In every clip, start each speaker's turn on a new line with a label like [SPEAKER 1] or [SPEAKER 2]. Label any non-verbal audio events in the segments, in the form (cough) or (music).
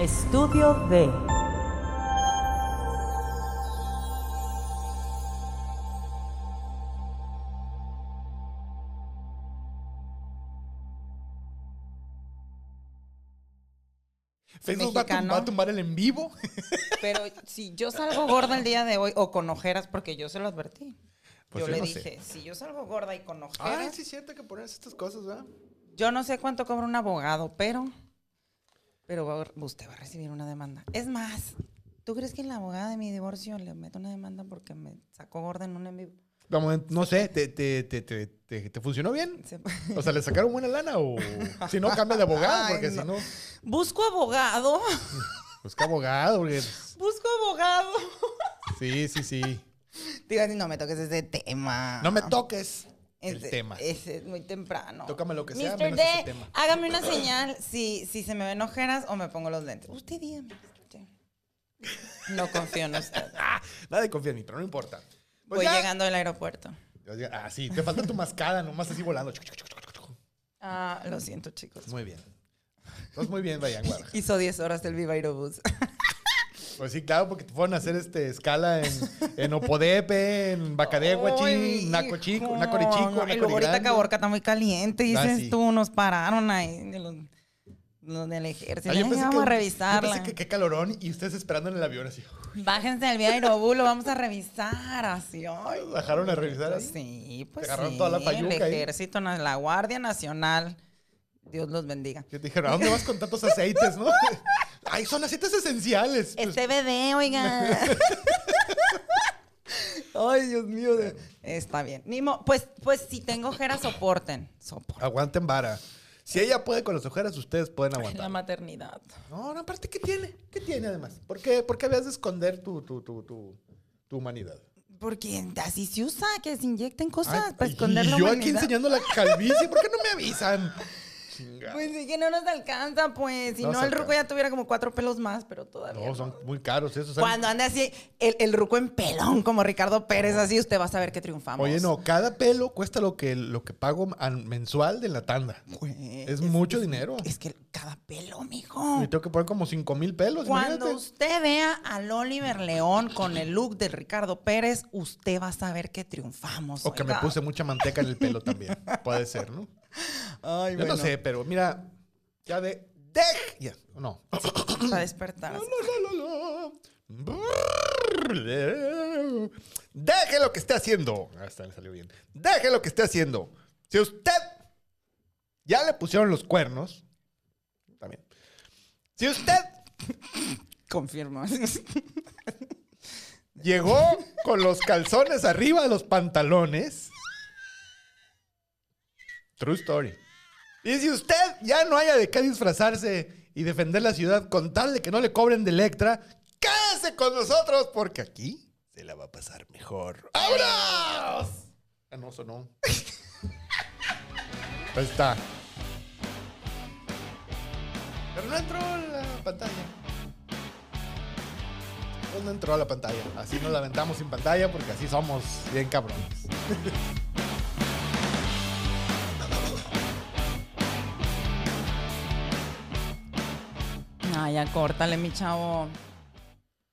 [SPEAKER 1] Estudio D.
[SPEAKER 2] Facebook va a, tum-
[SPEAKER 3] Mexicano.
[SPEAKER 2] va a tumbar el en vivo.
[SPEAKER 3] Pero si yo salgo gorda el día de hoy o con ojeras, porque yo se lo advertí.
[SPEAKER 2] (laughs) Pues
[SPEAKER 3] yo
[SPEAKER 2] yo
[SPEAKER 3] le
[SPEAKER 2] no sé.
[SPEAKER 3] dije, si yo salgo gorda y con ojeras,
[SPEAKER 2] Ay, "Ah, sí es cierto que pones estas cosas, ¿verdad?
[SPEAKER 3] yo no sé cuánto cobra un abogado, pero pero va a- usted va a recibir una demanda. Es más, ¿tú crees que la abogada de mi divorcio le meto una demanda porque me sacó gorda en un en vivo?
[SPEAKER 2] Vamos, no sé, ¿te, te, te, te, te- te funcionó bien?
[SPEAKER 3] Se-
[SPEAKER 2] O sea, ¿le sacaron buena lana (laughs) o...? Si no, cambia de abogado,
[SPEAKER 3] Ay,
[SPEAKER 2] porque
[SPEAKER 3] no.
[SPEAKER 2] si no...
[SPEAKER 3] Busco abogado,
[SPEAKER 2] Busca abogado, porque...
[SPEAKER 3] busco abogado.
[SPEAKER 2] Sí, sí, sí.
[SPEAKER 3] Digo así, no me toques ese tema.
[SPEAKER 2] No me toques el
[SPEAKER 3] Ese-
[SPEAKER 2] tema.
[SPEAKER 3] ese es muy temprano.
[SPEAKER 2] Tócame lo que sea,
[SPEAKER 3] Mr.
[SPEAKER 2] menos
[SPEAKER 3] D,
[SPEAKER 2] ese tema.
[SPEAKER 3] hágame una señal si, si se me ven ojeras o me pongo los lentes. Usted dígame. usted. No confío en usted.
[SPEAKER 2] Nadie confía en mí, pero no importa. Pues
[SPEAKER 3] Voy
[SPEAKER 2] ya.
[SPEAKER 3] llegando del aeropuerto.
[SPEAKER 2] Ya llega- Ah, sí, te falta tu mascada, nomás así (laughs) volando.
[SPEAKER 3] Ah, lo siento, chicos.
[SPEAKER 2] Muy bien. Estás muy bien, Brian Guadalajara.
[SPEAKER 3] Hizo 10 horas del Viva Aerobús.
[SPEAKER 2] Pues sí, claro, porque te fueron a hacer este escala en, en Opodepe, en
[SPEAKER 3] Ay,
[SPEAKER 2] Bacadeguachi, Naco Chico,
[SPEAKER 3] hijo.
[SPEAKER 2] Nacori Chico,
[SPEAKER 3] No, y
[SPEAKER 2] Nacori
[SPEAKER 3] luego ahorita
[SPEAKER 2] Grande.
[SPEAKER 3] Caborca está muy caliente, dices
[SPEAKER 2] Ah, sí.
[SPEAKER 3] tú, nos pararon ahí de los, los del ejército.
[SPEAKER 2] Ah, yo
[SPEAKER 3] Ay,
[SPEAKER 2] pensé
[SPEAKER 3] vamos
[SPEAKER 2] que-
[SPEAKER 3] a
[SPEAKER 2] Yo
[SPEAKER 3] revisarla.
[SPEAKER 2] pensé que qué calorón y ustedes esperando en el avión así. (laughs)
[SPEAKER 3] Bájense del Viva Aerobús, lo vamos a revisar. Así, ay,
[SPEAKER 2] Bajaron a revisar ahí.
[SPEAKER 3] Sí, pues
[SPEAKER 2] Te agarraron
[SPEAKER 3] sí,
[SPEAKER 2] toda la payuca
[SPEAKER 3] El
[SPEAKER 2] ahí.
[SPEAKER 3] ejército, na- la Guardia Nacional. Dios los bendiga.
[SPEAKER 2] Yo te dijeron, ¿a dónde vas con tantos aceites, no? (laughs) Ay, son aceites esenciales.
[SPEAKER 3] Es CBD,
[SPEAKER 2] (laughs)
[SPEAKER 3] Este oiga. Ay, Dios mío. de- Está bien. Ni mo- pues, pues si tengo ojeras, soporten. Soporten.
[SPEAKER 2] Pues, Aguanten vara. Si ella puede con las ojeras, ustedes pueden
[SPEAKER 3] La
[SPEAKER 2] aguantar.
[SPEAKER 3] maternidad.
[SPEAKER 2] No, no, aparte, ¿qué tiene? ¿Qué tiene además? ¿Por qué, por qué habías de esconder tu, tu, tu, tu, tu humanidad?
[SPEAKER 3] Porque así se usa, que se inyecten cosas
[SPEAKER 2] Ay,
[SPEAKER 3] para
[SPEAKER 2] y
[SPEAKER 3] esconder la
[SPEAKER 2] yo aquí
[SPEAKER 3] humanidad.
[SPEAKER 2] enseñando la calvicie, ¿por qué no me avisan? Chinga.
[SPEAKER 3] Pues es que no nos alcanza, pues. Si
[SPEAKER 2] No
[SPEAKER 3] no,
[SPEAKER 2] se
[SPEAKER 3] el ruco
[SPEAKER 2] alcanza.
[SPEAKER 3] ya tuviera como cuatro pelos más, pero todavía.
[SPEAKER 2] No,
[SPEAKER 3] no.
[SPEAKER 2] son muy caros esos. ¿saben?
[SPEAKER 3] Cuando anda así, el, el ruco en pelón, como Ricardo Pérez, así, usted va a saber que triunfamos.
[SPEAKER 2] Oye, no, cada pelo cuesta lo que, lo que pago an- mensual de la tanda.
[SPEAKER 3] Güey,
[SPEAKER 2] Es mucho dinero.
[SPEAKER 3] Es que cada pelo, mijo.
[SPEAKER 2] Me tengo que poner como 5 mil pelos.
[SPEAKER 3] Cuando
[SPEAKER 2] pues, imagínate.
[SPEAKER 3] usted vea al Oliver León con el look de Ricardo Pérez, usted va a saber que triunfamos.
[SPEAKER 2] O que me
[SPEAKER 3] oiga.
[SPEAKER 2] puse mucha manteca en el pelo también.
[SPEAKER 3] (laughs)
[SPEAKER 2] Puede ser, ¿no?
[SPEAKER 3] Ay,
[SPEAKER 2] Yo no sé, pero mira, ya de. ¡Dej! Ya, no.
[SPEAKER 3] Para despertar. así.
[SPEAKER 2] Deje lo que esté haciendo. Ah, está, me salió bien. Deje lo que esté haciendo. Si usted ya le pusieron los cuernos, también. Si usted
[SPEAKER 3] Confirmo. (laughs)
[SPEAKER 2] llegó con los calzones arriba de los pantalones, true story. Y si usted ya no haya de qué disfrazarse y defender la ciudad con tal de que no le cobren de Electra, quédese con nosotros porque aquí se la va a pasar mejor. ¡Vámonos! Ah, no, sonó. Ahí está. Pero no entró la pantalla. Pues no entró la pantalla. Así nos la aventamos sin pantalla porque así somos bien cabrones.
[SPEAKER 3] Ay, ya córtale, mi chavo.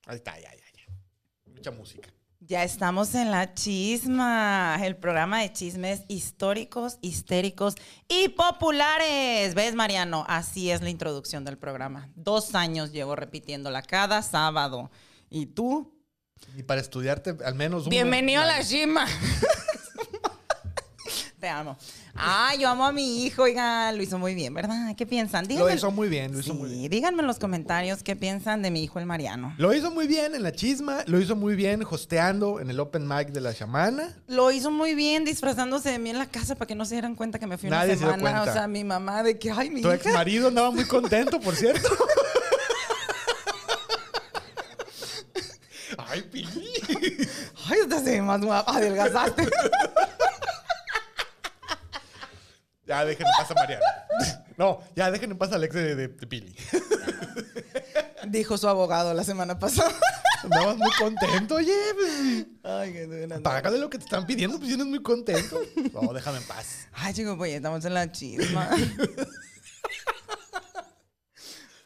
[SPEAKER 2] Ahí está, ya, ya, ya. Mucha música.
[SPEAKER 3] Ya estamos en la chisma, el programa de chismes históricos, histéricos y populares. ¿Ves, Mariano? Así es la introducción del programa. Dos años llevo repitiéndola cada sábado. ¿Y tú?
[SPEAKER 2] Y para estudiarte al menos un...
[SPEAKER 3] Bienvenido a la chisma. (laughs) Te amo. Ah, yo amo a mi hijo, oiga, lo hizo muy bien, ¿verdad? ¿Qué piensan?
[SPEAKER 2] Lo hizo muy bien, lo hizo
[SPEAKER 3] Sí,
[SPEAKER 2] muy bien.
[SPEAKER 3] díganme en los comentarios qué piensan de mi hijo el Mariano.
[SPEAKER 2] Lo hizo muy bien en la chisma, lo hizo muy bien hosteando en el open mic de la chamana.
[SPEAKER 3] Lo hizo muy bien disfrazándose de mí en la casa para que no se dieran cuenta que me fui
[SPEAKER 2] Nadie
[SPEAKER 3] una
[SPEAKER 2] se dio
[SPEAKER 3] semana.
[SPEAKER 2] cuenta.
[SPEAKER 3] O sea, mi mamá de que, ay, mi
[SPEAKER 2] Tu ex
[SPEAKER 3] hija.
[SPEAKER 2] marido andaba muy contento, por
[SPEAKER 3] (laughs)
[SPEAKER 2] cierto. Ay, Pili.
[SPEAKER 3] Ay, esta se ve más
[SPEAKER 2] (laughs)
[SPEAKER 3] guapa, adelgazaste.
[SPEAKER 2] Ya dejen en paz a Mariana. No, ya dejen en paz al ex de, de- de Pili.
[SPEAKER 3] Dijo su abogado la semana pasada.
[SPEAKER 2] Andabas muy contento, oye. Pues,
[SPEAKER 3] Ay, qué buena.
[SPEAKER 2] págale lo que te están pidiendo, pues vienes muy contento. No, déjame en paz.
[SPEAKER 3] Ay, chicos, pues ya estamos en la chisma.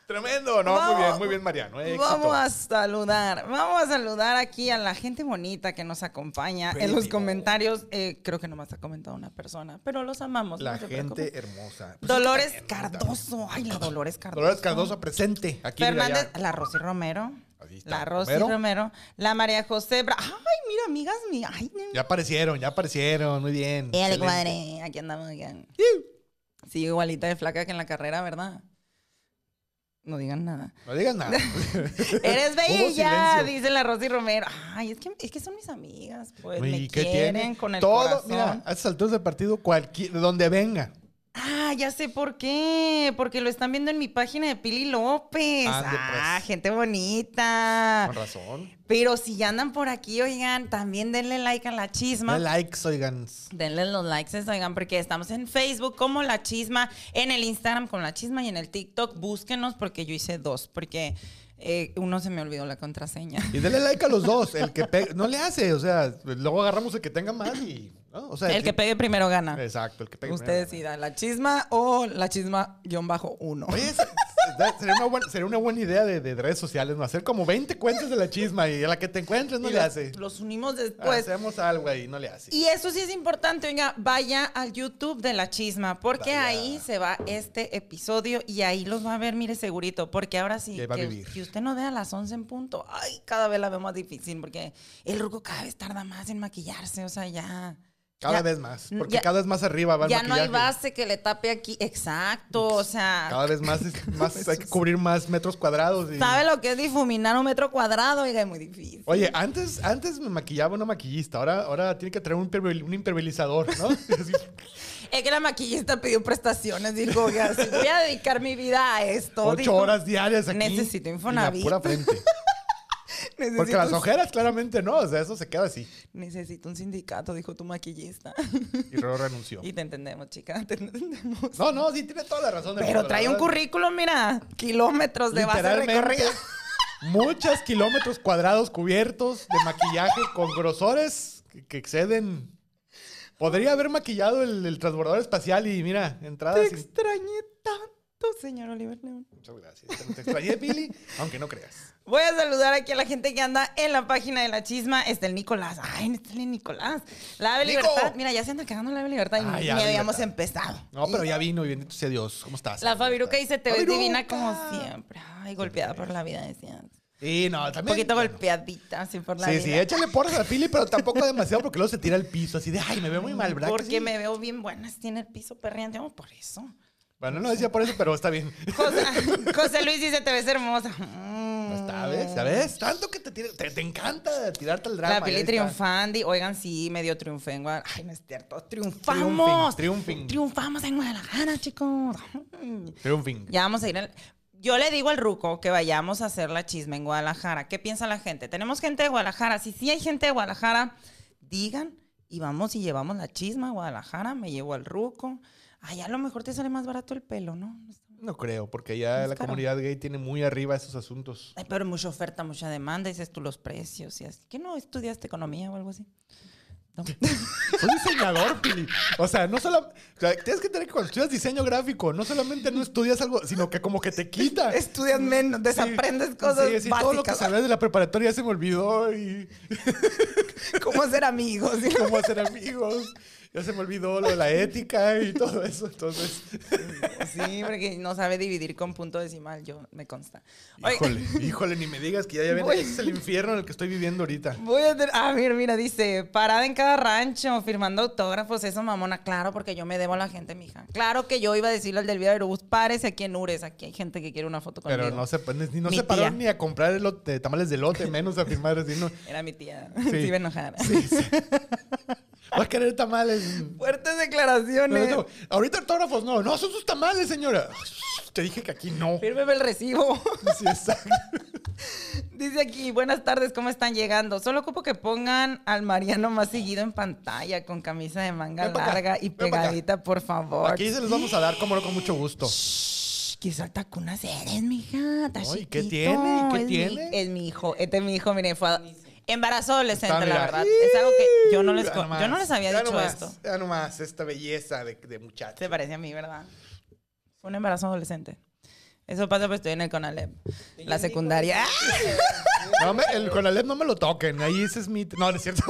[SPEAKER 2] Tremendo, no, muy
[SPEAKER 3] Vamos-
[SPEAKER 2] bien, muy bien, Mariano. Éxito.
[SPEAKER 3] Vamos a saludar, vamos a saludar aquí a la gente bonita que nos acompaña en los
[SPEAKER 2] Buenísimo.
[SPEAKER 3] comentarios. Eh, creo que nomás ha comentado una persona, pero los amamos.
[SPEAKER 2] La
[SPEAKER 3] no se
[SPEAKER 2] gente
[SPEAKER 3] preocupen.
[SPEAKER 2] hermosa. Pues,
[SPEAKER 3] Dolores
[SPEAKER 2] también,
[SPEAKER 3] Cardoso, ay, la Dolores Cardoso.
[SPEAKER 2] Dolores Cardoso presente. Aquí mira,
[SPEAKER 3] Fernández,
[SPEAKER 2] ya.
[SPEAKER 3] la Rosy Romero.
[SPEAKER 2] Ahí está,
[SPEAKER 3] La Rosy
[SPEAKER 2] Romero.
[SPEAKER 3] Romero. La María José. Bra- Ay, mira, amigas mías. Ay, no.
[SPEAKER 2] Ya aparecieron, ya aparecieron, muy bien.
[SPEAKER 3] Éale,
[SPEAKER 2] excelente.
[SPEAKER 3] comadre, Aquí andamos. aquí andamos. Sí, igualita de flaca que en la carrera, ¿verdad? No digan nada.
[SPEAKER 2] No digas nada.
[SPEAKER 3] Eres
[SPEAKER 2] Hubo
[SPEAKER 3] bella,
[SPEAKER 2] silencio.
[SPEAKER 3] dice la Rosy Romero. Ay, es que, es que son mis amigas, pues.
[SPEAKER 2] ¿Y
[SPEAKER 3] me
[SPEAKER 2] qué
[SPEAKER 3] quieren
[SPEAKER 2] tiene?
[SPEAKER 3] con el
[SPEAKER 2] Todo,
[SPEAKER 3] corazón.
[SPEAKER 2] mira, a estas alturas del partido, cualquier, donde venga.
[SPEAKER 3] Ah, ya sé por qué. Porque lo están viendo en mi página de Pili López.
[SPEAKER 2] Ande,
[SPEAKER 3] ah,
[SPEAKER 2] pues.
[SPEAKER 3] gente bonita.
[SPEAKER 2] Con razón.
[SPEAKER 3] Pero si ya andan por aquí, oigan, también denle like a la chisma.
[SPEAKER 2] No likes, oigan.
[SPEAKER 3] Denle los likes, oigan, porque estamos en Facebook como La Chisma, en el Instagram con La Chisma y en el TikTok. Búsquenos porque yo hice dos, porque eh, uno se me olvidó la
[SPEAKER 2] (laughs)
[SPEAKER 3] contraseña.
[SPEAKER 2] Y denle like a los dos. El que pe- no le hace, o sea, luego agarramos el que tenga más y. ¿no? O sea,
[SPEAKER 3] El que pegue primero gana.
[SPEAKER 2] Exacto, el que pegue.
[SPEAKER 3] Usted
[SPEAKER 2] primero.
[SPEAKER 3] decida, La Chisma o La Chisma guión bajo uno.
[SPEAKER 2] Oye, se- se- sería una buena, sería una buena idea de, de redes sociales, ¿no? Hacer como 20 cuentas de la chisma y a la que te encuentres no
[SPEAKER 3] Y
[SPEAKER 2] le
[SPEAKER 3] los-
[SPEAKER 2] hace. Ah,
[SPEAKER 3] Los unimos después.
[SPEAKER 2] Hacemos algo ahí, no le hace.
[SPEAKER 3] Y eso sí es importante, oiga, vaya al YouTube de La Chisma, porque
[SPEAKER 2] Vaya.
[SPEAKER 3] ahí se va este episodio y ahí los va a ver, mire, segurito, porque ahora sí,
[SPEAKER 2] Y ahí va a
[SPEAKER 3] que,
[SPEAKER 2] vivir.
[SPEAKER 3] que usted no vea a las 11 en punto, ay, cada vez la veo más difícil, porque el ruco cada vez tarda más en maquillarse, o sea, ya...
[SPEAKER 2] Cada
[SPEAKER 3] ya-
[SPEAKER 2] vez más. Porque
[SPEAKER 3] ya-
[SPEAKER 2] cada vez más arriba va el
[SPEAKER 3] Ya no hay
[SPEAKER 2] maquillaje.
[SPEAKER 3] base que le tape aquí, exacto, o sea...
[SPEAKER 2] Cada vez más,
[SPEAKER 3] (laughs)
[SPEAKER 2] es- más hay que cubrir más metros cuadrados. y-
[SPEAKER 3] ¿Sabe lo que es difuminar un metro cuadrado? Oiga, es muy difícil.
[SPEAKER 2] Oye, antes, antes me maquillaba una maquillista, ahora, ahora tiene que traer un, impermeabil- un impermeabilizador,
[SPEAKER 3] (laughs)
[SPEAKER 2] ¿no? (laughs) Así,
[SPEAKER 3] Es que la maquillista pidió prestaciones, dijo, oiga, si
[SPEAKER 2] (laughs)
[SPEAKER 3] voy a dedicar mi vida a esto.
[SPEAKER 2] ocho
[SPEAKER 3] dijo,
[SPEAKER 2] horas diarias aquí.
[SPEAKER 3] Necesito
[SPEAKER 2] y la
[SPEAKER 3] Infonavit.
[SPEAKER 2] pura
[SPEAKER 3] (laughs)
[SPEAKER 2] frente. Porque
[SPEAKER 3] necesito
[SPEAKER 2] las
[SPEAKER 3] un-
[SPEAKER 2] ojeras claramente no, o sea, eso se queda así.
[SPEAKER 3] Necesito un sindicato, dijo tu maquillista. (laughs)
[SPEAKER 2] Y luego renunció.
[SPEAKER 3] y te entendemos, chica, te entendemos.
[SPEAKER 2] No, no, sí, tiene toda la razón. del
[SPEAKER 3] Pero
[SPEAKER 2] mundo, la
[SPEAKER 3] trae un
[SPEAKER 2] verdad.
[SPEAKER 3] currículum, mira, kilómetros de base
[SPEAKER 2] Literalmente,
[SPEAKER 3] recorrida.
[SPEAKER 2] muchos kilómetros cuadrados cubiertos de maquillaje con grosores que, que exceden. Podría haber maquillado el, el transbordador espacial y mira,
[SPEAKER 3] Te
[SPEAKER 2] entradas. sin-
[SPEAKER 3] extrañé tanto, señor Oliver León.
[SPEAKER 2] Muchas gracias. Te- Te
[SPEAKER 3] (laughs)
[SPEAKER 2] extrañé, Billy, aunque no creas.
[SPEAKER 3] Voy a saludar aquí a la gente que anda en la página de la chisma. Está el Nicolás. Ay, está el Nicolás. La Ave
[SPEAKER 2] ¡Nico!
[SPEAKER 3] Libertad. Mira, ya se anda cagando la Ave Libertad y
[SPEAKER 2] Ay,
[SPEAKER 3] ni
[SPEAKER 2] Ave
[SPEAKER 3] habíamos
[SPEAKER 2] Libertad.
[SPEAKER 3] empezado.
[SPEAKER 2] No, pero
[SPEAKER 3] Y
[SPEAKER 2] ya vino y bendito sea Dios. ¿Cómo estás?
[SPEAKER 3] La Fabiruca dice, te ves
[SPEAKER 2] Fabiruca".
[SPEAKER 3] divina como siempre. Ay, golpeada por la vida, decían.
[SPEAKER 2] Sí, no,
[SPEAKER 3] Un
[SPEAKER 2] también.
[SPEAKER 3] poquito
[SPEAKER 2] bueno.
[SPEAKER 3] golpeadita, así por la
[SPEAKER 2] Sí,
[SPEAKER 3] vida.
[SPEAKER 2] sí, échale porras a Pili, pero tampoco demasiado porque luego se tira al piso así de, ay, me veo muy mal, ¿verdad? que
[SPEAKER 3] Porque
[SPEAKER 2] sí?".
[SPEAKER 3] me veo bien buena, si tiene el piso perreando, vamos por eso.
[SPEAKER 2] Bueno, no decía por eso, pero está bien.
[SPEAKER 3] José, (laughs) José Luis dice, te ves hermosa. Mm.
[SPEAKER 2] Está, ¿ves? ¿Ya ves? Tanto que te, tira- te, te encanta tirarte al drama.
[SPEAKER 3] La
[SPEAKER 2] y
[SPEAKER 3] Pili
[SPEAKER 2] ahí está.
[SPEAKER 3] triunfandi. Oigan, sí, medio triunfé en Guadalajara. Ay, no es cierto. Triunfamos.
[SPEAKER 2] Triunfin, triunfin.
[SPEAKER 3] Triunfamos en Guadalajara, chicos. Ay.
[SPEAKER 2] Triunfing.
[SPEAKER 3] Ya vamos a ir. al- Yo le digo al Ruco que vayamos a hacer la chisma en Guadalajara. ¿Qué piensa la gente? Tenemos gente de Guadalajara. Si sí hay gente de Guadalajara, digan y vamos y llevamos la chisma a Guadalajara. Me llevo al Ruco. Ay, a lo mejor te sale más barato el pelo, ¿no?
[SPEAKER 2] No creo, porque ya
[SPEAKER 3] Es
[SPEAKER 2] la
[SPEAKER 3] caro.
[SPEAKER 2] comunidad gay tiene muy arriba esos asuntos.
[SPEAKER 3] Ay, pero mucha oferta, mucha demanda. Dices tú los precios y así. ¿Qué no estudiaste economía o algo así?
[SPEAKER 2] (laughs)
[SPEAKER 3] No.
[SPEAKER 2] Soy diseñador, Pili. O sea, no solo... o sea, tienes que tener que cuando estudias diseño gráfico, no solamente no estudias algo, sino que como que te quita.
[SPEAKER 3] Estudias menos, desaprendes cosas
[SPEAKER 2] Sí, sí,
[SPEAKER 3] básicas.
[SPEAKER 2] todo lo que sabías de la preparatoria se me olvidó y
[SPEAKER 3] (laughs) Cómo ser
[SPEAKER 2] (laughs)
[SPEAKER 3] amigos.
[SPEAKER 2] cómo hacer amigos. Ya se me olvidó lo de la ética y todo eso. Entonces,
[SPEAKER 3] Sí, porque no sabe dividir con punto decimal, yo me consta. Oiga,
[SPEAKER 2] híjole, híjole, ni me digas que ya, ya ven,
[SPEAKER 3] Voy-
[SPEAKER 2] ese es el infierno en el que estoy viviendo ahorita.
[SPEAKER 3] Voy a tener, a ver, mira, dice, parada en cada rancho, firmando autógrafos, eso mamona, claro, porque yo me debo a la gente, mija. Claro que yo iba a decirle al del video de Aerobús, párese aquí en Ures, aquí hay gente que quiere una foto conmigo.
[SPEAKER 2] Pero no se, ni, no
[SPEAKER 3] Mi
[SPEAKER 2] se pararon
[SPEAKER 3] tía.
[SPEAKER 2] ni a comprar elote, tamales de lote, menos a firmar así, no.
[SPEAKER 3] Era mi tía, (laughs)
[SPEAKER 2] Sí.
[SPEAKER 3] se iba a enojar.
[SPEAKER 2] Va a querer tamales.
[SPEAKER 3] (laughs) Fuertes
[SPEAKER 2] No,
[SPEAKER 3] declaraciones.
[SPEAKER 2] no, ahorita autógrafos, no, no, son sus tamales, señora. Te dije que aquí no.
[SPEAKER 3] Fírmeme el recibo. (laughs)
[SPEAKER 2] Sí, exacto.
[SPEAKER 3] Dice aquí, buenas tardes, ¿cómo están llegando? Solo ocupo que pongan al Mariano más seguido en pantalla, con camisa de manga
[SPEAKER 2] Ven pa' acá,
[SPEAKER 3] larga y
[SPEAKER 2] ven pa' acá.
[SPEAKER 3] pegadita, por favor.
[SPEAKER 2] Aquí se los vamos a dar, como no, con mucho gusto.
[SPEAKER 3] Shh, Que salta cunas eres, mija. Está
[SPEAKER 2] No, ¿y qué
[SPEAKER 3] chiquito.
[SPEAKER 2] tiene? ¿Y qué
[SPEAKER 3] es
[SPEAKER 2] tiene?
[SPEAKER 3] Mi, es mi hijo. Este es mi hijo, mire, fue a- embarazo adolescente, la
[SPEAKER 2] mira.
[SPEAKER 3] verdad. Es algo que yo no les,
[SPEAKER 2] Ya
[SPEAKER 3] co-
[SPEAKER 2] nomás,
[SPEAKER 3] yo no les había
[SPEAKER 2] ya
[SPEAKER 3] dicho
[SPEAKER 2] nomás,
[SPEAKER 3] esto.
[SPEAKER 2] Ya nomás, esta belleza de, de muchacho.
[SPEAKER 3] Se parece a mí, ¿verdad? Fue un embarazo adolescente. Eso pasa porque estoy en el Conalep. La secundaria. (laughs)
[SPEAKER 2] No me, el Conalep no me lo toquen. Ahí ese es mi. No, no es cierto.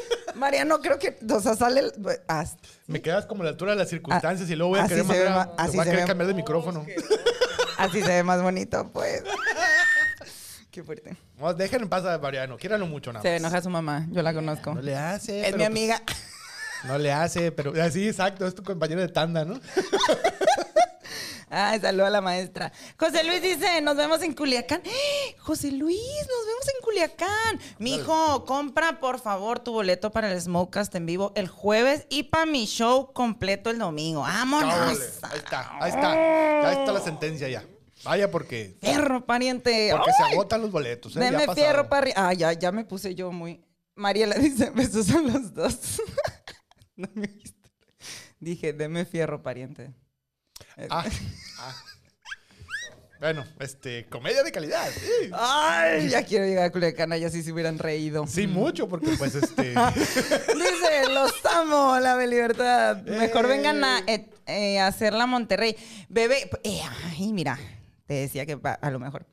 [SPEAKER 2] (laughs)
[SPEAKER 1] Mariano, creo que, o sea, sale.
[SPEAKER 3] pues,
[SPEAKER 1] ah,
[SPEAKER 2] Me quedas como a la altura de las circunstancias y luego voy a
[SPEAKER 1] así
[SPEAKER 2] querer
[SPEAKER 1] se ve
[SPEAKER 2] mandar. a-
[SPEAKER 1] ma-
[SPEAKER 2] te
[SPEAKER 1] así
[SPEAKER 2] voy a
[SPEAKER 1] se
[SPEAKER 2] querer
[SPEAKER 1] ve-
[SPEAKER 2] cambiar de micrófono.
[SPEAKER 1] así se ve más bonito, pues. Qué fuerte.
[SPEAKER 2] No, dejen en paz a Mariano. Quíralo mucho, nada
[SPEAKER 3] Se
[SPEAKER 2] más.
[SPEAKER 3] enoja su mamá. Yo la conozco.
[SPEAKER 2] No le hace.
[SPEAKER 1] Es
[SPEAKER 2] pero,
[SPEAKER 1] mi
[SPEAKER 2] pues,
[SPEAKER 1] amiga.
[SPEAKER 2] no le hace, pero. Así, exacto. Es tu compañero de tanda, ¿no?
[SPEAKER 3] Ay, saluda a la maestra. José Luis dice, nos vemos en Culiacán. ¡Eh! José Luis, nos vemos en Culiacán. Mijo, compra por favor tu boleto para el Smokecast en vivo el jueves y para mi show completo el domingo. ¡Vámonos!
[SPEAKER 2] Cábale. Ahí está, ahí está. Ya está la sentencia ya. Vaya porque.
[SPEAKER 3] Fierro, pariente. ¡Oh!
[SPEAKER 2] Porque se
[SPEAKER 3] ¡Ay!
[SPEAKER 2] agotan los boletos. ¿eh? Ya
[SPEAKER 1] Deme
[SPEAKER 2] ha pasado.
[SPEAKER 1] fierro para arriba. Ah, ya, ya me puse yo muy.
[SPEAKER 3] (laughs)
[SPEAKER 1] Mariela dice, besos a los dos. no me oíste. Dije, deme fierro, pariente.
[SPEAKER 2] Ah, ah. Bueno, este, comedia de calidad. Sí,
[SPEAKER 1] Ay, ya quiero llegar a Culiacán, ya sí se hubieran reído.
[SPEAKER 2] Sí, mucho, porque
[SPEAKER 1] (laughs)
[SPEAKER 2] pues este.
[SPEAKER 1] Dice, los amo, la de libertad.
[SPEAKER 3] Mejor
[SPEAKER 2] Eh.
[SPEAKER 3] vengan a eh, eh, hacerla a Monterrey. Bebé, p- eh, ay, mira, te decía que pa- a lo mejor.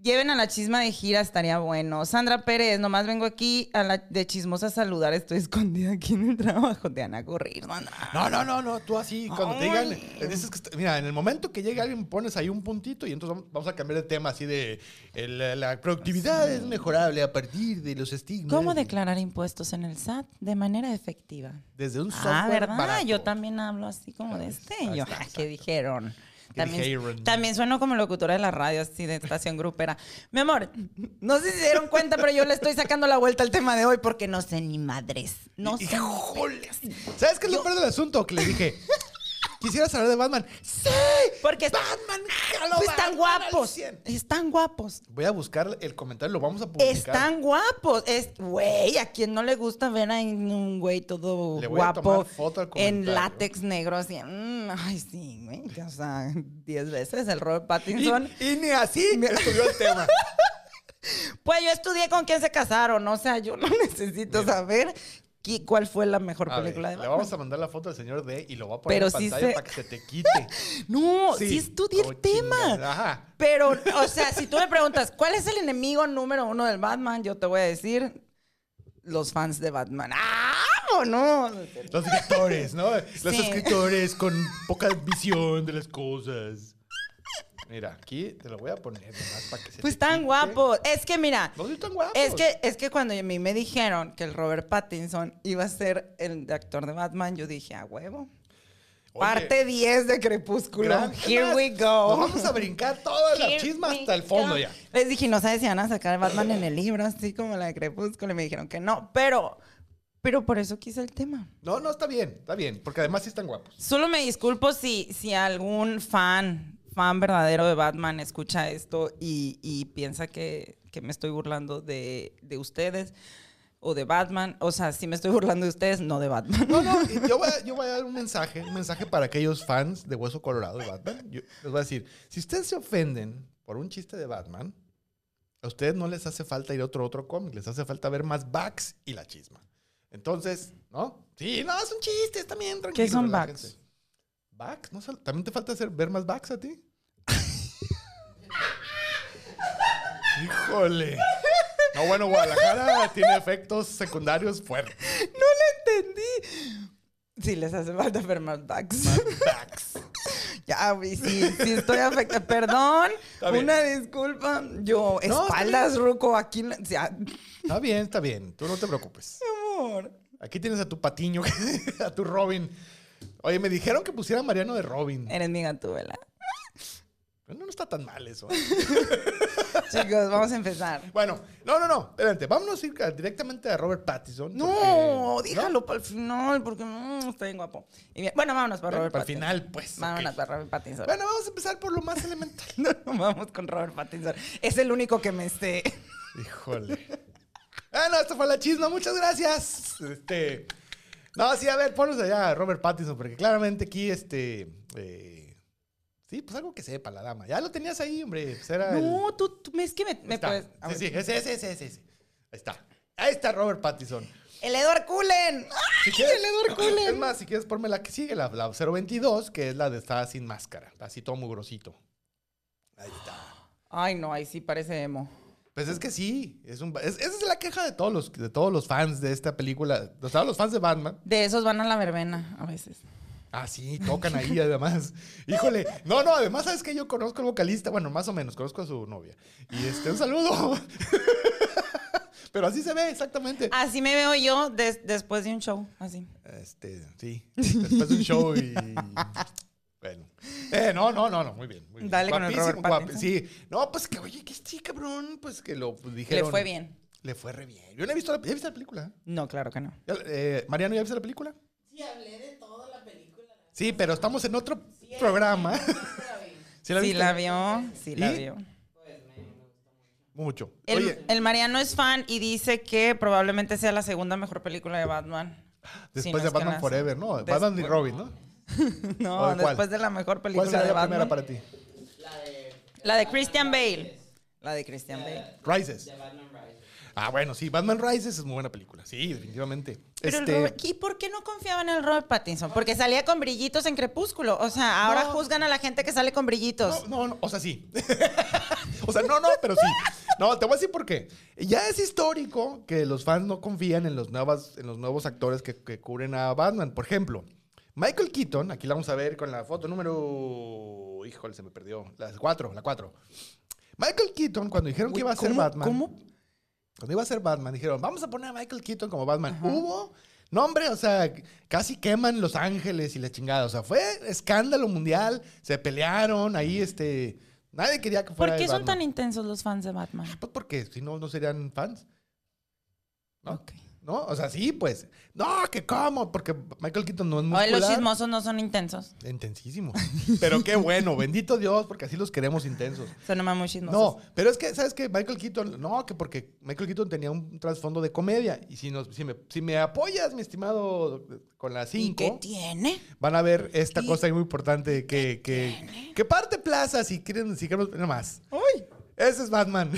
[SPEAKER 3] Lleven a la chisma de gira, estaría bueno. Sandra Pérez, nomás vengo aquí a la de chismosa a saludar. Estoy escondida aquí en el trabajo. Te van a correr, Sandra.
[SPEAKER 2] No, no, no, no. Tú así, cuando te digan.
[SPEAKER 3] Ay.
[SPEAKER 2] le dices que está- mira, en el momento que llegue alguien, pones ahí un puntito y entonces vamos, vamos a cambiar de tema así de. el- la, la productividad es mejorable a partir de los estigmas.
[SPEAKER 3] ¿Cómo declarar impuestos en el SAT de manera efectiva?
[SPEAKER 2] Desde un software.
[SPEAKER 3] Ah, ¿verdad?
[SPEAKER 2] barato.
[SPEAKER 3] Yo también hablo así como de este.
[SPEAKER 2] ahí está,
[SPEAKER 3] Yo, "Ah,
[SPEAKER 2] exacto.
[SPEAKER 3] ¿qué dijeron?
[SPEAKER 2] ¿Qué dijeron?
[SPEAKER 3] También, también sueno como locutora de la radio, así de estación grupera. Mi amor, no sé si se dieron cuenta, pero yo le estoy sacando la vuelta al tema de hoy porque no sé ni madres. No sé.
[SPEAKER 2] Híjoles. ¿Sabes qué es lo peor del asunto? Que le
[SPEAKER 3] (laughs)
[SPEAKER 2] dije. Quisiera saber de Batman. ¡Sí!
[SPEAKER 3] Porque
[SPEAKER 2] Batman, jalo Batman
[SPEAKER 3] pues, están
[SPEAKER 2] al
[SPEAKER 3] guapos.
[SPEAKER 2] 100.
[SPEAKER 3] Están guapos.
[SPEAKER 2] Voy a buscar el comentario, lo vamos a publicar.
[SPEAKER 3] Están guapos. Es, güey, a quien no le gusta ver a un güey todo
[SPEAKER 2] Le voy a
[SPEAKER 3] guapo
[SPEAKER 2] tomar foto al comentario.
[SPEAKER 3] en látex negro así. mm, ay, sí, güey. O sea, 10 veces el Robert
[SPEAKER 2] Y,
[SPEAKER 3] Pattinson.
[SPEAKER 2] y ni así me estudió el
[SPEAKER 3] (laughs)
[SPEAKER 2] tema.
[SPEAKER 3] Pues yo estudié con quién se casaron, o sea, yo no (laughs) necesito saber qui- cuál fue la mejor
[SPEAKER 2] A ver,
[SPEAKER 3] película de
[SPEAKER 2] le
[SPEAKER 3] Batman.
[SPEAKER 2] vamos a mandar la foto al señor D y lo va a poner
[SPEAKER 3] Pero
[SPEAKER 2] en
[SPEAKER 3] sí
[SPEAKER 2] pantalla
[SPEAKER 3] se-
[SPEAKER 2] para que se te quite.
[SPEAKER 3] (laughs) No, sí, estudié
[SPEAKER 2] Oh,
[SPEAKER 3] el tema.
[SPEAKER 2] chingada. Ajá.
[SPEAKER 3] Pero, o sea, si tú me preguntas, ¿cuál es el enemigo número uno del Batman? Yo te voy a decir, los fans de Batman. ¡Ah, no!
[SPEAKER 2] Los escritores, ¿no? Los
[SPEAKER 3] Sí.
[SPEAKER 2] escritores
[SPEAKER 3] (laughs)
[SPEAKER 2] con poca visión de las cosas. Mira, aquí te lo voy a poner nomás para que se
[SPEAKER 3] Pues
[SPEAKER 2] te
[SPEAKER 3] tan
[SPEAKER 2] quite.
[SPEAKER 3] guapo. Es que mira,
[SPEAKER 2] No soy tan guapo.
[SPEAKER 3] es que, es que cuando a mí me dijeron que el Robert Pattinson iba a ser el actor de Batman, yo dije, a huevo.
[SPEAKER 1] Parte 10 de Crepúsculo.
[SPEAKER 3] Here we go.
[SPEAKER 2] Nos vamos a brincar toda la
[SPEAKER 3] Here
[SPEAKER 2] chisma
[SPEAKER 3] we
[SPEAKER 2] hasta el fondo
[SPEAKER 3] go.
[SPEAKER 2] ya.
[SPEAKER 3] (laughs) Les dije, no sabes si van a sacar Batman en el libro, así como la de Crepúsculo. Y me dijeron que no, pero, pero por eso quise el tema.
[SPEAKER 2] No, no, está bien, está bien, porque además sí están guapos.
[SPEAKER 3] Solo me disculpo si, si algún fan, fan verdadero de Batman escucha esto y, y piensa que, que me estoy burlando de, de ustedes o de Batman. O sea, si me estoy burlando de ustedes, no de Batman.
[SPEAKER 2] No, no, y yo voy, a, yo voy a dar un mensaje, un mensaje para aquellos fans de Hueso Colorado de Batman. Yo les voy a decir, si ustedes se ofenden por un chiste de Batman, a ustedes no les hace falta ir a otro, otro cómic, les hace falta ver más Bugs y la chisma. Entonces, ¿no? Sí, no, es un chiste, está bien, tranquilo.
[SPEAKER 3] son
[SPEAKER 2] relájense.
[SPEAKER 3] Bugs?
[SPEAKER 2] Bugs, ¿no? sal- ¿También te falta hacer, ver más Bugs a ti? Híjole. No, bueno, Guadalajara tiene efectos secundarios fuertes.
[SPEAKER 1] Entendí. Sí, les hace falta ver más backs.
[SPEAKER 3] (laughs)
[SPEAKER 2] Bugs.
[SPEAKER 1] Ya, güey, sí, sí estoy afectada. Perdón,
[SPEAKER 2] Está bien.
[SPEAKER 1] una disculpa. Yo,
[SPEAKER 2] está
[SPEAKER 1] espaldas, Ruco, aquí. no- o sea,
[SPEAKER 2] Está bien, está bien. Tú no te preocupes.
[SPEAKER 1] amor.
[SPEAKER 2] Aquí tienes a tu patiño, (laughs) a tu Robin. Oye, me dijeron que pusiera a Mariano de Robin.
[SPEAKER 3] Eres
[SPEAKER 2] (laughs)
[SPEAKER 3] mi gatúbela.
[SPEAKER 2] Bueno, no está tan mal eso.
[SPEAKER 1] Chicos, vamos a empezar.
[SPEAKER 2] Bueno, no, no, no. Espérate, vámonos a ir a- directamente a Robert Pattinson.
[SPEAKER 3] No,
[SPEAKER 2] porque-
[SPEAKER 3] déjalo para el final, porque mm, está bien guapo. Y bien- bueno, vámonos para
[SPEAKER 2] Bueno,
[SPEAKER 3] Robert
[SPEAKER 2] para el
[SPEAKER 3] Pattinson.
[SPEAKER 2] final, pues,
[SPEAKER 3] Vámonos
[SPEAKER 2] ok.
[SPEAKER 3] para Robert Pattinson. (laughs)
[SPEAKER 2] Bueno, vamos a empezar por lo más elemental.
[SPEAKER 1] No, no, vamos con Robert Pattinson. Es el único que me sé.
[SPEAKER 3] este,
[SPEAKER 2] (laughs) Híjole. Bueno, Ah, esto fue la chisma. Muchas gracias. Este. No, sí, a ver, ponos allá a Robert Pattinson, porque claramente aquí, este. eh, sí, pues algo que sepa la dama. Ya lo tenías ahí, hombre. Pues era el-
[SPEAKER 3] No, tú, tú- es que me, me
[SPEAKER 2] está.
[SPEAKER 3] puedes. ah, a ver.
[SPEAKER 2] Sí, sí, ese, ese, ese, ese, ese. Ahí está. Ahí está Robert Pattinson.
[SPEAKER 3] El Edward Cullen.
[SPEAKER 2] Si quieres, (laughs) Es más, si quieres, ponme la que sigue, la, la 022, que es la de está sin máscara. Así todo muy grosito. Ahí está.
[SPEAKER 1] Ay, no, ahí sí parece emo.
[SPEAKER 2] Pues es que sí, es un, es- esa es la queja de todos, los, de todos los fans de esta película. O sea, los fans de Batman.
[SPEAKER 1] De esos van a la verbena a veces.
[SPEAKER 2] Ah, sí,
[SPEAKER 1] (laughs)
[SPEAKER 2] tocan ahí además. Híjole, no, no, además sabes que yo conozco al vocalista, bueno, más o menos, conozco a su novia. Y este, un saludo. (laughs) Pero así se ve, exactamente.
[SPEAKER 1] Ah.
[SPEAKER 3] Así me veo yo des- después de un show, así.
[SPEAKER 2] Este, sí, después de un show y... Bueno. Eh, no, no, no, no, muy bien. Muy bien.
[SPEAKER 1] Dale con el Robert
[SPEAKER 2] guapi-
[SPEAKER 1] Pattinson.
[SPEAKER 2] Sí, no, pues que, oye, que este cabrón, pues que lo pues,
[SPEAKER 1] Le
[SPEAKER 2] dijeron.
[SPEAKER 1] fue bien.
[SPEAKER 2] Le fue re bien. Yo no he visto la, ¿ya viste la película.
[SPEAKER 1] No, claro que no.
[SPEAKER 2] Ya, eh, Mariano, ¿ya viste la película?
[SPEAKER 4] Sí, hablé de toda la película.
[SPEAKER 2] Sí, pero estamos en otro programa. (laughs) ¿Sí la
[SPEAKER 1] sí
[SPEAKER 2] viste?
[SPEAKER 1] la vio, sí la
[SPEAKER 2] ¿Y?
[SPEAKER 1] vio.
[SPEAKER 2] Mucho. Oye,
[SPEAKER 3] El, el Mariano es fan y dice que probablemente sea la segunda mejor película de Batman. Si no
[SPEAKER 2] Después
[SPEAKER 3] es
[SPEAKER 2] de
[SPEAKER 3] que
[SPEAKER 2] Batman
[SPEAKER 3] la-
[SPEAKER 2] Forever, ¿no?
[SPEAKER 3] Después-
[SPEAKER 2] Batman y Robin, ¿no? ¿O
[SPEAKER 1] (laughs) No,
[SPEAKER 2] de cuál?
[SPEAKER 1] después de la mejor
[SPEAKER 2] ¿Cuál
[SPEAKER 1] película
[SPEAKER 2] será
[SPEAKER 1] de
[SPEAKER 2] la
[SPEAKER 1] Batman.
[SPEAKER 2] primera para ti?
[SPEAKER 3] La de Christian Bale.
[SPEAKER 1] La de Christian Bale.
[SPEAKER 2] Rises. Ah, bueno, sí, Batman Rises es muy buena película. Sí, definitivamente.
[SPEAKER 3] Pero el
[SPEAKER 2] Este,
[SPEAKER 3] Robert- ¿Y por qué no confiaba en el Robert Pattinson? Porque salía con brillitos en Crepúsculo. O sea, ahora
[SPEAKER 2] No.
[SPEAKER 3] juzgan a la gente que sale con brillitos.
[SPEAKER 2] no, no, no, o sea, sí. (laughs) o sea, no, no, pero sí. No, te voy a decir por qué. Ya es histórico que los fans no confían en los, nuevas, en los nuevos actores que, que cubren a Batman. Por ejemplo, Michael Keaton, aquí la vamos a ver con la foto número... Híjole, se me perdió. La 4, la 4. Michael Keaton, cuando dijeron que iba a ser
[SPEAKER 1] ¿Cómo-
[SPEAKER 2] Batman...
[SPEAKER 1] ¿Cómo?
[SPEAKER 2] Cuando iba a ser Batman, dijeron, vamos a poner a Michael Keaton como Batman. Hubo, no hombre, o sea, casi queman Los Ángeles y la chingada. O sea, fue escándalo mundial, se pelearon, ahí este... Nadie quería que fuera
[SPEAKER 3] ¿Por qué
[SPEAKER 2] el
[SPEAKER 3] son tan
[SPEAKER 2] Batman.
[SPEAKER 3] intensos los fans de Batman?
[SPEAKER 2] Pues porque si no, no serían fans. ¿No?
[SPEAKER 3] Ok.
[SPEAKER 2] ¿No? O sea, sí, pues. No, que cómo, porque Michael Keaton no es
[SPEAKER 3] Hoy los
[SPEAKER 2] muscular.
[SPEAKER 3] chismosos no son intensos.
[SPEAKER 2] Intensísimo. Pero qué bueno, bendito Dios, porque así los queremos intensos.
[SPEAKER 3] Son nomás muy chismosos.
[SPEAKER 2] No, pero es que, ¿sabes qué? Michael Keaton, no, que porque Michael Keaton tenía un trasfondo de comedia. Y si, nos, si, me, si me apoyas, mi estimado, con la
[SPEAKER 3] ¿Y qué
[SPEAKER 2] 5,
[SPEAKER 3] tiene?
[SPEAKER 2] van a ver esta
[SPEAKER 3] ¿Y ¿eh?
[SPEAKER 2] cosa muy importante que, que, que parte plaza si quieren, si quieren, nada más.
[SPEAKER 1] Uy.
[SPEAKER 2] Ese es Batman.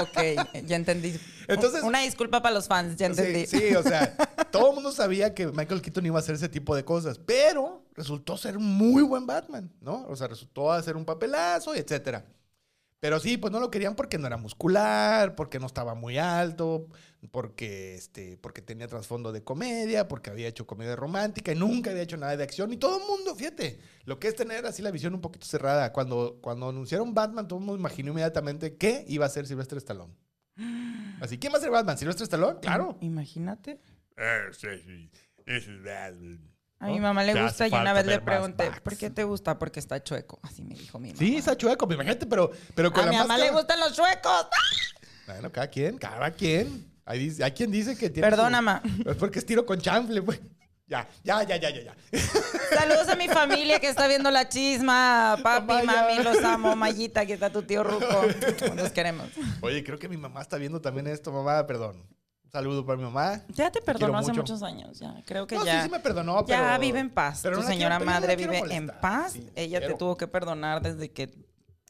[SPEAKER 1] Ok, ya entendí.
[SPEAKER 2] Entonces,
[SPEAKER 3] Una disculpa para los
[SPEAKER 2] (laughs)
[SPEAKER 3] fans, ya entendí.
[SPEAKER 2] sí, sí, o sea, todo el mundo sabía que Michael Keaton iba a hacer ese tipo de cosas, pero resultó ser un muy buen Batman, ¿no? O sea, resultó hacer un papelazo, y etcétera. Pero sí, pues no lo querían porque no era muscular, porque no estaba muy alto, porque, este, porque tenía trasfondo de comedia, porque había hecho comedia romántica y nunca había hecho nada de acción. Y todo el mundo, fíjate, lo que es tener así la visión un poquito cerrada. Cuando, cuando anunciaron Batman, todo el mundo imaginó inmediatamente qué iba a ser Silvestre Stallone. Así, ¿quién va a ser Batman? ¿Silvestre Stallone? Claro.
[SPEAKER 1] Imagínate.
[SPEAKER 2] Eh, sí, sí. Ese es Batman.
[SPEAKER 1] A
[SPEAKER 2] ¿No?
[SPEAKER 1] mi mamá le
[SPEAKER 2] Te
[SPEAKER 1] gusta
[SPEAKER 2] hace
[SPEAKER 1] y una
[SPEAKER 2] falta
[SPEAKER 1] vez le
[SPEAKER 2] ver más
[SPEAKER 1] pregunté,
[SPEAKER 2] Max.
[SPEAKER 1] ¿por qué te gusta? Porque está chueco. Así me dijo mi mamá.
[SPEAKER 2] Sí, está chueco, pero imagínate, pero, pero con
[SPEAKER 3] A
[SPEAKER 2] la
[SPEAKER 3] mi mamá
[SPEAKER 2] máscara.
[SPEAKER 3] le gustan los chuecos.
[SPEAKER 2] Bueno, cada quien, cada quien. Hay, dice- hay quien dice que tiene.
[SPEAKER 3] Perdona,
[SPEAKER 2] su- (laughs)
[SPEAKER 3] ma.
[SPEAKER 2] Es Pues porque es tiro con chanfle, pues. Ya, ya, ya, ya, ya, ya.
[SPEAKER 3] Saludos a mi familia que está viendo la chisma. Papi,
[SPEAKER 2] Maya.
[SPEAKER 3] mami, los amo. Mayita, aquí está tu
[SPEAKER 2] (laughs)
[SPEAKER 3] tío Ruco. Los queremos.
[SPEAKER 2] Oye, creo que mi mamá está viendo también esto, mamá, perdón. Un saludo para mi mamá.
[SPEAKER 3] Ya te perdonó
[SPEAKER 2] quiero
[SPEAKER 3] hace
[SPEAKER 2] mucho.
[SPEAKER 3] muchos años. Ya. Creo que
[SPEAKER 2] No,
[SPEAKER 3] ya.
[SPEAKER 2] sí, sí me perdonó, pero.
[SPEAKER 3] ya vive en paz.
[SPEAKER 2] pero
[SPEAKER 3] tu
[SPEAKER 2] no la quiero
[SPEAKER 3] señora
[SPEAKER 2] pelear, no la
[SPEAKER 3] madre
[SPEAKER 2] quiero
[SPEAKER 3] vive en
[SPEAKER 2] molestar.
[SPEAKER 3] paz.
[SPEAKER 2] Sí,
[SPEAKER 3] Ella
[SPEAKER 2] quiero.
[SPEAKER 3] te tuvo que perdonar desde que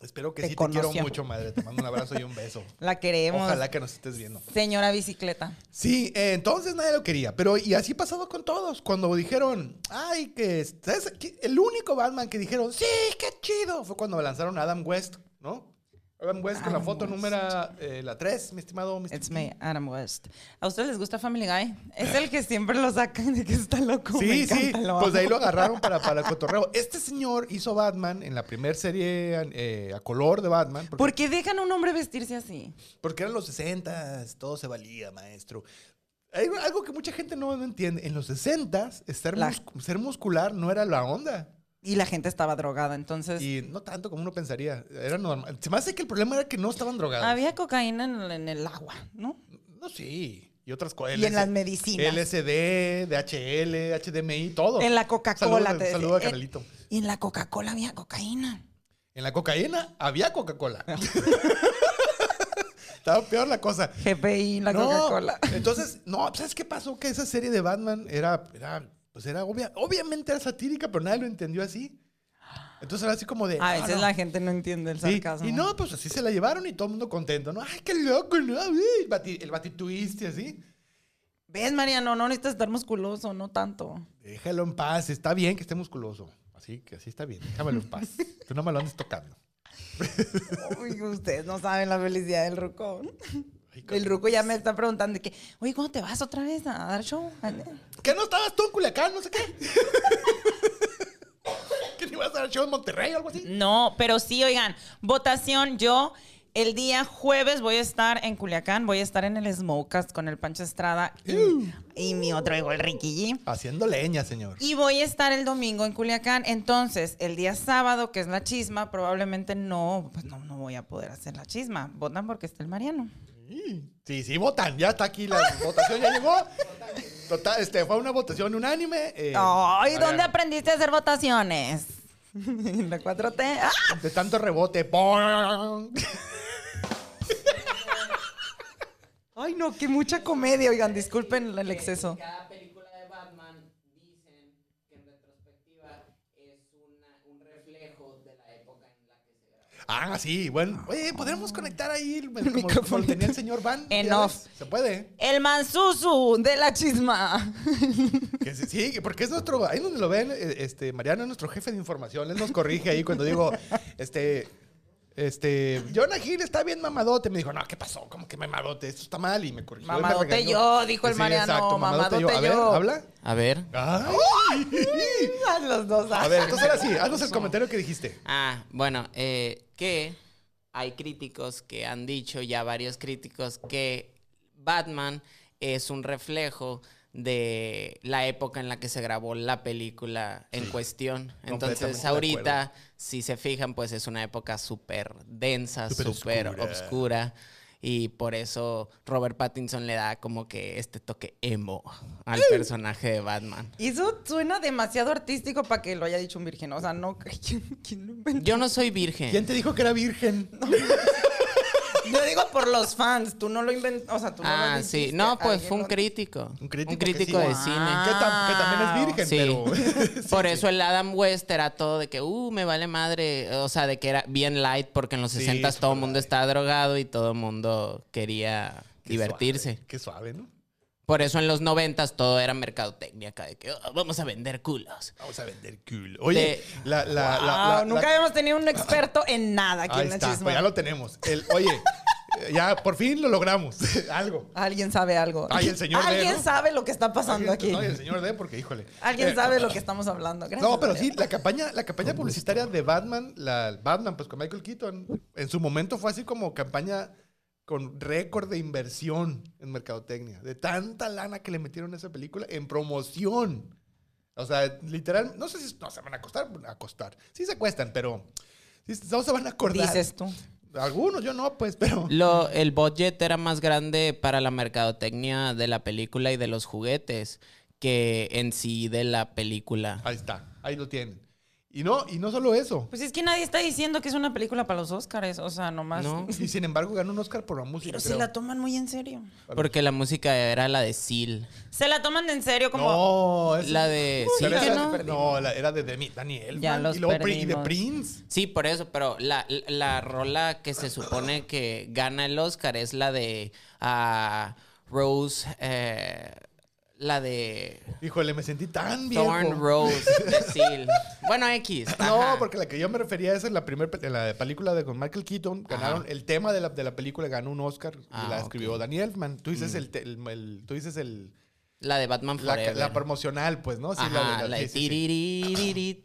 [SPEAKER 2] Espero que
[SPEAKER 3] te
[SPEAKER 2] sí te
[SPEAKER 3] conoció.
[SPEAKER 2] quiero mucho, madre. Te mando un abrazo y un beso.
[SPEAKER 3] la queremos.
[SPEAKER 2] Ojalá que nos estés viendo.
[SPEAKER 3] Señora bicicleta.
[SPEAKER 2] Sí, eh, entonces nadie lo quería. Pero y así pasaba con todos. Cuando dijeron, ay, que ¿sabes qué? el único Batman que dijeron, sí, qué chido, fue cuando lanzaron a Adam West, ¿no? Adam West con la
[SPEAKER 3] Adam
[SPEAKER 2] foto
[SPEAKER 3] West.
[SPEAKER 2] número eh, la 3, mi estimado. Mr.
[SPEAKER 3] It's
[SPEAKER 2] King.
[SPEAKER 3] me, Adam West. ¿A ustedes les gusta Family Guy? Es el que siempre lo sacan de que está loco.
[SPEAKER 2] (laughs)
[SPEAKER 3] Me
[SPEAKER 2] Sí,
[SPEAKER 3] encanta,
[SPEAKER 2] sí.
[SPEAKER 3] lo
[SPEAKER 2] Pues de ahí
[SPEAKER 3] amo.
[SPEAKER 2] lo agarraron para, para
[SPEAKER 3] (laughs)
[SPEAKER 2] el cotorreo. Este señor hizo Batman en la primera serie eh, a color de Batman. porque-
[SPEAKER 3] ¿Por qué dejan a un hombre vestirse así?
[SPEAKER 2] Porque eran los 60, todo se valía, maestro. Hay algo que mucha gente no, no entiende. En los 60, ser,
[SPEAKER 3] La-
[SPEAKER 2] muscu- ser muscular no era la onda.
[SPEAKER 3] Y la gente estaba drogada, entonces.
[SPEAKER 2] Y no tanto como uno pensaría. Era normal. Se me hace que el problema era que no estaban drogados.
[SPEAKER 3] Había cocaína en, el- en el agua, ¿no?
[SPEAKER 2] No, sí. Y otras cosas.
[SPEAKER 3] Y en las medicinas.
[SPEAKER 2] LSD, DHL, HDMI, todo.
[SPEAKER 3] En la
[SPEAKER 2] Saludo-
[SPEAKER 3] Coca-Cola. te
[SPEAKER 2] un
[SPEAKER 3] decía.
[SPEAKER 2] saludo a
[SPEAKER 3] Eh,
[SPEAKER 2] Carmelito.
[SPEAKER 3] Y en la Coca-Cola había cocaína.
[SPEAKER 2] En la cocaína había Coca-Cola. (laughs) Estaba peor la cosa.
[SPEAKER 3] GPI, la
[SPEAKER 2] No,
[SPEAKER 3] Coca-Cola.
[SPEAKER 2] Entonces, no, ¿sabes qué pasó? Que esa serie de Batman era, era pues era obvia, obviamente era satírica, pero nadie lo entendió así. Entonces era así como de...
[SPEAKER 3] A
[SPEAKER 2] ah,
[SPEAKER 3] veces
[SPEAKER 2] no.
[SPEAKER 3] la gente no entiende el
[SPEAKER 2] Sí,
[SPEAKER 3] sarcasmo.
[SPEAKER 2] Y no, pues así se la llevaron y todo el mundo contento, ¿no? ¡Ay, qué loco! ¿no? Uy, El, bati, el batituiste así.
[SPEAKER 3] ¿Ves, Mariano? No necesitas estar musculoso, no tanto.
[SPEAKER 2] Déjalo en paz, está bien que esté musculoso. Así que así está bien. Déjamelo en
[SPEAKER 3] (laughs)
[SPEAKER 2] paz. Tú no me lo andes tocando.
[SPEAKER 1] Uy, ustedes no saben la felicidad del rucón.
[SPEAKER 2] Ay, cabrón.
[SPEAKER 1] El ruco ya me está preguntando de que, oye, ¿cuándo te vas otra vez a dar show?
[SPEAKER 2] ¿Qué no estabas tú en Culiacán? No sé qué. (laughs) ¿Que ni vas a dar show en Monterrey o algo así?
[SPEAKER 3] No, pero sí, oigan, votación yo. El día jueves voy a estar en Culiacán, voy a estar en el Smokas con el Pancho Estrada y,
[SPEAKER 1] Uh.
[SPEAKER 3] y mi otro hijo, el Ricky G.
[SPEAKER 2] Haciendo leña, señor.
[SPEAKER 3] Mm. Y voy a estar el domingo en Culiacán. Entonces, el día sábado, que es la chisma, probablemente no, pues no, no voy a poder hacer la chisma. Votan porque está el Mariano.
[SPEAKER 2] Sí, sí, votan. Ya está aquí la votación, ya llegó. Total, este, fue una votación unánime. eh,
[SPEAKER 3] Ay,
[SPEAKER 2] a
[SPEAKER 3] ¿dónde
[SPEAKER 2] ver,
[SPEAKER 3] aprendiste a
[SPEAKER 1] (laughs)
[SPEAKER 3] hacer votaciones? En la 4T. ¡Ah!
[SPEAKER 2] De tanto rebote. ¡Pong!
[SPEAKER 1] Ay, no, que mucha comedia, oigan, disculpen el exceso.
[SPEAKER 4] Cada película de Batman dicen que en retrospectiva es una, un reflejo de la época en la que se grabó.
[SPEAKER 2] Ah, sí, bueno. Oye, ¿podremos conectar ahí (laughs) el, como- como,
[SPEAKER 1] micrófono.
[SPEAKER 2] lo tenía el señor Van?
[SPEAKER 3] En
[SPEAKER 2] Ya
[SPEAKER 3] off.
[SPEAKER 2] ves, Se puede.
[SPEAKER 3] El Mansusu de
[SPEAKER 1] (laughs)
[SPEAKER 3] la chisma.
[SPEAKER 2] Que sí, sí, que porque es nuestro, ahí donde lo ven, eh, este, Mariano es nuestro jefe de información, él nos corrige ahí cuando
[SPEAKER 3] (laughs)
[SPEAKER 2] digo, este, este, Jonah Hill está bien mamadote, me dijo, no, ¿qué pasó? ¿Cómo que mamadote? Esto está mal y me corrigió. y me
[SPEAKER 3] Mamadote
[SPEAKER 2] regañó.
[SPEAKER 3] yo, dijo el Mariano, mamadote
[SPEAKER 2] A ver,
[SPEAKER 3] yo.
[SPEAKER 2] habla.
[SPEAKER 5] A ver.
[SPEAKER 2] Ay.
[SPEAKER 1] A los dos. ah.
[SPEAKER 2] A ver, entonces ahora sí, haznos el comentario que dijiste.
[SPEAKER 5] Ah, bueno, eh, que hay críticos que han dicho, ya varios críticos, que Batman es un reflejo de la época en la que se grabó la película en cuestión. Entonces,
[SPEAKER 2] completamente de
[SPEAKER 5] ahorita,
[SPEAKER 2] acuerdo.
[SPEAKER 5] si se fijan, pues es una época súper densa,
[SPEAKER 2] Súper
[SPEAKER 5] súper
[SPEAKER 2] oscura.
[SPEAKER 5] oscura. Y por eso Robert Pattinson le da como que este toque emo al personaje de Batman.
[SPEAKER 1] Y eso suena demasiado artístico para que lo haya dicho un virgen. O sea, no. (laughs) ¿quién- quién lo inventó?
[SPEAKER 5] Yo no soy
[SPEAKER 3] Eh.
[SPEAKER 5] virgen.
[SPEAKER 2] ¿Quién te dijo que era virgen?
[SPEAKER 1] Yo digo por los fans. Tú no lo inventaste. O sea, tú no lo
[SPEAKER 5] Ah, sí.
[SPEAKER 1] dijiste,
[SPEAKER 5] No, pues
[SPEAKER 1] alguien
[SPEAKER 5] fue un
[SPEAKER 1] lo-
[SPEAKER 5] crítico.
[SPEAKER 2] Un crítico que sí. Ah,
[SPEAKER 5] de cine.
[SPEAKER 2] Que, tam- que también
[SPEAKER 3] Ah,
[SPEAKER 2] es virgen,
[SPEAKER 5] Sí.
[SPEAKER 3] (laughs)
[SPEAKER 2] pero...
[SPEAKER 5] Por eso el Adam West era todo de que, uh, me vale madre. O sea, de que era bien light porque en los
[SPEAKER 2] Sí,
[SPEAKER 5] 60
[SPEAKER 2] súper
[SPEAKER 5] todo el mundo
[SPEAKER 2] light.
[SPEAKER 5] estaba drogado y todo el mundo quería divertirse.
[SPEAKER 2] Qué suave, ¿no?
[SPEAKER 5] Por eso en los 90 todo era mercadotecnia, acá de que "Oh, vamos a vender culos.
[SPEAKER 2] Vamos a vender cool. Oye,
[SPEAKER 5] De-
[SPEAKER 2] la, la, la,
[SPEAKER 1] Wow,
[SPEAKER 2] la- la-
[SPEAKER 1] Ah, nunca habíamos tenido un experto en nada aquí
[SPEAKER 2] Ahí
[SPEAKER 1] en la
[SPEAKER 2] está,
[SPEAKER 1] chisma.
[SPEAKER 2] pues ya lo tenemos. El, oye, eh, ya por fin lo logramos. (laughs) Algo.
[SPEAKER 1] Alguien sabe algo.
[SPEAKER 2] Ay, el señor D,
[SPEAKER 1] Alguien
[SPEAKER 2] ¿no?
[SPEAKER 1] sabe lo que está pasando
[SPEAKER 2] Ay,
[SPEAKER 1] aquí.
[SPEAKER 2] no, y el señor D, porque híjole.
[SPEAKER 1] Alguien
[SPEAKER 2] Eh,
[SPEAKER 1] sabe lo que estamos hablando. Gracias,
[SPEAKER 2] No, pero
[SPEAKER 1] Mario.
[SPEAKER 2] sí, la campaña, la campaña publicitaria de Batman, la Batman, pues con Michael Keaton, en su momento fue así como campaña con récord de inversión en mercadotecnia. De tanta lana que le metieron a esa película en promoción. O sea, literal, no sé si no, se van a costar, a costar. Sí se cuestan, pero sí, no se van a acordar.
[SPEAKER 1] Dices tú.
[SPEAKER 2] Algunos, yo no, pues, pero.
[SPEAKER 5] Lo, el budget era más grande para la mercadotecnia de la película y de los juguetes que en sí de la película.
[SPEAKER 2] Ahí está, ahí lo tienen. Y no, y no solo
[SPEAKER 3] (laughs)
[SPEAKER 2] eso.
[SPEAKER 3] Pues es que nadie está diciendo que es una película para los Óscares. O sea, nomás.
[SPEAKER 5] ¿No?
[SPEAKER 2] Y sin embargo ganó un Oscar por la música.
[SPEAKER 3] Pero se
[SPEAKER 2] creo.
[SPEAKER 3] la toman muy en serio.
[SPEAKER 5] Porque la música era la de Seal.
[SPEAKER 3] Se la toman en serio como.
[SPEAKER 2] No, es
[SPEAKER 5] La de. Sí,
[SPEAKER 2] Pero
[SPEAKER 5] que
[SPEAKER 2] esa-
[SPEAKER 5] no.
[SPEAKER 2] no, la- era de Demi, Daniel.
[SPEAKER 3] Ya los
[SPEAKER 2] y luego Pri- y de
[SPEAKER 3] perdimos.
[SPEAKER 2] Prince.
[SPEAKER 5] Sí, por eso, pero la, la rola que se supone que gana el Oscar es la de ah, Rose. eh, la de
[SPEAKER 2] Híjole, me sentí tan bien.
[SPEAKER 5] Thorn Rose
[SPEAKER 2] (laughs)
[SPEAKER 5] de Seal. Bueno, X.
[SPEAKER 2] No,
[SPEAKER 5] ajá.
[SPEAKER 2] porque la que yo me refería es en la primera la película de con Michael Keaton. Ganaron el tema de la, de la película, ganó un Oscar
[SPEAKER 5] Ah,
[SPEAKER 2] y la
[SPEAKER 5] ok.
[SPEAKER 2] escribió Daniel Elfman. Tú dices el, te- el- el- tú dices el
[SPEAKER 5] La de Batman
[SPEAKER 2] la,
[SPEAKER 5] Forever.
[SPEAKER 2] la promocional, pues, ¿no? Sí,
[SPEAKER 5] Ajá, la,
[SPEAKER 2] la
[SPEAKER 5] de.
[SPEAKER 2] sí, sí, sí.
[SPEAKER 5] tiririri,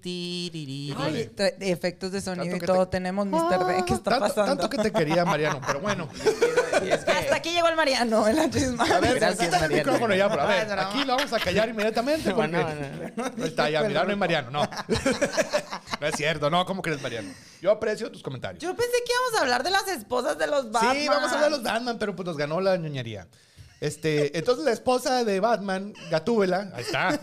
[SPEAKER 5] tiririri.
[SPEAKER 1] Ay, tra- efectos de sonido
[SPEAKER 2] Tanto
[SPEAKER 1] y
[SPEAKER 2] que
[SPEAKER 1] todo
[SPEAKER 2] te-
[SPEAKER 1] tenemos, Mr. D. ¿Qué está
[SPEAKER 2] tanto,
[SPEAKER 1] pasando?
[SPEAKER 2] tanto que te quería, Mariano, pero bueno.
[SPEAKER 1] (laughs) Hasta aquí llegó el Mariano en la chisma.
[SPEAKER 2] A ver,
[SPEAKER 5] Gracias,
[SPEAKER 2] quita el
[SPEAKER 5] Mariano.
[SPEAKER 2] micrófono ya, pero a
[SPEAKER 1] Ah, es
[SPEAKER 2] ver,
[SPEAKER 1] broma.
[SPEAKER 2] aquí lo vamos a callar inmediatamente
[SPEAKER 5] No,
[SPEAKER 2] porque...
[SPEAKER 5] no, no.
[SPEAKER 2] No está ya, mira, no es Mariano, no. (laughs) No es cierto, no, ¿cómo crees, Mariano? Yo aprecio tus comentarios.
[SPEAKER 1] Yo pensé que íbamos a hablar de las esposas de los Batman.
[SPEAKER 2] Sí, vamos a hablar de los Batman, pero pues nos ganó la ñoñería. Este, entonces la esposa de Batman, Gatúbela, ahí
[SPEAKER 5] (laughs)
[SPEAKER 2] está,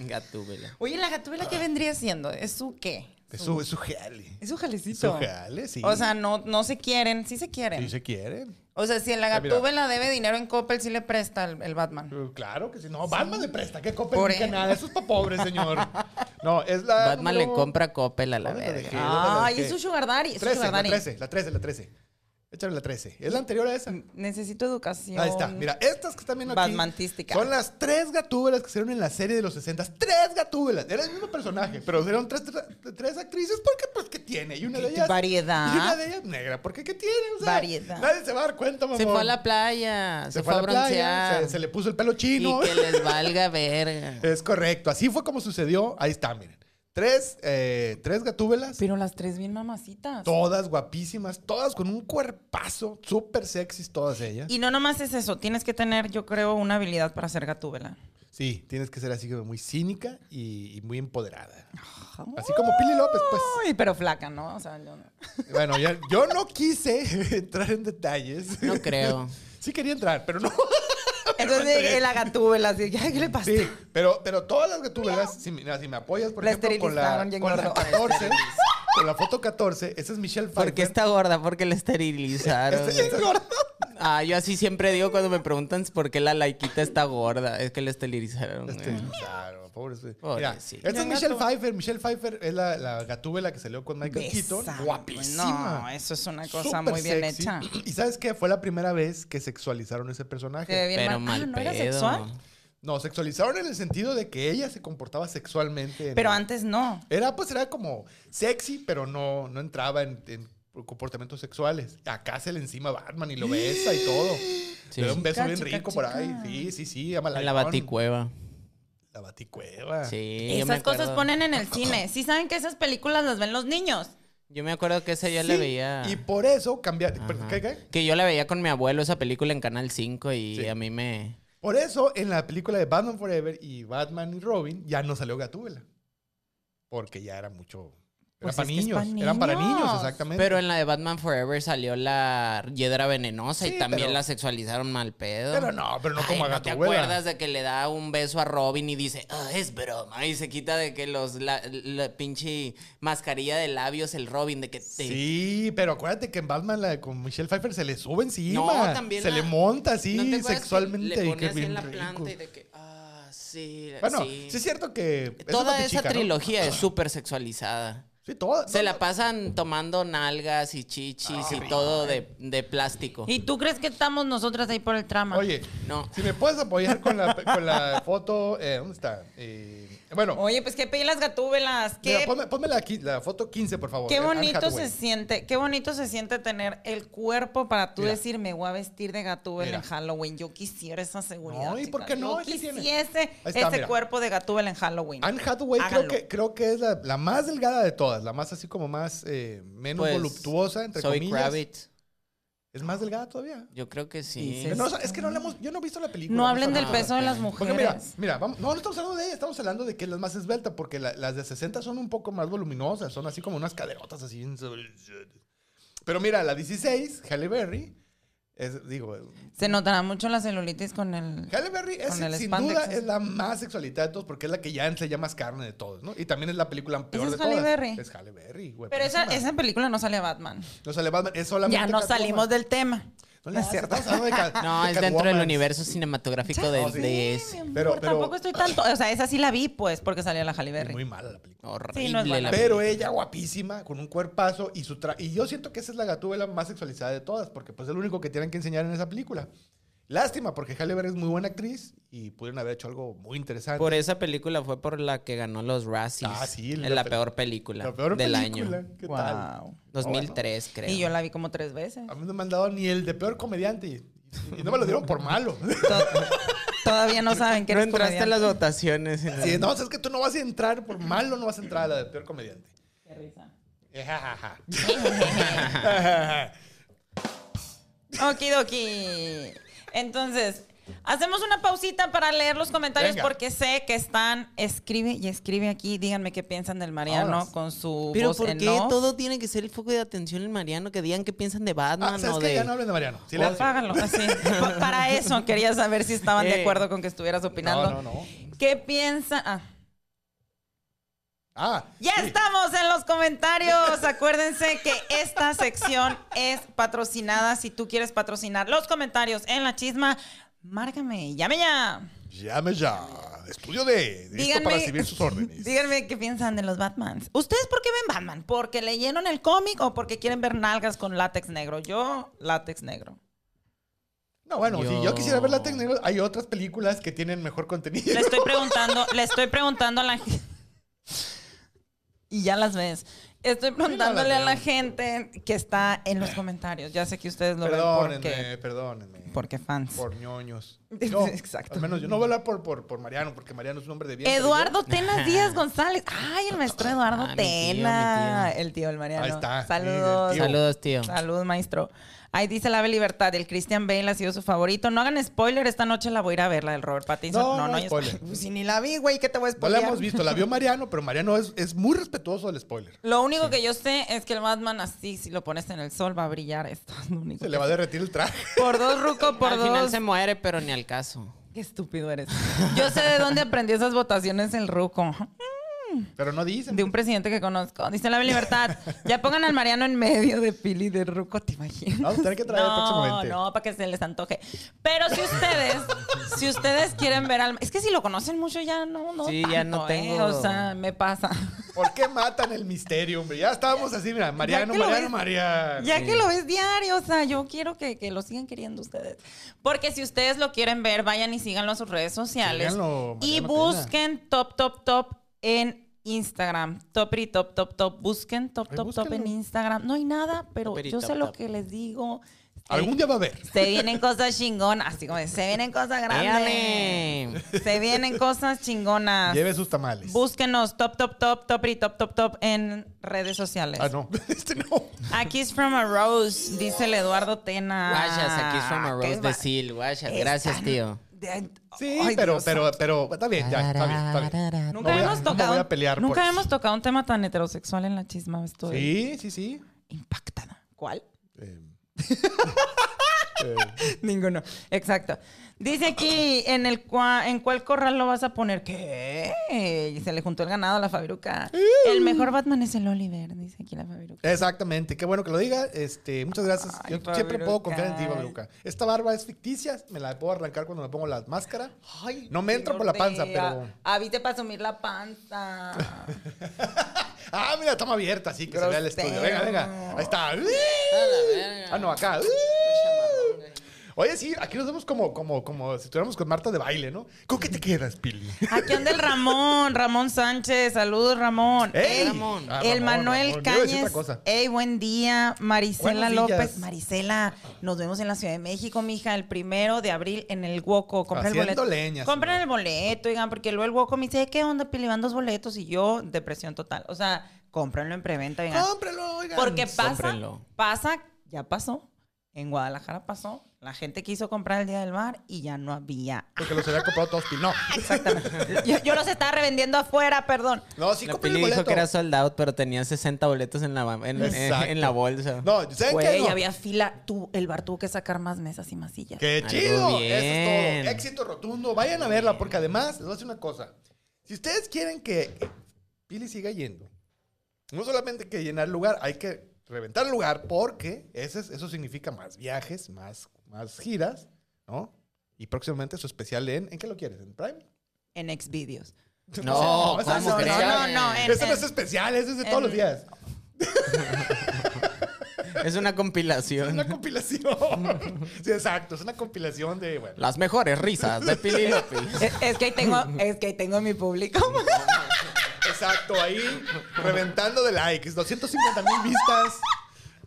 [SPEAKER 5] Gatúbela.
[SPEAKER 3] Oye, la gatúbela, ¿qué vendría siendo? ¿Es su qué?
[SPEAKER 2] es su, es su jale.
[SPEAKER 1] Es un jalecito.
[SPEAKER 2] Su jale, sí.
[SPEAKER 3] O sea, no, no se quieren, sí se quieren.
[SPEAKER 2] si se quiere.
[SPEAKER 3] O sea, si en la
[SPEAKER 2] Ah, mira.
[SPEAKER 3] gatúbela debe dinero en Coppel, sí le presta el, el Batman.
[SPEAKER 2] Eh, Claro que sí. No, Batman le presta, que copa
[SPEAKER 3] Por
[SPEAKER 2] ni que
[SPEAKER 3] él.
[SPEAKER 2] nada, eso es para pobre,
[SPEAKER 5] (laughs)
[SPEAKER 2] señor. Ah, No, es la
[SPEAKER 5] e- Batman le
[SPEAKER 2] número-
[SPEAKER 5] compra Coppel a la
[SPEAKER 2] ¿Dónde lo
[SPEAKER 5] verga.
[SPEAKER 2] dejé? ¿Dónde lo
[SPEAKER 3] Ay,
[SPEAKER 2] dejé?
[SPEAKER 3] es su sugar daddy. es su
[SPEAKER 2] 13,
[SPEAKER 3] sugar
[SPEAKER 2] la
[SPEAKER 3] daddy.
[SPEAKER 2] 13, la 13, la 13. Échame la 13. Es la anterior a esa.
[SPEAKER 1] Necesito educación.
[SPEAKER 2] Ahí está. Mira, estas que están viendo aquí.
[SPEAKER 1] Batmantística.
[SPEAKER 2] Son las tres gatúbelas que salieron en la serie de los 60. ¡Tres gatúbelas! Era el mismo personaje, pero eran tres, tres- tres actrices porque, pues, ¿qué tiene? Y una de ellas.
[SPEAKER 3] variedad.
[SPEAKER 2] Y una de ellas negra, porque ¿qué tiene? O sea,
[SPEAKER 3] Variedad.
[SPEAKER 2] Nadie se va a dar cuenta, mamón.
[SPEAKER 5] Se fue a la playa, se,
[SPEAKER 2] Se
[SPEAKER 5] fue a
[SPEAKER 2] la playa,
[SPEAKER 5] broncear.
[SPEAKER 2] se, se le puso el pelo chino.
[SPEAKER 5] Y que les valga verga.
[SPEAKER 2] Es correcto. Así fue como sucedió. Ahí está, miren. Tres, eh, tres gatúbelas.
[SPEAKER 3] Pero las tres bien mamacitas.
[SPEAKER 2] Todas guapísimas, todas con un cuerpazo, súper sexys todas ellas.
[SPEAKER 3] Y no nomás es eso, tienes que tener, yo creo, una habilidad para ser gatúbela.
[SPEAKER 2] Sí, tienes que ser así como muy cínica y, y muy empoderada. Así como Pili López, pues.
[SPEAKER 3] Uy, pero flaca, ¿no? O sea,
[SPEAKER 2] (laughs)
[SPEAKER 3] yo no.
[SPEAKER 2] Bueno, ya- yo no quise (laughs) entrar en detalles. (laughs)
[SPEAKER 5] No creo.
[SPEAKER 2] Sí quería entrar, pero no.
[SPEAKER 3] Entonces, la gatúbela, así, ay, ¿qué le pasa?
[SPEAKER 2] Sí, pero, pero todas las que tú verás, si, me- mira, si me apoyas, por
[SPEAKER 1] La
[SPEAKER 2] ejemplo, con la,
[SPEAKER 1] esterilizaron bien
[SPEAKER 2] con la
[SPEAKER 1] gorda.
[SPEAKER 2] 14, con la foto 14, esa es Michelle Pfeiffer.
[SPEAKER 5] Porque está gorda, porque la esterilizaron.
[SPEAKER 2] Esta- esta-
[SPEAKER 5] Ah, yo así siempre digo cuando me preguntan por qué la laiquita está gorda. Es que la esterilizaron. güey.
[SPEAKER 2] Claro, pobre. Mira,
[SPEAKER 5] Pobrecita.
[SPEAKER 2] esta es Michelle Pfeiffer. Michelle Pfeiffer es la, la gatúbela que salió con Michael
[SPEAKER 3] Besa.
[SPEAKER 2] Keaton. Guapísima.
[SPEAKER 3] No, eso es una cosa
[SPEAKER 2] Súper
[SPEAKER 3] muy bien
[SPEAKER 2] sexy.
[SPEAKER 3] hecha.
[SPEAKER 2] ¿Y sabes qué? Fue la primera vez que sexualizaron ese
[SPEAKER 3] Se ve
[SPEAKER 2] personaje.
[SPEAKER 3] bien
[SPEAKER 5] Pero
[SPEAKER 3] mal.
[SPEAKER 5] mal
[SPEAKER 3] Ah, ¿no
[SPEAKER 5] pedo.
[SPEAKER 3] era sexual?
[SPEAKER 2] No, sexualizaron en el sentido de que ella se comportaba sexualmente. en-
[SPEAKER 3] Pero antes no.
[SPEAKER 2] Era, pues, era como sexy, pero no, no entraba en, en comportamientos sexuales. Acá se le encima Batman y lo besa y todo.
[SPEAKER 5] Sí.
[SPEAKER 2] Le da un beso
[SPEAKER 3] Chica,
[SPEAKER 2] bien
[SPEAKER 3] chica,
[SPEAKER 2] rico por
[SPEAKER 3] chica.
[SPEAKER 2] ahí. Sí, sí, sí. Ama
[SPEAKER 5] En la baticueva.
[SPEAKER 2] La baticueva.
[SPEAKER 5] Sí. yo me
[SPEAKER 3] Esas cosas
[SPEAKER 5] acuerdo.
[SPEAKER 3] ponen en el cine. Sí saben que esas películas las ven los niños.
[SPEAKER 5] Yo me acuerdo que esa yo
[SPEAKER 2] Sí,
[SPEAKER 5] la veía.
[SPEAKER 2] Y por eso cambiar.
[SPEAKER 5] Ajá.
[SPEAKER 2] ¿Qué, qué?
[SPEAKER 5] Que yo la veía con mi abuelo esa película en Canal 5 y
[SPEAKER 2] Sí.
[SPEAKER 5] a mí me.
[SPEAKER 2] Por eso en la película de Batman Forever y Batman y Robin ya no salió Gatúbela. Porque ya era mucho. Era
[SPEAKER 3] Pues
[SPEAKER 2] para
[SPEAKER 3] es que es
[SPEAKER 2] niños.
[SPEAKER 3] pa'
[SPEAKER 2] Era para niños,
[SPEAKER 3] niños.
[SPEAKER 2] exactamente.
[SPEAKER 5] Pero en la de Batman Forever salió la hiedra venenosa
[SPEAKER 2] Sí,
[SPEAKER 5] y también
[SPEAKER 2] pero-
[SPEAKER 5] la sexualizaron mal pedo.
[SPEAKER 2] Pero no, pero no
[SPEAKER 5] Ay,
[SPEAKER 2] como a
[SPEAKER 5] ¿no te
[SPEAKER 2] Gatúbela.
[SPEAKER 5] acuerdas de que le da un beso a Robin y dice, "Ah, es broma? Y se quita de que los la, la pinche mascarilla de labios el Robin de que te-
[SPEAKER 2] Sí, pero acuérdate que en Batman la de- con Michelle Pfeiffer se le sube encima.
[SPEAKER 5] No, también
[SPEAKER 2] se
[SPEAKER 5] la-
[SPEAKER 2] le monta así
[SPEAKER 5] ¿No te acuerdas que
[SPEAKER 2] sexualmente.
[SPEAKER 5] le
[SPEAKER 2] y
[SPEAKER 5] pone
[SPEAKER 2] que
[SPEAKER 5] así
[SPEAKER 2] bien
[SPEAKER 5] en la
[SPEAKER 2] rico.
[SPEAKER 5] planta y de que ah, sí,
[SPEAKER 2] Bueno, sí.
[SPEAKER 5] sí.
[SPEAKER 2] es cierto que. es
[SPEAKER 5] Toda esa
[SPEAKER 2] Batichica, ¿no? Ah.
[SPEAKER 5] trilogía es súper sexualizada.
[SPEAKER 2] Sí, toda.
[SPEAKER 5] Se
[SPEAKER 2] no,
[SPEAKER 5] la pasan tomando nalgas y
[SPEAKER 2] Ah,
[SPEAKER 5] chichis y todo de, de plástico.
[SPEAKER 3] ¿Y tú crees que estamos nosotras ahí por el trama?
[SPEAKER 2] Oye,
[SPEAKER 5] No.
[SPEAKER 2] si me puedes apoyar con la, con la foto. eh, ¿Dónde está? Eh, bueno,
[SPEAKER 3] Oye, pues qué las gatúbelas. Qué,
[SPEAKER 2] Mira, ponme, ponme la, qui- la foto 15, por favor. Eh,
[SPEAKER 3] qué
[SPEAKER 2] Anne
[SPEAKER 3] bonito
[SPEAKER 2] Hathaway.
[SPEAKER 3] se siente, qué bonito se siente tener el cuerpo para tú
[SPEAKER 2] Mira.
[SPEAKER 3] decir me voy a vestir de gatúbela
[SPEAKER 2] Mira.
[SPEAKER 3] en Halloween. Yo quisiera esa seguridad.
[SPEAKER 2] No, ¿y por
[SPEAKER 3] chicas.
[SPEAKER 2] qué no?
[SPEAKER 3] Yo
[SPEAKER 2] ¿Qué tiene?
[SPEAKER 3] quisiese
[SPEAKER 2] está,
[SPEAKER 3] ese
[SPEAKER 2] mira.
[SPEAKER 3] cuerpo de gatúbela en Halloween.
[SPEAKER 2] Anne Hathaway creo
[SPEAKER 3] Háganlo.
[SPEAKER 2] que, creo que es la, la más delgada de todas, la más así como más, eh, menos
[SPEAKER 5] Pues,
[SPEAKER 2] voluptuosa, entre
[SPEAKER 5] Zoe
[SPEAKER 2] comillas.
[SPEAKER 5] Kravitz.
[SPEAKER 2] Es más delgada todavía.
[SPEAKER 5] Yo creo que sí.
[SPEAKER 2] Pero no, o sea, es que no la hemos, yo no he visto la película.
[SPEAKER 3] no hablen
[SPEAKER 2] sé
[SPEAKER 3] del
[SPEAKER 2] nada.
[SPEAKER 3] peso de las
[SPEAKER 2] Porque
[SPEAKER 3] mujeres.
[SPEAKER 2] mira, mira, vamos, no, no estamos hablando de ella, estamos hablando de que es la más esbelta, porque la- las de 60 son un poco más voluminosas, son así como unas caderotas así. en- Pero mira, la 16, Halle Berry, es, digo,
[SPEAKER 3] Se notará mucho la celulitis con el.
[SPEAKER 2] Halle Berry es,
[SPEAKER 3] Con el
[SPEAKER 2] sin
[SPEAKER 3] spandex,
[SPEAKER 2] duda
[SPEAKER 3] ¿no?
[SPEAKER 2] es la más sexualidad de todos porque es la que ya enseña más carne de todos, ¿no? Y también es la película peor
[SPEAKER 3] es
[SPEAKER 2] de
[SPEAKER 3] Halle
[SPEAKER 2] todas.
[SPEAKER 3] Berry?
[SPEAKER 2] Es Halle Berry, güey.
[SPEAKER 3] Pero esa,
[SPEAKER 2] buenísima.
[SPEAKER 3] esa película no sale a Batman.
[SPEAKER 2] No sale Batman, es solamente
[SPEAKER 3] Ya no
[SPEAKER 2] Catwoman.
[SPEAKER 3] salimos del tema.
[SPEAKER 2] No, le hagas, estamos hablando
[SPEAKER 3] (laughs)
[SPEAKER 2] de Cat-
[SPEAKER 5] No,
[SPEAKER 2] de
[SPEAKER 5] es dentro del
[SPEAKER 2] Catwoman.
[SPEAKER 5] universo cinematográfico
[SPEAKER 2] No,
[SPEAKER 5] del
[SPEAKER 2] Ah, sí.
[SPEAKER 5] DS.
[SPEAKER 3] Mi amor,
[SPEAKER 2] Pero- pero-
[SPEAKER 3] tampoco estoy tanto. O sea, esa sí la vi, pues, porque salía la Halle
[SPEAKER 2] Es
[SPEAKER 3] Berry.
[SPEAKER 2] muy mala la película.
[SPEAKER 5] Horrible
[SPEAKER 3] buena.
[SPEAKER 5] la
[SPEAKER 2] Pero
[SPEAKER 5] película.
[SPEAKER 2] ella guapísima, con un cuerpazo y su tra y yo siento que esa es la gatúbela más sexualizada de todas porque pues es lo único que tienen que enseñar en esa película. Lástima porque Halle Berry es muy buena actriz y pudieron haber hecho algo muy interesante.
[SPEAKER 5] Por esa película fue por la que ganó los Razzies.
[SPEAKER 2] Ah, sí,
[SPEAKER 5] Es
[SPEAKER 2] la
[SPEAKER 5] la,
[SPEAKER 2] pe-
[SPEAKER 5] peor película
[SPEAKER 2] la peor
[SPEAKER 5] del
[SPEAKER 2] película. Oh,
[SPEAKER 5] año.
[SPEAKER 2] ¿Qué tal?
[SPEAKER 3] Wow.
[SPEAKER 5] 2003, creo.
[SPEAKER 3] Y yo la vi como tres
[SPEAKER 2] (laughs)
[SPEAKER 3] veces.
[SPEAKER 2] A mí no me han dado ni el de peor comediante. Y no me lo dieron por (laughs) malo.
[SPEAKER 3] To- Todavía no saben que
[SPEAKER 5] no
[SPEAKER 3] eres
[SPEAKER 5] entraste a
[SPEAKER 3] comediante.
[SPEAKER 5] las votaciones.
[SPEAKER 2] Sí, no, es que tú no vas a entrar por malo, no vas a entrar a la de peor comediante. Eh,
[SPEAKER 3] Qué risa.
[SPEAKER 2] (laughs) Ejajaja. Ah,
[SPEAKER 3] Okidoki. Entonces, hacemos una pausita para leer los comentarios
[SPEAKER 2] Venga.
[SPEAKER 3] porque sé que están. Escribe y escribe aquí. Díganme qué piensan del Mariano
[SPEAKER 2] Vámonos.
[SPEAKER 3] con su
[SPEAKER 5] Pero
[SPEAKER 3] voz
[SPEAKER 5] ¿por
[SPEAKER 3] en
[SPEAKER 5] qué
[SPEAKER 3] off.
[SPEAKER 5] todo tiene que ser el foco de atención en Mariano? Que digan qué piensan de
[SPEAKER 2] Ah,
[SPEAKER 5] Batman
[SPEAKER 2] ¿Sabes
[SPEAKER 5] o
[SPEAKER 2] qué?
[SPEAKER 5] de...
[SPEAKER 2] Ya no hablen de Oh, Mariano.
[SPEAKER 3] O
[SPEAKER 2] Silencio.
[SPEAKER 3] apágalo, así.
[SPEAKER 2] (laughs)
[SPEAKER 3] Pa- Para eso quería saber si estaban de
[SPEAKER 5] Eh.
[SPEAKER 3] acuerdo con que estuvieras opinando.
[SPEAKER 2] No, no, no.
[SPEAKER 3] ¿Qué piensan? Ah.
[SPEAKER 2] Ah,
[SPEAKER 3] Ya
[SPEAKER 2] sí.
[SPEAKER 3] estamos en los comentarios. Acuérdense que esta sección es patrocinada. Si tú quieres patrocinar los comentarios en la chisma, márcame. Llame ya.
[SPEAKER 2] Llame ya. Estudio de. Listo
[SPEAKER 3] Díganme-
[SPEAKER 2] para recibir sus órdenes.
[SPEAKER 3] Díganme qué piensan de los Batmans. ¿Ustedes por qué ven Batman? ¿Porque leyeron el cómic o porque quieren ver nalgas con látex negro? Yo, látex negro.
[SPEAKER 2] No, bueno, si yo
[SPEAKER 5] Yo-
[SPEAKER 2] quisiera ver la técnica, hay otras películas que tienen mejor contenido. (laughs)
[SPEAKER 3] Le estoy preguntando, le estoy preguntando a la gente. Y ya las ves. Estoy preguntándole a la
[SPEAKER 2] veo.
[SPEAKER 3] gente que está en los comentarios. Ya sé que ustedes lo ven porque,
[SPEAKER 2] Perdónenme, perdónenme.
[SPEAKER 3] porque fans.
[SPEAKER 2] Por (laughs) ñoños.
[SPEAKER 3] Sí,
[SPEAKER 2] No,
[SPEAKER 3] exacto.
[SPEAKER 2] Al menos yo no voy a hablar por, por, por Mariano, porque Mariano es un hombre de bien. pero
[SPEAKER 3] Eduardo
[SPEAKER 5] yo-
[SPEAKER 3] Tenas Díaz González. Ay, el maestro Eduardo
[SPEAKER 5] Ah, mi tío,
[SPEAKER 3] Tena.
[SPEAKER 5] mi tío.
[SPEAKER 3] El tío, el Mariano.
[SPEAKER 2] Ahí está, sí,
[SPEAKER 3] Saludos.
[SPEAKER 2] del tío.
[SPEAKER 5] Saludos, tío.
[SPEAKER 3] Salud, maestro. Ahí dice la Ave Libertad, el Christian Bale ha sido su favorito. No hagan spoiler, esta noche la voy a ir a ver, la del Robert Pattinson.
[SPEAKER 2] No,
[SPEAKER 3] No, no,
[SPEAKER 2] no
[SPEAKER 3] hay
[SPEAKER 2] spoiler.
[SPEAKER 3] Pues si ni la vi, güey, ¿qué te voy a
[SPEAKER 2] yo- No la
[SPEAKER 3] spoiler?
[SPEAKER 2] hemos visto, la
[SPEAKER 3] (laughs)
[SPEAKER 2] vio Mariano, pero Mariano es, es muy respetuoso del spoiler.
[SPEAKER 3] Lo único que yo sé es que el Batman así, si lo pones en el sol, va a brillar. Esto (laughs) es lo único.
[SPEAKER 2] Se
[SPEAKER 3] que
[SPEAKER 2] le va a
[SPEAKER 3] sé.
[SPEAKER 2] derretir el traje. (laughs)
[SPEAKER 3] Por dos, Ruco, por
[SPEAKER 5] Al final
[SPEAKER 3] dos.
[SPEAKER 5] se muere, pero ni al caso.
[SPEAKER 3] Qué estúpido eres. Yo sé de dónde aprendió esas votaciones el Ruco.
[SPEAKER 2] Pero no dicen.
[SPEAKER 3] De un presidente que conozco. Dice la Ave Libertad, ya pongan al Mariano en medio de Pili de Ruco, ¿te imaginas?
[SPEAKER 2] Vamos a tener que traer
[SPEAKER 3] No,
[SPEAKER 2] próximamente.
[SPEAKER 3] no, para que se les antoje. Pero si ustedes, si ustedes quieren ver al... Es que si lo conocen mucho ya no, no
[SPEAKER 5] Sí, ya no
[SPEAKER 3] tanto, ¿eh?
[SPEAKER 5] tengo-
[SPEAKER 3] O sea, me pasa.
[SPEAKER 2] ¿Por qué matan el misterio, hombre? Ya estábamos así, mira, Mariano,
[SPEAKER 3] que lo
[SPEAKER 2] Mariano,
[SPEAKER 3] ves-
[SPEAKER 2] Mariano.
[SPEAKER 3] Ya que lo ves diario, o sea, yo quiero que, que lo sigan queriendo ustedes. Porque si ustedes lo quieren ver, vayan y síganlo a sus redes sociales.
[SPEAKER 2] Síganlo,
[SPEAKER 3] y
[SPEAKER 2] Mariano
[SPEAKER 3] busquen Top Top Top en Instagram. Topri Top Top Top. Busquen Top
[SPEAKER 2] Ay,
[SPEAKER 3] Top Top en
[SPEAKER 2] búsquenlo.
[SPEAKER 3] Instagram. No hay nada, pero
[SPEAKER 5] Topiri
[SPEAKER 3] yo
[SPEAKER 5] Top
[SPEAKER 3] sé lo
[SPEAKER 5] Top.
[SPEAKER 3] que les digo.
[SPEAKER 2] Algún día va a haber.
[SPEAKER 3] Se vienen cosas chingonas, así como de, se vienen
[SPEAKER 5] (laughs)
[SPEAKER 3] cosas grandes.
[SPEAKER 5] Éale.
[SPEAKER 3] Se vienen cosas chingonas.
[SPEAKER 2] Lleve sus tamales.
[SPEAKER 3] Búsquenos top, top, top, top y top, top, top en redes sociales.
[SPEAKER 2] Ah, no. (laughs) Este no.
[SPEAKER 3] A Kiss from a Rose, dice el Eduardo Tena. Ah,
[SPEAKER 5] Guayas, aquí es from a
[SPEAKER 3] Qué
[SPEAKER 5] Rose
[SPEAKER 3] va-
[SPEAKER 5] de Seal. Guayas,
[SPEAKER 3] Están-
[SPEAKER 5] gracias, tío.
[SPEAKER 3] de-
[SPEAKER 2] Sí,
[SPEAKER 3] Ay,
[SPEAKER 2] pero,
[SPEAKER 3] Dios
[SPEAKER 2] pero,
[SPEAKER 3] santo.
[SPEAKER 2] pero, está bien, ya, está bien, está bien. Ah, No
[SPEAKER 3] Nunca
[SPEAKER 2] voy a-
[SPEAKER 3] hemos
[SPEAKER 2] no me
[SPEAKER 3] tocado.
[SPEAKER 2] voy a pelear por
[SPEAKER 3] nunca
[SPEAKER 2] eso.
[SPEAKER 3] hemos tocado un tema tan heterosexual en la chisma. Estoy
[SPEAKER 2] Sí, sí, sí.
[SPEAKER 3] impactada. ¿Cuál? (laughs)
[SPEAKER 2] Eh,
[SPEAKER 3] Ninguno. Exacto. Dice aquí, ¿en, el cua- ¿en cuál corral lo vas a poner? ¿Qué? Y se le juntó el ganado a la Fabiruca. El mejor Batman es el Oliver, dice aquí la Fabiruca.
[SPEAKER 2] Exactamente, qué bueno que lo diga. Este, muchas gracias.
[SPEAKER 3] Ay,
[SPEAKER 2] Yo siempre
[SPEAKER 3] Babiruca.
[SPEAKER 2] puedo confiar en ti, Babiruca. Esta barba es ficticia, me la puedo arrancar cuando me pongo la máscara. no me entra por la panza, pero.
[SPEAKER 3] A viste para asumir la panza.
[SPEAKER 2] Ah, mira, toma abierta, así que se vea el estudio. Venga,
[SPEAKER 3] Grosero.
[SPEAKER 2] venga. Ahí está. Ah, no, acá. Oye, sí, aquí nos vemos como, como, como si estuviéramos con Marta de baile, ¿no? ¿Con qué te quedas,
[SPEAKER 3] (laughs)
[SPEAKER 2] Pili?
[SPEAKER 3] Aquí anda el Ramón, Ramón Sánchez. Saludos, Ramón.
[SPEAKER 2] ¡Ey!
[SPEAKER 3] El-
[SPEAKER 5] Ramón.
[SPEAKER 2] Ah,
[SPEAKER 3] el
[SPEAKER 2] Ramón,
[SPEAKER 3] Manuel
[SPEAKER 2] Ramón. Yo iba a decir
[SPEAKER 3] Cáñez.
[SPEAKER 2] otra cosa.
[SPEAKER 3] Ey, buen día. Marisela
[SPEAKER 2] Buenos días.
[SPEAKER 3] López. Marisela, nos vemos en la Ciudad de México, mija, el primero de abril en el Woco. Compra el
[SPEAKER 2] Haciendo
[SPEAKER 3] boleto.
[SPEAKER 2] leña,
[SPEAKER 3] Compren
[SPEAKER 2] señor.
[SPEAKER 3] el boleto, oigan, porque luego el Woco me dice, ¿qué onda, Pili? Van dos boletos y yo, depresión total. O sea, cómprenlo en preventa, oigan.
[SPEAKER 2] Cómprelo, oigan.
[SPEAKER 3] Porque pasa,
[SPEAKER 5] Cómprenlo.
[SPEAKER 3] pasa, ya pasó. En Guadalajara pasó. La gente quiso comprar el Día del Mar y ya no había.
[SPEAKER 2] Porque los había comprado todos, Pili. No.
[SPEAKER 3] (laughs) Exactamente. Yo, yo los estaba revendiendo afuera, perdón.
[SPEAKER 2] No, sí,
[SPEAKER 5] La
[SPEAKER 2] compré el
[SPEAKER 5] Pili dijo
[SPEAKER 2] boleto.
[SPEAKER 5] que era sold out, pero tenía 60 boletos en la, en,
[SPEAKER 2] Exacto.
[SPEAKER 5] en la bolsa.
[SPEAKER 2] No, ¿saben qué?
[SPEAKER 3] Güey,
[SPEAKER 2] No.
[SPEAKER 3] había fila. Tú, el bar tuvo que sacar más mesas y más sillas.
[SPEAKER 2] ¡Qué
[SPEAKER 5] Algo
[SPEAKER 2] chido!
[SPEAKER 5] bien.
[SPEAKER 2] Eso es todo. Éxito rotundo. Vayan a verla, porque además, les voy a decir una cosa. Si ustedes quieren que Pili siga yendo, no solamente hay que llenar lugar, hay que reventar el lugar, porque ese es- eso significa más viajes, más, más giras, ¿no? Y próximamente su especial en... ¿En qué lo quieres? ¿En Prime?
[SPEAKER 3] En Xvideos.
[SPEAKER 5] (laughs) No,
[SPEAKER 2] ese
[SPEAKER 5] ¿cómo
[SPEAKER 2] es
[SPEAKER 5] crees?
[SPEAKER 2] especial.
[SPEAKER 3] No, no, no, en-
[SPEAKER 2] Ese no es especial, ese es de todos
[SPEAKER 3] en-
[SPEAKER 2] los días.
[SPEAKER 5] Es una
[SPEAKER 2] Es
[SPEAKER 5] compilación.
[SPEAKER 2] una compilación. sí, exacto. Es una compilación de... Bueno,
[SPEAKER 5] (laughs) Las mejores risas de Pili López.
[SPEAKER 3] Es, E, es que ahí
[SPEAKER 2] (laughs)
[SPEAKER 3] tengo, es que ahí tengo mi público.
[SPEAKER 2] Exacto, ahí reventando de likes, 250 mil vistas.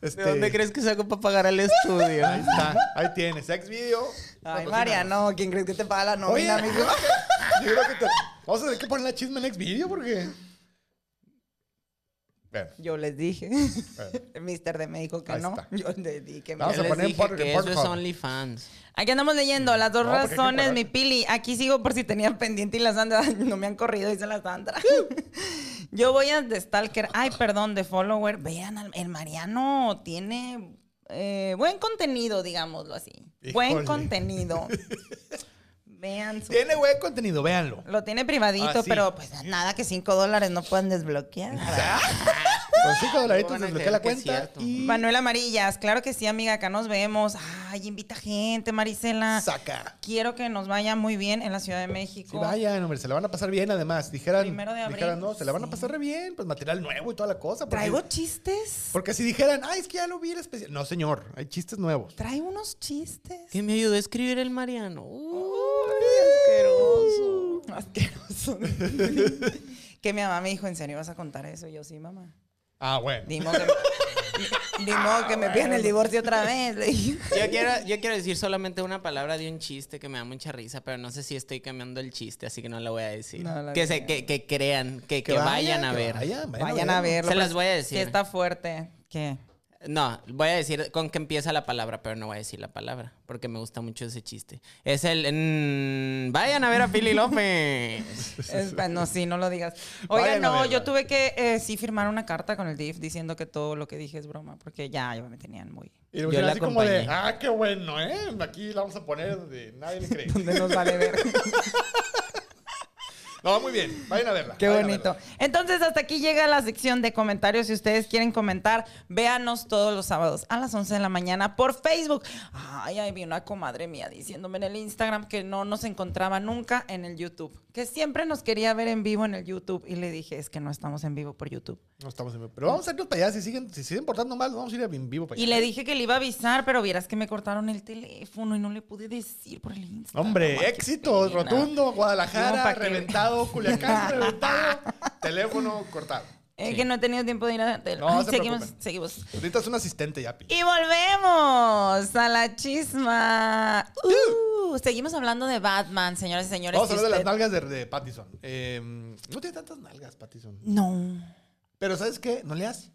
[SPEAKER 2] Este,
[SPEAKER 5] ¿De dónde crees que saco para pagar el estudio?
[SPEAKER 2] Ahí está, ahí tienes, ex video.
[SPEAKER 3] (laughs) Ay, Mariano, ¿quién crees que te paga la
[SPEAKER 2] Oye,
[SPEAKER 3] nómina,
[SPEAKER 2] yo
[SPEAKER 3] amigo?
[SPEAKER 2] creo que- yo creo que te- vamos a tener que poner la chisma en ex video porque. Bueno,
[SPEAKER 3] Yo les dije. (laughs)
[SPEAKER 2] bueno.
[SPEAKER 3] El mister D me dijo que
[SPEAKER 2] Ahí
[SPEAKER 3] no.
[SPEAKER 2] está.
[SPEAKER 3] Yo le dije que
[SPEAKER 2] Vamos
[SPEAKER 5] Yo
[SPEAKER 2] a
[SPEAKER 5] les
[SPEAKER 2] poner
[SPEAKER 5] dije
[SPEAKER 2] por-
[SPEAKER 5] que
[SPEAKER 2] por
[SPEAKER 5] eso es
[SPEAKER 2] favor.
[SPEAKER 5] OnlyFans.
[SPEAKER 3] Aquí andamos leyendo las dos
[SPEAKER 2] No, porque hay que
[SPEAKER 3] razones,
[SPEAKER 2] parar.
[SPEAKER 3] mi Pili. Aquí sigo por si tenían pendiente y la (laughs) Sandra no me han corrido, dice la Sandra. (laughs) Yo voy a de Stalker. Ay, perdón, de follower. Vean, al- el Mariano tiene eh, buen contenido, digámoslo así. Buen
[SPEAKER 2] Híjole.
[SPEAKER 3] contenido.
[SPEAKER 2] (laughs)
[SPEAKER 3] Vean su-
[SPEAKER 2] Tiene buen contenido, véanlo.
[SPEAKER 3] Lo tiene privadito,
[SPEAKER 2] Ah, sí. (laughs)
[SPEAKER 3] pero pues nada que cinco dólares no puedan desbloquear.
[SPEAKER 5] Ah,
[SPEAKER 2] Con cinco dolaritos
[SPEAKER 5] van a
[SPEAKER 2] desbloquea la
[SPEAKER 5] creer que es
[SPEAKER 2] cuenta
[SPEAKER 5] cierto.
[SPEAKER 2] y
[SPEAKER 3] Manuel Amarillas, claro que sí, amiga, acá nos vemos. Ay, invita gente, Marisela.
[SPEAKER 2] saca.
[SPEAKER 3] Quiero que nos vaya muy bien en la Ciudad de
[SPEAKER 2] Sí,
[SPEAKER 3] México.
[SPEAKER 2] vayan, hombre, se la van a pasar bien además. Dijeran,
[SPEAKER 3] Oh. Primero de abril,
[SPEAKER 2] dijeran, no, se la van a
[SPEAKER 3] sí.
[SPEAKER 2] pasar re bien, pues material nuevo y toda la cosa. porque-
[SPEAKER 3] Traigo chistes.
[SPEAKER 2] Porque si dijeran, ay, es que ya lo vi el especial. No, señor, hay chistes nuevos.
[SPEAKER 3] Traigo unos chistes.
[SPEAKER 5] Que me ayudó a escribir el Mariano. Uh. Uy, asqueroso.
[SPEAKER 3] Mm, (laughs) Asqueroso. que mi mamá me dijo, ¿en serio vas a contar eso? Y yo, sí, mamá.
[SPEAKER 2] Ah, bueno.
[SPEAKER 3] Dimo que, ni modo que me pidan el divorcio otra vez. le dije.
[SPEAKER 5] Yo quiero, yo quiero decir solamente una palabra de un chiste que me da mucha risa, pero no sé si estoy cambiando el chiste, así que no lo voy a decir.
[SPEAKER 3] No lo
[SPEAKER 5] que, se,
[SPEAKER 3] digas.
[SPEAKER 5] que, que crean, que, que vayan a
[SPEAKER 2] que
[SPEAKER 5] ver.
[SPEAKER 2] Vayan,
[SPEAKER 3] Vayan a verlo.
[SPEAKER 5] Se las
[SPEAKER 3] pero
[SPEAKER 5] voy a
[SPEAKER 3] sí
[SPEAKER 5] decir.
[SPEAKER 3] está fuerte. ¿Qué?
[SPEAKER 5] No, voy a decir con qué empieza la palabra, pero no voy a decir la palabra, porque me gusta mucho ese chiste. Es el... mm, vayan a ver a
[SPEAKER 3] (laughs)
[SPEAKER 5] Pili López.
[SPEAKER 3] Es- no, sí, no lo digas. Oiga,
[SPEAKER 2] Vayan a
[SPEAKER 3] no, yo
[SPEAKER 2] verla.
[SPEAKER 3] tuve que eh, sí firmar una carta con el DIF diciendo que todo lo que dije es broma, porque ya, ya me tenían muy... (laughs)
[SPEAKER 2] Y lo
[SPEAKER 5] Yo la
[SPEAKER 2] así como de,
[SPEAKER 5] acompañé.
[SPEAKER 2] ah, qué bueno, ¿eh? Aquí la vamos a poner donde nadie le cree.
[SPEAKER 3] donde nos vale ver.
[SPEAKER 2] No, muy bien, vayan a verla.
[SPEAKER 3] Qué
[SPEAKER 2] vayan a
[SPEAKER 3] bonito.
[SPEAKER 2] verla.
[SPEAKER 3] Entonces, hasta aquí llega la sección de comentarios. Si ustedes quieren comentar, véanos todos los sábados a las 11 de la mañana por Facebook. Ay, ahí vi una comadre mía diciéndome en el Instagram que no nos encontraba nunca en el YouTube, que siempre nos quería ver en vivo en el YouTube. Y le dije, es que no estamos en vivo por YouTube.
[SPEAKER 2] No estamos en vivo. Pero vamos a irnos para allá. Si siguen, si siguen portando mal, vamos a ir en vivo para
[SPEAKER 3] Y
[SPEAKER 2] allá.
[SPEAKER 3] le dije que le iba a avisar, pero vieras que me cortaron el teléfono y no le pude decir por el Instagram.
[SPEAKER 2] Hombre, éxito
[SPEAKER 3] "Ah, pena.
[SPEAKER 2] rotundo,
[SPEAKER 3] No,
[SPEAKER 2] Guadalajara,
[SPEAKER 3] pa' qué.
[SPEAKER 2] reventado,
[SPEAKER 3] (laughs)
[SPEAKER 2] Culiacán, reventado, teléfono cortado.
[SPEAKER 3] Es que no he tenido tiempo de ir a... de-
[SPEAKER 2] No,
[SPEAKER 3] Ay,
[SPEAKER 2] se
[SPEAKER 3] seguimos,
[SPEAKER 2] preocupen.
[SPEAKER 3] seguimos.
[SPEAKER 2] Necesitas un asistente ya, Pi.
[SPEAKER 3] Y volvemos a la chisma. Uh, seguimos hablando de Batman, señores y señores.
[SPEAKER 2] Vamos a
[SPEAKER 3] Si
[SPEAKER 2] hablar de las
[SPEAKER 3] usted-
[SPEAKER 2] nalgas de, de Pattison. Eh, no tiene tantas nalgas, Pattison.
[SPEAKER 3] No,
[SPEAKER 2] Pero ¿sabes qué? No le hace.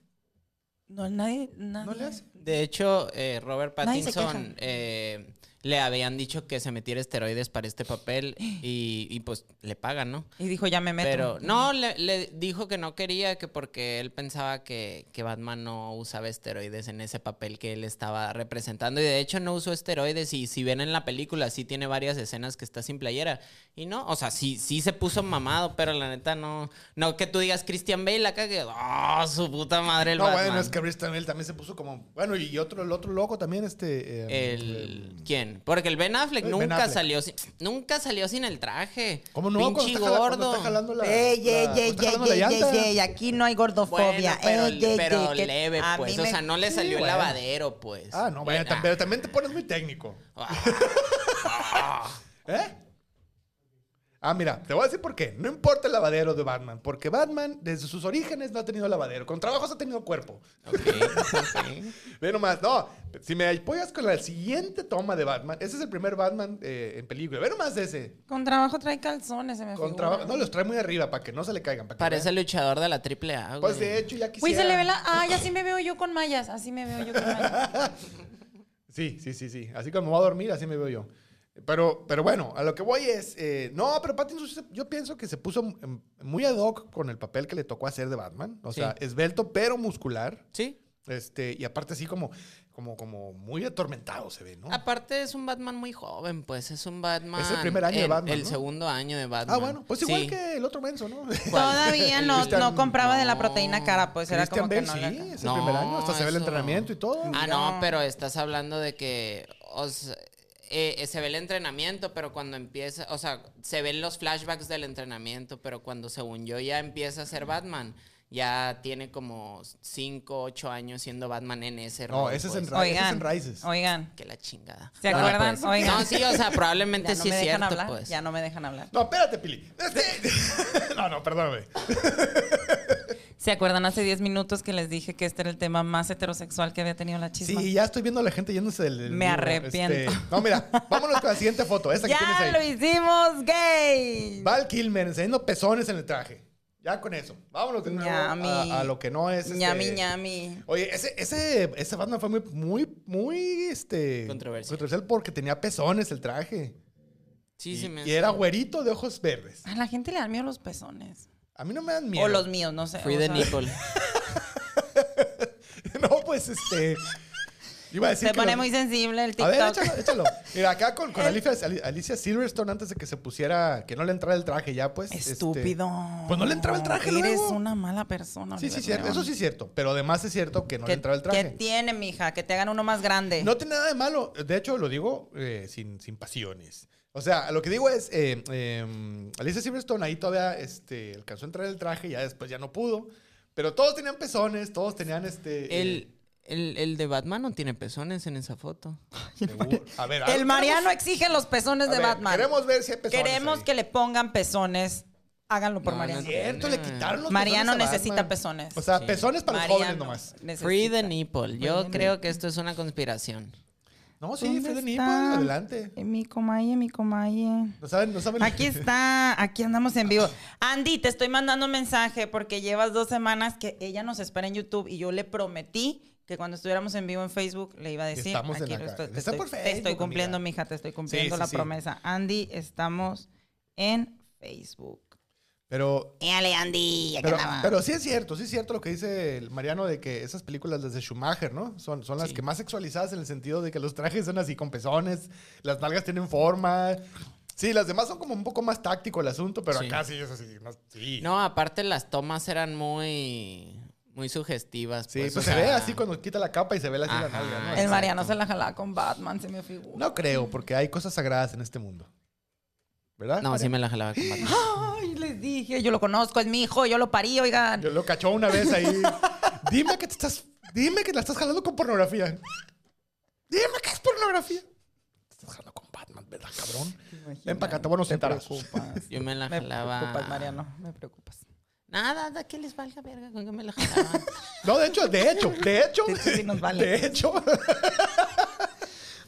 [SPEAKER 3] no, nadie, nadie-
[SPEAKER 2] No le hace.
[SPEAKER 5] De hecho, eh, Robert
[SPEAKER 3] Nadie se
[SPEAKER 5] Pattinson
[SPEAKER 3] queja.
[SPEAKER 5] eh, le habían dicho que se metiera esteroides para este papel y, y, pues le pagan, ¿no?
[SPEAKER 3] Y dijo, ya me meto.
[SPEAKER 5] Pero no, le, le dijo que no quería, que porque él pensaba que, que Batman no usaba esteroides en ese papel que él estaba representando. Y de hecho no usó esteroides. Y si ven en la película, sí tiene varias escenas que está sin playera. Y no, o sea, sí, sí se puso mamado, pero la neta no. No que tú digas Christian Bale acá que. ¡Oh, su puta madre el
[SPEAKER 2] no,
[SPEAKER 5] Batman!
[SPEAKER 2] bueno, es que Bristol él también se puso como. Bueno, y otro, el otro loco también, este. eh,
[SPEAKER 5] El,
[SPEAKER 2] eh,
[SPEAKER 5] ¿Quién? Porque el Ben Affleck
[SPEAKER 2] Ben
[SPEAKER 5] nunca
[SPEAKER 2] Affleck.
[SPEAKER 5] salió sin, nunca salió sin el traje.
[SPEAKER 2] ¿Cómo no?
[SPEAKER 5] Pinche
[SPEAKER 2] Cuando está, jala- cuando
[SPEAKER 5] gordo.
[SPEAKER 2] está jalando la.
[SPEAKER 3] Ey, ey,
[SPEAKER 2] la- cuando
[SPEAKER 3] ey,
[SPEAKER 2] está
[SPEAKER 3] ey,
[SPEAKER 2] jalando la
[SPEAKER 3] ey,
[SPEAKER 2] llanta.
[SPEAKER 3] ey, ey, aquí no hay gordofobia.
[SPEAKER 5] Bueno, pero,
[SPEAKER 3] Ey, ey,
[SPEAKER 5] pero
[SPEAKER 3] ey, que
[SPEAKER 5] leve,
[SPEAKER 3] a
[SPEAKER 5] pues.
[SPEAKER 3] mí
[SPEAKER 5] O
[SPEAKER 3] me-
[SPEAKER 5] sea, no le salió el
[SPEAKER 2] bueno.
[SPEAKER 5] lavadero, pues.
[SPEAKER 2] Ah, no, bueno, tam- pero también te pones muy técnico. ¿Eh? Ah, mira, te voy a decir por qué. No importa el lavadero de Batman, porque Batman desde sus orígenes no ha tenido lavadero. Con trabajos ha tenido cuerpo. Ve nomás, no. Si me apoyas con la siguiente toma de Batman, ese es el primer Batman eh, en película. Ve nomás ese.
[SPEAKER 3] Con trabajo trae calzones, se me
[SPEAKER 2] Con
[SPEAKER 3] figura.
[SPEAKER 2] trabajo. No, los trae muy arriba para que no se le caigan. para que
[SPEAKER 5] (laughs) Parece
[SPEAKER 2] vean.
[SPEAKER 5] luchador de la triple A,
[SPEAKER 2] Pues de hecho, ya quisiera.
[SPEAKER 3] Uy, se le ve la... Ay, así me veo yo con mallas. Así me veo yo con (laughs) mallas.
[SPEAKER 2] Sí, sí, sí, sí. Así como voy a dormir, así me veo yo. Pero, pero bueno, a lo que voy es. eh, no, pero Pattinson, se- yo pienso que se puso mm, muy ad hoc con el papel que le tocó hacer de Batman. O sea,
[SPEAKER 5] Sí.
[SPEAKER 2] esbelto, pero muscular.
[SPEAKER 5] Sí.
[SPEAKER 2] Este, y aparte, así como, como, como muy atormentado se ve, ¿no?
[SPEAKER 5] Aparte es un Batman muy joven, pues es un Batman.
[SPEAKER 2] Es el primer año de
[SPEAKER 5] el-
[SPEAKER 2] Batman,
[SPEAKER 5] El
[SPEAKER 2] ¿no?
[SPEAKER 5] segundo año de Batman.
[SPEAKER 2] ah, bueno, pues igual
[SPEAKER 5] Sí.
[SPEAKER 2] que el otro menso, ¿no?
[SPEAKER 5] ¿Cuál?
[SPEAKER 3] (laughs) Todavía
[SPEAKER 5] El
[SPEAKER 3] no,
[SPEAKER 5] Christian-
[SPEAKER 3] no compraba de la proteína
[SPEAKER 5] No.
[SPEAKER 3] cara, pues era como
[SPEAKER 2] Christian
[SPEAKER 3] que
[SPEAKER 2] Bale,
[SPEAKER 3] no.
[SPEAKER 2] sí,
[SPEAKER 3] le-
[SPEAKER 2] es el primer
[SPEAKER 5] No,
[SPEAKER 2] año, hasta se ve el
[SPEAKER 5] eso-
[SPEAKER 2] entrenamiento y todo.
[SPEAKER 5] Ah, no,
[SPEAKER 3] Mira.
[SPEAKER 5] pero estás hablando de que o sea, eh, eh, se ve el entrenamiento, pero cuando empieza, o sea, se ven los flashbacks del entrenamiento, pero cuando según yo ya empieza a ser Batman, ya tiene como 5, 8 años siendo Batman en ese
[SPEAKER 2] No,
[SPEAKER 5] rol,
[SPEAKER 2] ese es
[SPEAKER 5] pues.
[SPEAKER 2] en Ra-
[SPEAKER 3] Oigan,
[SPEAKER 2] Ese es en Rises.
[SPEAKER 3] oigan.
[SPEAKER 5] Que la chingada.
[SPEAKER 3] ¿Se
[SPEAKER 5] Bueno,
[SPEAKER 3] acuerdan?
[SPEAKER 5] pues.
[SPEAKER 3] Oigan.
[SPEAKER 5] No, sí, o sea,
[SPEAKER 3] (laughs)
[SPEAKER 5] probablemente
[SPEAKER 3] Ya no
[SPEAKER 5] sí
[SPEAKER 3] me
[SPEAKER 5] es
[SPEAKER 3] dejan
[SPEAKER 5] cierto,
[SPEAKER 3] hablar.
[SPEAKER 5] pues.
[SPEAKER 3] Ya no me dejan hablar.
[SPEAKER 2] No, espérate, Pili. Es que- (laughs) no, no, perdóname.
[SPEAKER 3] ¿Se acuerdan hace 10 minutos que les dije que este era el tema más heterosexual que había tenido la chisma?
[SPEAKER 2] Sí, ya estoy viendo a la gente yéndose del. del
[SPEAKER 3] Me
[SPEAKER 2] vivo,
[SPEAKER 3] arrepiento.
[SPEAKER 2] no, mira, vámonos con la siguiente foto, esa que
[SPEAKER 3] (laughs) ¡Ya
[SPEAKER 2] tienes
[SPEAKER 3] lo
[SPEAKER 2] ahí.
[SPEAKER 3] hicimos gay!
[SPEAKER 2] Val Kilmer enseñando pezones en el traje. Ya con eso. Vámonos de nuevo
[SPEAKER 3] Ñami.
[SPEAKER 2] a, a lo que no es. este-
[SPEAKER 3] ñami, ñami.
[SPEAKER 2] Oye, ese, ese, ese Batman fue muy, muy, muy este,
[SPEAKER 5] Controversial.
[SPEAKER 2] porque tenía pezones el traje.
[SPEAKER 5] Sí, sí
[SPEAKER 2] y,
[SPEAKER 5] me
[SPEAKER 2] y era güerito de ojos verdes.
[SPEAKER 3] A la gente le dan miedo los pezones.
[SPEAKER 2] A mí no me dan miedo. (laughs)
[SPEAKER 3] O los míos, no sé.
[SPEAKER 5] Fui
[SPEAKER 3] o
[SPEAKER 5] de
[SPEAKER 3] sea,
[SPEAKER 5] Nicole.
[SPEAKER 2] No, pues este. Iba a decir
[SPEAKER 3] Se
[SPEAKER 2] que
[SPEAKER 3] pone
[SPEAKER 2] los-
[SPEAKER 3] muy sensible el
[SPEAKER 2] A ver,
[SPEAKER 3] TikTok.
[SPEAKER 2] échalo, échalo. Mira, acá
[SPEAKER 3] (laughs)
[SPEAKER 2] con, con Alicia, Ali- Alicia Silverstone antes de que se pusiera, que no le entrara el traje ya, pues. este-
[SPEAKER 3] Estúpido.
[SPEAKER 2] pues no le entraba el traje
[SPEAKER 3] Eres
[SPEAKER 2] luego.
[SPEAKER 3] una mala persona.
[SPEAKER 2] Sí, sí,
[SPEAKER 3] Oliver
[SPEAKER 2] cierto.
[SPEAKER 3] León.
[SPEAKER 2] Eso sí es cierto. Pero además es cierto que no le
[SPEAKER 3] ¿Qué-
[SPEAKER 2] entraba el
[SPEAKER 3] ¿Qué
[SPEAKER 2] traje.
[SPEAKER 3] tiene, mija? Que te hagan uno más grande.
[SPEAKER 2] No tiene nada de malo. De hecho, lo digo eh, sin, sin pasiones. O sea, lo que digo es, eh, eh, Alicia Silverstone ahí todavía este, alcanzó a entrar el traje, ya después ya no pudo. Pero todos tenían pezones, todos tenían este... eh,
[SPEAKER 5] El, el, el de Batman no tiene pezones en esa foto.
[SPEAKER 2] seguro. A ver,
[SPEAKER 3] el Mariano exige los pezones
[SPEAKER 2] a
[SPEAKER 3] de
[SPEAKER 2] ver,
[SPEAKER 3] Batman. Queremos,
[SPEAKER 2] Queremos ver si hay pezones ahí.
[SPEAKER 3] que le pongan pezones. Háganlo por
[SPEAKER 5] No,
[SPEAKER 3] Mariano.
[SPEAKER 5] no
[SPEAKER 2] Cierto, le quitaron los
[SPEAKER 3] Mariano
[SPEAKER 2] pezones a
[SPEAKER 3] necesita
[SPEAKER 2] Batman.
[SPEAKER 3] pezones.
[SPEAKER 2] O sea,
[SPEAKER 5] Sí.
[SPEAKER 2] pezones para los jóvenes
[SPEAKER 3] Mariano
[SPEAKER 2] nomás.
[SPEAKER 3] necesita.
[SPEAKER 5] Free the nipple. Yo
[SPEAKER 3] Bueno.
[SPEAKER 5] creo que esto es una conspiración.
[SPEAKER 2] No, sí,
[SPEAKER 3] ¿Dónde
[SPEAKER 2] Fede Nipo,
[SPEAKER 3] está?
[SPEAKER 2] adelante.
[SPEAKER 3] Eh, Mi comaye,
[SPEAKER 2] (laughs)
[SPEAKER 3] mi comaye.
[SPEAKER 2] No saben, no saben.
[SPEAKER 3] Aquí está, aquí andamos en vivo. Andy, te estoy mandando un mensaje porque llevas dos semanas que ella nos espera en YouTube y yo le prometí que cuando estuviéramos en vivo en Facebook le iba a decir.
[SPEAKER 2] Estamos en
[SPEAKER 3] aquí
[SPEAKER 2] la
[SPEAKER 3] lo
[SPEAKER 2] ca-
[SPEAKER 3] estoy- te,
[SPEAKER 2] está
[SPEAKER 3] estoy,
[SPEAKER 2] por
[SPEAKER 3] te
[SPEAKER 2] Facebook,
[SPEAKER 3] estoy cumpliendo,
[SPEAKER 2] amiga.
[SPEAKER 3] mija, te estoy cumpliendo
[SPEAKER 2] sí,
[SPEAKER 3] la
[SPEAKER 2] sí.
[SPEAKER 3] promesa. Andy, estamos en Facebook.
[SPEAKER 2] (laughs) Pero,
[SPEAKER 3] Éale, Andy, acá
[SPEAKER 2] pero,
[SPEAKER 3] andamos.
[SPEAKER 2] pero sí es cierto, sí es cierto lo que dice el Mariano de que esas películas, las de Schumacher, ¿no? Son, son las que más sexualizadas en el sentido de que los trajes son así con pezones, las nalgas tienen forma. Sí, las demás son como un poco más táctico el asunto, pero
[SPEAKER 5] Sí.
[SPEAKER 2] acá sí es así. No, sí.
[SPEAKER 5] No, aparte las tomas eran muy, muy sugestivas.
[SPEAKER 2] sí, pues,
[SPEAKER 5] o
[SPEAKER 2] se ve
[SPEAKER 5] sea,
[SPEAKER 2] así cuando quita la capa y se ve así la
[SPEAKER 5] Ajá.
[SPEAKER 2] nalga, ¿no?
[SPEAKER 3] El
[SPEAKER 5] Exacto.
[SPEAKER 3] Mariano se la jalaba con Batman, se me figura.
[SPEAKER 2] No creo, porque hay cosas sagradas en este mundo. ¿Verdad?
[SPEAKER 5] No, sí
[SPEAKER 2] Mariano?
[SPEAKER 5] me la jalaba
[SPEAKER 2] (gasps)
[SPEAKER 5] con Batman.
[SPEAKER 3] Ay, les dije, yo lo conozco, es mi hijo, yo lo parí, oigan.
[SPEAKER 2] Yo lo cachó una vez ahí. Dime que te estás. Dime que la estás jalando con pornografía. Dime que es pornografía. Te estás jalando con Batman, ¿verdad, cabrón? Ven para acá, te voy a unos
[SPEAKER 1] Te
[SPEAKER 2] centavos.
[SPEAKER 5] (laughs)
[SPEAKER 1] preocupas.
[SPEAKER 5] Yo me la
[SPEAKER 1] Me
[SPEAKER 5] jalaba.
[SPEAKER 1] preocupas, Mariano. Me preocupas.
[SPEAKER 5] Nada, da que les valga verga con que me la jalaba.
[SPEAKER 2] No, de hecho, de hecho, de hecho.
[SPEAKER 1] De hecho, sí nos vale.
[SPEAKER 2] De hecho.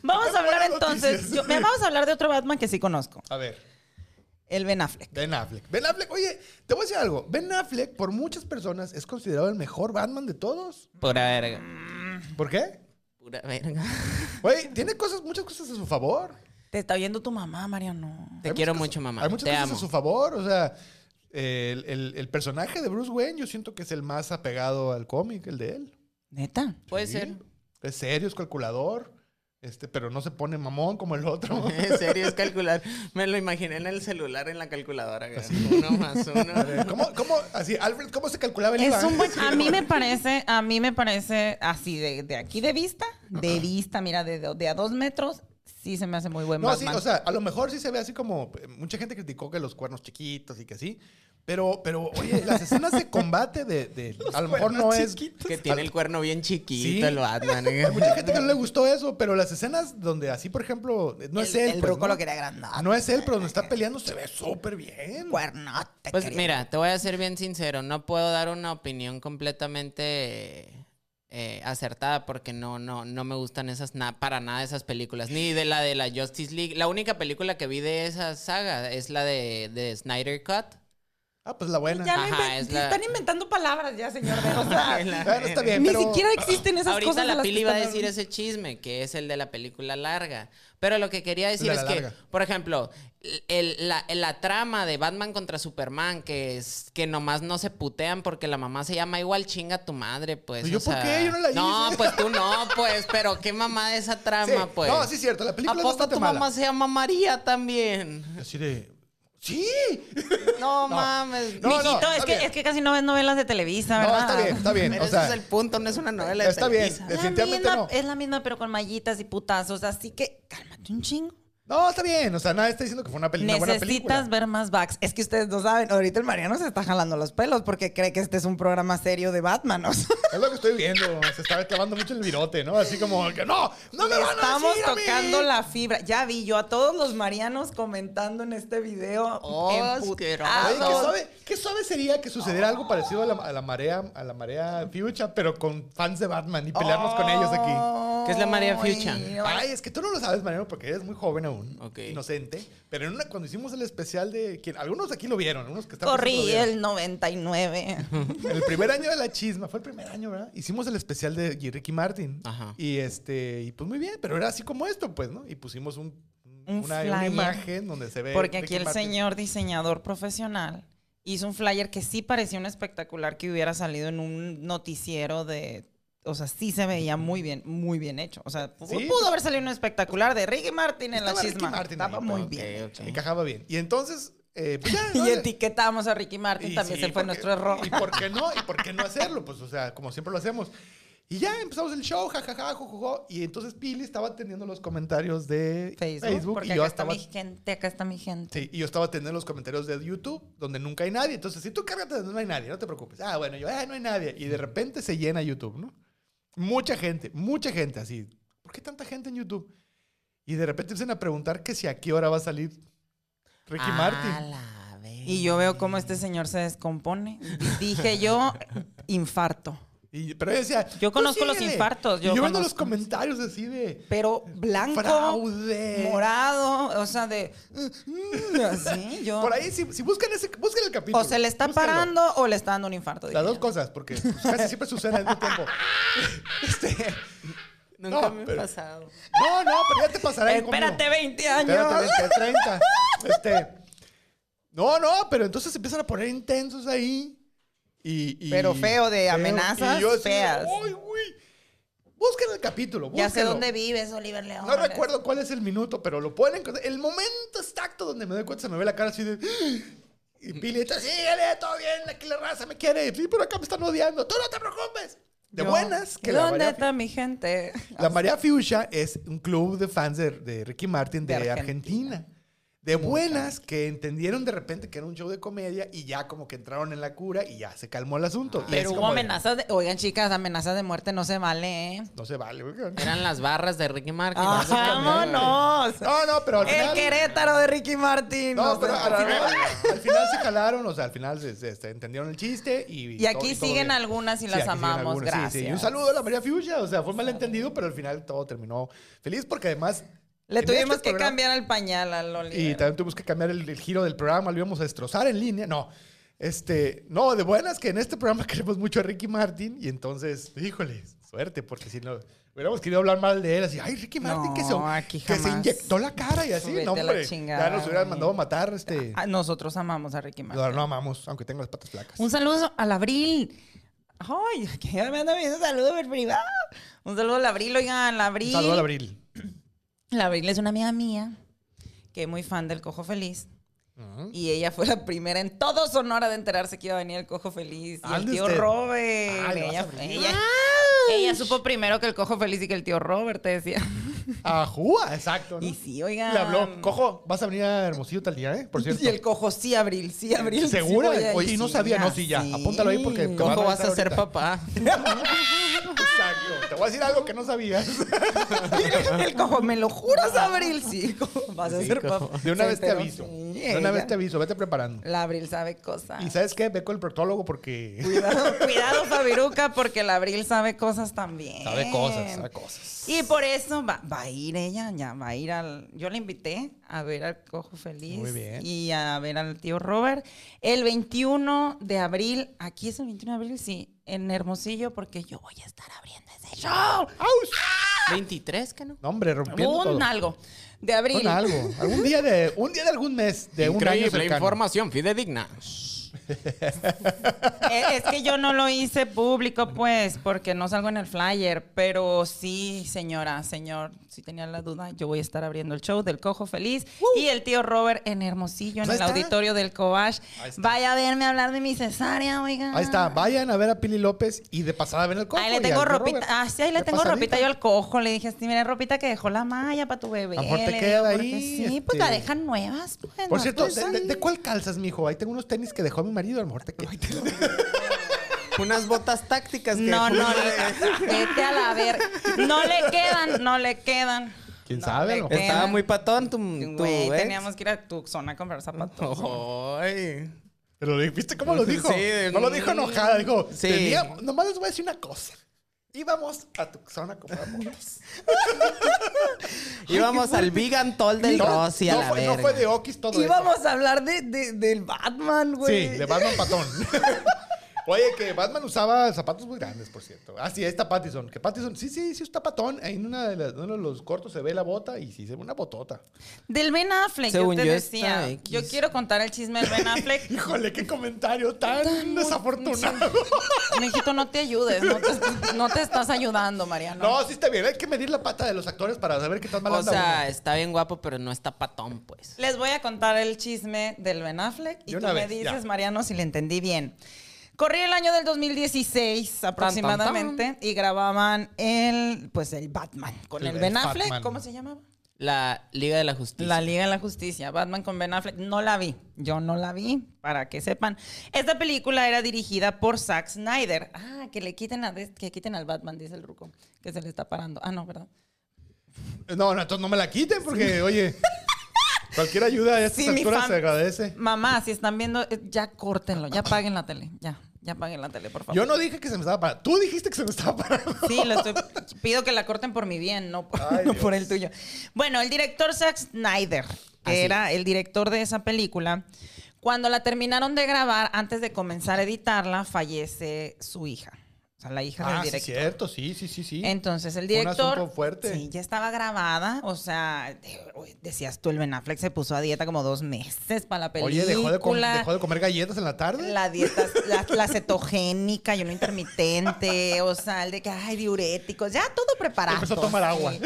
[SPEAKER 3] Vamos a hablar
[SPEAKER 2] Buenas
[SPEAKER 3] entonces,
[SPEAKER 2] noticias.
[SPEAKER 3] yo- mira, vamos a hablar de otro Batman que sí conozco,
[SPEAKER 2] A ver,
[SPEAKER 3] el Ben Affleck.
[SPEAKER 2] Ben Affleck. Ben Affleck, oye, te voy a decir algo. Ben Affleck, por muchas personas, es considerado el mejor Batman de todos.
[SPEAKER 5] (laughs) Pura verga.
[SPEAKER 2] ¿Por qué? (laughs)
[SPEAKER 5] Pura verga.
[SPEAKER 2] Oye, tiene cosas, muchas cosas a su favor.
[SPEAKER 3] Te está oyendo tu mamá, Mariano.
[SPEAKER 5] Te
[SPEAKER 2] Hay
[SPEAKER 5] quiero
[SPEAKER 2] muchas
[SPEAKER 5] mucho,
[SPEAKER 2] cosas-
[SPEAKER 5] mamá.
[SPEAKER 2] Hay muchas
[SPEAKER 5] Te
[SPEAKER 2] cosas
[SPEAKER 5] amo.
[SPEAKER 2] a su favor, o sea, el, el- el personaje de Bruce Wayne yo siento que es el más apegado al cómic, el de él.
[SPEAKER 3] Neta.
[SPEAKER 5] Puede
[SPEAKER 2] Sí.
[SPEAKER 5] ser.
[SPEAKER 2] Es serio, es calculador, este, pero no se pone mamón como el otro.
[SPEAKER 5] (laughs)
[SPEAKER 2] (laughs)
[SPEAKER 5] En serio, es calcular. Me lo imaginé en el celular, en la calculadora. güey. Uno
[SPEAKER 2] (laughs)
[SPEAKER 5] más uno.
[SPEAKER 2] ¿Cómo, cómo, así, Alfred, cómo se calculaba el IVA?
[SPEAKER 3] Es un buen, a mí me parece, a mí me parece así de, de aquí de vista, de vista, mira, de, do- de a dos metros, sí se me hace muy buen
[SPEAKER 2] No, sí,
[SPEAKER 3] Batman.
[SPEAKER 2] o sea, a lo mejor sí se ve así como eh, mucha gente criticó que los cuernos chiquitos y que así, pero, pero oye, las escenas de combate de,
[SPEAKER 3] (laughs)
[SPEAKER 2] de- a lo mejor no es
[SPEAKER 5] Que tiene el cuerno bien chiquito
[SPEAKER 2] Sí.
[SPEAKER 5] el Batman. güey.
[SPEAKER 2] Hay mucha gente que no le gustó eso, pero las escenas donde así, por ejemplo, no es
[SPEAKER 3] El-
[SPEAKER 2] él.
[SPEAKER 3] el
[SPEAKER 2] pues,
[SPEAKER 3] bruco
[SPEAKER 2] ¿no?
[SPEAKER 3] lo quería agrandar.
[SPEAKER 2] No es él, pero donde está peleando se ve súper bien.
[SPEAKER 3] Cuernote,
[SPEAKER 5] Pues
[SPEAKER 3] querido.
[SPEAKER 5] mira, te voy a ser bien sincero, no puedo dar una opinión completamente eh, acertada porque no, no, no me gustan esas na- para nada esas películas, ni de la de la Justice League. La única película que vi de esa saga es la de, de Snyder Cut.
[SPEAKER 2] Ah, pues la buena. Ah,
[SPEAKER 3] Ya me
[SPEAKER 5] Ajá,
[SPEAKER 3] inven-
[SPEAKER 5] es la-
[SPEAKER 3] están inventando palabras ya, señor.
[SPEAKER 5] (laughs)
[SPEAKER 3] de- o sea,
[SPEAKER 2] Bueno, está bien,
[SPEAKER 3] ni
[SPEAKER 2] Eh, pero-
[SPEAKER 3] siquiera existen esas
[SPEAKER 5] Ahorita
[SPEAKER 3] cosas. de
[SPEAKER 5] la
[SPEAKER 3] las que
[SPEAKER 5] Pili va a
[SPEAKER 3] están
[SPEAKER 5] decir
[SPEAKER 3] hablando.
[SPEAKER 5] ese chisme, que es el de la película larga. Pero lo que quería decir
[SPEAKER 2] La
[SPEAKER 5] es
[SPEAKER 2] la
[SPEAKER 5] que,
[SPEAKER 2] larga.
[SPEAKER 5] por ejemplo, el- la, la trama de Batman contra Superman, que es que nomás no se putean porque la mamá se llama igual chinga tu madre, pues.
[SPEAKER 2] ¿Y yo
[SPEAKER 5] o sea,
[SPEAKER 2] por qué? Yo no la hice.
[SPEAKER 5] pues tú no, pues, pero qué mamá de esa
[SPEAKER 2] Sí.
[SPEAKER 5] trama, pues.
[SPEAKER 2] No, sí es cierto, la
[SPEAKER 5] ¿A
[SPEAKER 2] película es
[SPEAKER 5] poco
[SPEAKER 2] bastante
[SPEAKER 5] tu
[SPEAKER 2] mala.
[SPEAKER 5] mamá se llama María también?
[SPEAKER 2] Así de... ¡Sí!
[SPEAKER 5] No,
[SPEAKER 2] (laughs)
[SPEAKER 5] mames.
[SPEAKER 2] No, no,
[SPEAKER 3] Mijito, es,
[SPEAKER 2] está
[SPEAKER 3] que,
[SPEAKER 2] bien.
[SPEAKER 3] es que casi no ves novelas de Televisa, ¿verdad?
[SPEAKER 2] No, está bien, está bien.
[SPEAKER 5] Pero
[SPEAKER 2] O sea,
[SPEAKER 5] ese es el punto, no es una novela. de
[SPEAKER 2] está bien.
[SPEAKER 5] Televisa.
[SPEAKER 3] La
[SPEAKER 2] Definitivamente
[SPEAKER 3] misma-
[SPEAKER 2] no.
[SPEAKER 3] Es la misma, pero con mallitas y putazos. Así que cálmate un chingo.
[SPEAKER 2] No, está bien. O sea, nadie está diciendo que fue una, peli- una buena película.
[SPEAKER 3] Necesitas ver más backs. Es que ustedes no saben, ahorita el Mariano se está jalando los pelos porque cree que este es un programa serio de Batman. o sea.
[SPEAKER 2] Es lo que estoy viendo. Se está clavando mucho el virote, ¿no? Así como que no, (laughs) no me
[SPEAKER 3] Le
[SPEAKER 2] van a
[SPEAKER 3] estamos
[SPEAKER 2] decir a mí".
[SPEAKER 3] tocando la fibra. Ya vi yo a todos los Marianos comentando en este video.
[SPEAKER 5] Oh, asqueroso.
[SPEAKER 2] Oye, ¿qué,
[SPEAKER 5] no.
[SPEAKER 2] suave, qué suave sería que sucediera algo parecido a la, a la marea, a la marea Future, pero con fans de Batman y pelearnos con ellos
[SPEAKER 3] Oh,
[SPEAKER 2] aquí.
[SPEAKER 5] ¿Qué es la María Fuchsia?
[SPEAKER 2] Ay, es que tú no lo sabes, Mariano, porque eres muy joven aún,
[SPEAKER 5] Ok.
[SPEAKER 2] inocente. Pero en una, cuando hicimos el especial de... quien- algunos aquí lo vieron, algunos que están...
[SPEAKER 3] Corrí
[SPEAKER 2] presentes (laughs)
[SPEAKER 3] el 99.
[SPEAKER 2] lo vieron. El primer año de La Chisma, fue el primer año, ¿verdad? Hicimos el especial de G- Ricky Martin.
[SPEAKER 5] Ajá.
[SPEAKER 2] Y este... Y pues muy bien, pero era así como esto, pues, ¿no? Y pusimos un...
[SPEAKER 3] Un
[SPEAKER 2] una, una
[SPEAKER 3] flyer.
[SPEAKER 2] imagen donde se ve...
[SPEAKER 3] Porque
[SPEAKER 2] Ricky
[SPEAKER 3] aquí el
[SPEAKER 2] Martin.
[SPEAKER 3] señor diseñador profesional hizo un flyer que sí parecía un espectacular que hubiera salido en un noticiero de o sea, sí se veía muy bien, muy bien hecho. O sea, pu-
[SPEAKER 2] Sí. pues,
[SPEAKER 3] pudo haber salido un espectacular de Ricky Martin en
[SPEAKER 2] Estaba
[SPEAKER 3] la
[SPEAKER 2] Ricky
[SPEAKER 3] chisma.
[SPEAKER 2] Martin
[SPEAKER 3] Estaba
[SPEAKER 2] ahí,
[SPEAKER 3] muy
[SPEAKER 2] pero-
[SPEAKER 3] bien.
[SPEAKER 5] Ok, ok.
[SPEAKER 2] Encajaba bien. Y entonces, eh,
[SPEAKER 3] (laughs)
[SPEAKER 2] pues ya, ¿no?
[SPEAKER 3] Y etiquetamos a Ricky Martin,
[SPEAKER 2] Y
[SPEAKER 3] también
[SPEAKER 2] sí,
[SPEAKER 3] se fue
[SPEAKER 2] porque-
[SPEAKER 3] nuestro error.
[SPEAKER 2] ¿Y por qué no? ¿Y por qué no hacerlo? Pues, o sea, como siempre lo hacemos. Y ya empezamos el show, jajaja, jojojo. Y entonces Pili estaba atendiendo los comentarios de
[SPEAKER 3] (laughs) Facebook,
[SPEAKER 2] Facebook,
[SPEAKER 3] porque
[SPEAKER 2] y yo
[SPEAKER 3] acá está
[SPEAKER 2] estaba.
[SPEAKER 3] mi gente, acá está mi gente.
[SPEAKER 2] Sí, y yo estaba atendiendo los comentarios de YouTube, donde nunca hay nadie. Entonces, si tú cárgate donde no hay nadie, no te preocupes. Ah, bueno, yo, ah, no hay nadie. Y de repente se llena YouTube, ¿no? Mucha gente, mucha gente así. ¿Por qué tanta gente en YouTube? Y de repente empiezan a preguntar que si a qué hora va a salir Ricky
[SPEAKER 3] Ah.
[SPEAKER 5] A
[SPEAKER 2] Martin.
[SPEAKER 5] la verga.
[SPEAKER 3] Y yo veo cómo este señor se descompone. Dije yo, infarto.
[SPEAKER 2] Y- pero ella decía,
[SPEAKER 3] Yo
[SPEAKER 2] "Tú
[SPEAKER 3] conozco los
[SPEAKER 2] síguele".
[SPEAKER 3] infartos,
[SPEAKER 2] Y
[SPEAKER 3] yo
[SPEAKER 2] Yo, viendo los
[SPEAKER 3] conozco.
[SPEAKER 2] comentarios así de
[SPEAKER 3] Pero blanco,
[SPEAKER 2] fraude.
[SPEAKER 3] morado, o sea, de... mm,
[SPEAKER 2] (laughs)
[SPEAKER 3] Así, yo...
[SPEAKER 2] Por ahí, si, si buscan, ese, busquen el capítulo.
[SPEAKER 3] O se le está
[SPEAKER 2] búsquenlo.
[SPEAKER 3] parando o le está dando un infarto.
[SPEAKER 2] Las
[SPEAKER 3] dije
[SPEAKER 2] dos
[SPEAKER 3] yo.
[SPEAKER 2] cosas, porque pues, casi siempre sucede al mismo tiempo.
[SPEAKER 3] (laughs)
[SPEAKER 2] Este,
[SPEAKER 5] Nunca
[SPEAKER 2] No,
[SPEAKER 5] me ha
[SPEAKER 2] pero-
[SPEAKER 5] pasado.
[SPEAKER 2] no, no, pero ya te pasará. conmigo.
[SPEAKER 3] Espérate 20 años.
[SPEAKER 2] Espérate, 30. Este. No, no, pero entonces se empiezan a poner intensos ahí. Y, y-
[SPEAKER 3] Pero feo de amenazas
[SPEAKER 2] y yo así de,
[SPEAKER 3] feas.
[SPEAKER 2] "Uy, uy". Busquen el capítulo.
[SPEAKER 3] Ya sé
[SPEAKER 2] búsquenlo.
[SPEAKER 3] dónde vives, Oliver León.
[SPEAKER 2] No recuerdo cuál es el minuto, pero lo pueden encontrar. El momento exacto donde me doy cuenta, se me ve la cara así de. "Ah", Y Pili está, síguele, todo bien, aquí la raza me quiere. Sí, pero acá me están odiando. Tú no te preocupes. De
[SPEAKER 3] Yo,
[SPEAKER 2] buenas, que la
[SPEAKER 3] ¿Dónde
[SPEAKER 2] María,
[SPEAKER 3] está
[SPEAKER 2] (laughs)
[SPEAKER 3] mi gente?
[SPEAKER 2] la María Fuchsia es un club de fans de, de Ricky Martin de,
[SPEAKER 3] De Argentina.
[SPEAKER 2] Argentina. De buenas que entendieron de repente que era un show de comedia y ya como que entraron en la cura y ya se calmó el asunto. Y es
[SPEAKER 3] Pero hubo
[SPEAKER 2] como de,
[SPEAKER 3] amenazas de... Oigan, chicas, amenazas de muerte no se vale, ¿eh?
[SPEAKER 2] No se vale. oigan.
[SPEAKER 5] Eran las barras de Ricky Martin.
[SPEAKER 3] Ah,
[SPEAKER 5] básicamente.
[SPEAKER 3] ¡Vámonos!
[SPEAKER 2] No, no, pero al
[SPEAKER 3] El
[SPEAKER 2] final...
[SPEAKER 3] Querétaro de Ricky Martin.
[SPEAKER 2] No,
[SPEAKER 3] nos
[SPEAKER 2] pero al
[SPEAKER 3] entró.
[SPEAKER 2] final, al final se jalaron, o sea, al final se, se- se entendieron el chiste y...
[SPEAKER 3] Y aquí
[SPEAKER 2] todo- todo
[SPEAKER 3] siguen
[SPEAKER 2] bien.
[SPEAKER 3] algunas y
[SPEAKER 2] Sí,
[SPEAKER 3] las
[SPEAKER 2] aquí siguen
[SPEAKER 3] amamos,
[SPEAKER 2] algunas,
[SPEAKER 3] gracias.
[SPEAKER 2] sí, sí. Y un saludo a la María Fuchsia, o sea, fue malentendido, pero al final todo terminó feliz porque además...
[SPEAKER 3] Le
[SPEAKER 2] en este
[SPEAKER 3] tuvimos que
[SPEAKER 2] programa-
[SPEAKER 3] cambiar el pañal al Oliver.
[SPEAKER 2] Y también tuvimos que cambiar el, el giro del programa, lo íbamos a destrozar en línea. No, este, no, de buenas que en este programa (laughs) queremos mucho a Ricky Martin y entonces, híjole, suerte, porque si no, hubiéramos querido hablar mal de él, así, ay, Ricky Martin que, se,
[SPEAKER 3] No, aquí
[SPEAKER 2] que se
[SPEAKER 3] jamás.
[SPEAKER 2] inyectó la cara y así,
[SPEAKER 3] Vete
[SPEAKER 2] no,
[SPEAKER 3] a la
[SPEAKER 2] hombre,
[SPEAKER 3] chingada,
[SPEAKER 2] ya nos hubieran
[SPEAKER 3] güey.
[SPEAKER 2] mandado matar, este,
[SPEAKER 3] Ah, Nosotros amamos a Ricky Martin.
[SPEAKER 2] lo no amamos, aunque tenga las patas flacas.
[SPEAKER 3] Pues, Un saludo al Abril. Ay, que ya me manda un saludo por privado. Un saludo al Abril, oigan, la Abril.
[SPEAKER 2] Un saludo al Abril.
[SPEAKER 3] La Abril es una amiga mía que es muy fan del Cojo Feliz.
[SPEAKER 2] Ujú.
[SPEAKER 3] Y ella fue la primera en todo Sonora de enterarse que iba a venir el Cojo Feliz. Y el
[SPEAKER 2] Ande
[SPEAKER 3] tío
[SPEAKER 2] usted.
[SPEAKER 3] Robert.
[SPEAKER 2] Ah, ¿le vas a
[SPEAKER 3] ella,
[SPEAKER 2] abrir?
[SPEAKER 3] ella- ella supo primero que el Cojo Feliz y que el tío Robert, te decía.
[SPEAKER 2] Ajúa, exacto. ¿no?
[SPEAKER 3] Y sí, oigan.
[SPEAKER 2] Le habló, cojo, vas a venir a Hermosillo tal día, ¿eh? Por cierto.
[SPEAKER 3] (laughs) Y el cojo, sí, Abril, sí, Abril.
[SPEAKER 2] ¿Segura?
[SPEAKER 3] voy a ir,
[SPEAKER 2] Oye, y no sabía, no, sí, ya. Apúntalo ahí porque te van a
[SPEAKER 3] Cojo, vas
[SPEAKER 2] avisar
[SPEAKER 3] a ser
[SPEAKER 2] ahorita.
[SPEAKER 3] papá.
[SPEAKER 2] Exacto. Te voy a decir algo que no sabías.
[SPEAKER 3] (laughs) el cojo, me lo juras, Abril, sí. cojo, vas a
[SPEAKER 5] (laughs) Sí,
[SPEAKER 3] ser
[SPEAKER 5] cojo.
[SPEAKER 3] papá.
[SPEAKER 2] De una
[SPEAKER 3] Se
[SPEAKER 2] vez te
[SPEAKER 3] enteró,
[SPEAKER 2] aviso.
[SPEAKER 3] sí,
[SPEAKER 2] De una
[SPEAKER 3] ella. Ah.
[SPEAKER 2] vez te aviso, vete preparando.
[SPEAKER 3] La Abril sabe cosas.
[SPEAKER 2] ¿Y sabes qué? Ve con el proctólogo porque
[SPEAKER 3] (laughs) Cuidado, cuidado, Fabiruca, porque la Abril sabe cosas también.
[SPEAKER 2] sabe cosas, sabe cosas.
[SPEAKER 3] Y por eso va, va a ir ella, ya va a ir al... Yo la invité a ver al Cojo Feliz
[SPEAKER 2] Muy bien.
[SPEAKER 3] y a ver al tío Robert. El 21 de abril, aquí es el 21 de abril, sí, en Hermosillo, porque yo voy a estar abriendo ese show.
[SPEAKER 5] ¿23 que no?
[SPEAKER 2] No, hombre, rompiendo
[SPEAKER 3] Un
[SPEAKER 2] todo.
[SPEAKER 3] algo de abril.
[SPEAKER 2] Con algo. Algún día de, un día de algún mes, de un año
[SPEAKER 5] Increíble
[SPEAKER 2] cercano.
[SPEAKER 5] información fidedigna.
[SPEAKER 3] Eh, Es que yo no lo hice público, pues, porque no salgo en el flyer. Pero sí, señora, señor, si tenía la duda, yo voy a estar abriendo el show del Cojo Feliz y el tío Robert en Hermosillo, en
[SPEAKER 2] Ahí
[SPEAKER 3] el
[SPEAKER 2] está.
[SPEAKER 3] auditorio del Cobach.
[SPEAKER 2] Ahí está.
[SPEAKER 3] Vaya a verme hablar de mi cesárea, oiga.
[SPEAKER 2] Ahí está, vayan a ver a Pili López y de pasada ven al cojo.
[SPEAKER 3] Ah. Ahí le
[SPEAKER 2] y
[SPEAKER 3] tengo
[SPEAKER 2] al tío
[SPEAKER 3] ropita.
[SPEAKER 2] Robert.
[SPEAKER 3] Ah, sí, ahí le
[SPEAKER 2] De
[SPEAKER 3] tengo
[SPEAKER 2] pasadita.
[SPEAKER 3] ropita yo al cojo. Le dije, sí, mira, ropita que dejó la malla para tu bebé.
[SPEAKER 2] A lo mejor te
[SPEAKER 3] Le
[SPEAKER 2] queda
[SPEAKER 3] porque
[SPEAKER 2] ahí,
[SPEAKER 3] Sí, pues la
[SPEAKER 2] este.
[SPEAKER 3] dejan nuevas. Pues,
[SPEAKER 2] Por
[SPEAKER 3] no,
[SPEAKER 2] cierto,
[SPEAKER 3] pues,
[SPEAKER 2] ¿de, de- de cuál calzas, mijo? Ahí tengo unos tenis que dejó mi marido, a lo mejor te quedan.
[SPEAKER 5] Unas botas tácticas que
[SPEAKER 3] No, no,
[SPEAKER 5] justo-
[SPEAKER 3] le- vete a la ver. No le quedan, no le quedan.
[SPEAKER 2] (laughs) ¿Quién
[SPEAKER 3] No
[SPEAKER 2] sabe?
[SPEAKER 3] le
[SPEAKER 2] a lo mejor.
[SPEAKER 5] Estaba
[SPEAKER 3] quedan.
[SPEAKER 5] muy patón tu, tu
[SPEAKER 3] Güey,
[SPEAKER 5] ex.
[SPEAKER 3] teníamos que ir a tu zona a comprar zapatos.
[SPEAKER 5] Ay.
[SPEAKER 2] Pero di- ¿viste cómo lo dijo?
[SPEAKER 5] Sí, de-
[SPEAKER 2] no lo dijo enojada, dijo,
[SPEAKER 5] Sí.
[SPEAKER 2] teníamos- nomás les voy a decir una cosa. Íbamos a tu zona a comprar motos.
[SPEAKER 5] Íbamos al vegan toll del Rossi a
[SPEAKER 2] no
[SPEAKER 5] la
[SPEAKER 2] fue,
[SPEAKER 5] verga.
[SPEAKER 2] no fue de Oquis todo
[SPEAKER 3] Íbamos a hablar de, de- del Batman,
[SPEAKER 2] eso. Sí,
[SPEAKER 3] güey.
[SPEAKER 2] de Batman Patón. (laughs) Oye, que Batman usaba zapatos muy grandes, por cierto. Ah, sí, ahí está Pattison. Que Pattison, sí, sí, sí, está patón. Ahí en una de las- uno de los cortos se ve la bota y sí se ve una botota.
[SPEAKER 3] Del Ben Affleck,
[SPEAKER 1] Según
[SPEAKER 3] yo te
[SPEAKER 1] yo está
[SPEAKER 3] decía.
[SPEAKER 1] X.
[SPEAKER 3] Yo quiero contar el chisme del
[SPEAKER 1] (laughs)
[SPEAKER 3] Ben Affleck.
[SPEAKER 2] Híjole, qué comentario tan, desafortunado.
[SPEAKER 3] Mijito, no te ayudes. No te, no te estás ayudando, Mariano.
[SPEAKER 2] No, sí está bien. Hay que medir la pata de los actores para saber qué tan mal
[SPEAKER 5] O
[SPEAKER 2] anda
[SPEAKER 5] sea,
[SPEAKER 2] uno.
[SPEAKER 5] está bien guapo, pero no está patón, pues.
[SPEAKER 3] Les voy a contar el chisme del Ben Affleck y
[SPEAKER 2] De
[SPEAKER 3] tú
[SPEAKER 2] una
[SPEAKER 3] me
[SPEAKER 2] vez, ya.
[SPEAKER 3] dices, Mariano, si le entendí bien. Corría el año del 2016 aproximadamente y grababan el, pues el Batman con
[SPEAKER 2] El-
[SPEAKER 3] el, Ben
[SPEAKER 2] el
[SPEAKER 3] Affleck.
[SPEAKER 2] Batman.
[SPEAKER 3] ¿Cómo se llamaba?
[SPEAKER 5] La Liga de la Justicia.
[SPEAKER 3] La Liga de la Justicia, Batman con Ben Affleck. No la vi, yo no la vi, para que sepan. Esta película era dirigida por Zack Snyder. Ah, que le quiten, a, des- que quiten al Batman, dice el ruco, que se le está parando. Ah, no, ¿verdad?
[SPEAKER 2] No, no, entonces no me la quiten porque, oye, cualquier ayuda a estas
[SPEAKER 3] Sí, mi
[SPEAKER 2] alturas
[SPEAKER 3] fan-
[SPEAKER 2] se agradece.
[SPEAKER 3] Mamá, si están viendo, eh, ya córtenlo, ya apaguen la tele, ya, ya apaguen la tele, por favor.
[SPEAKER 2] Yo no dije que se me estaba parando. Tú dijiste que se me estaba parando.
[SPEAKER 3] Sí, lo estoy, pido que la corten por mi bien, no por,
[SPEAKER 2] Ay,
[SPEAKER 3] (laughs) no
[SPEAKER 2] Dios.
[SPEAKER 3] por el tuyo. Bueno, el director Zack Snyder, que
[SPEAKER 5] Así
[SPEAKER 3] era el director de esa película, cuando la terminaron de grabar, antes de comenzar a editarla, fallece su hija. O sea, la hija
[SPEAKER 2] Ah,
[SPEAKER 3] del
[SPEAKER 2] sí,
[SPEAKER 3] director.
[SPEAKER 2] cierto, sí, sí, sí, sí.
[SPEAKER 3] Entonces el
[SPEAKER 2] Fue un
[SPEAKER 3] director.
[SPEAKER 2] asunto fuerte.
[SPEAKER 3] Sí, ya estaba grabada. O sea, de- uy, decías tú, el Ben Affleck se puso a dieta como dos meses para la película.
[SPEAKER 2] Oye, ¿dejó de, com- dejó de comer galletas en la tarde?
[SPEAKER 3] La dieta, la, la cetogénica, ayuno intermitente, o sea, el de que hay diuréticos, ya todo preparado.
[SPEAKER 2] Empezó a tomar agua.
[SPEAKER 3] Sí.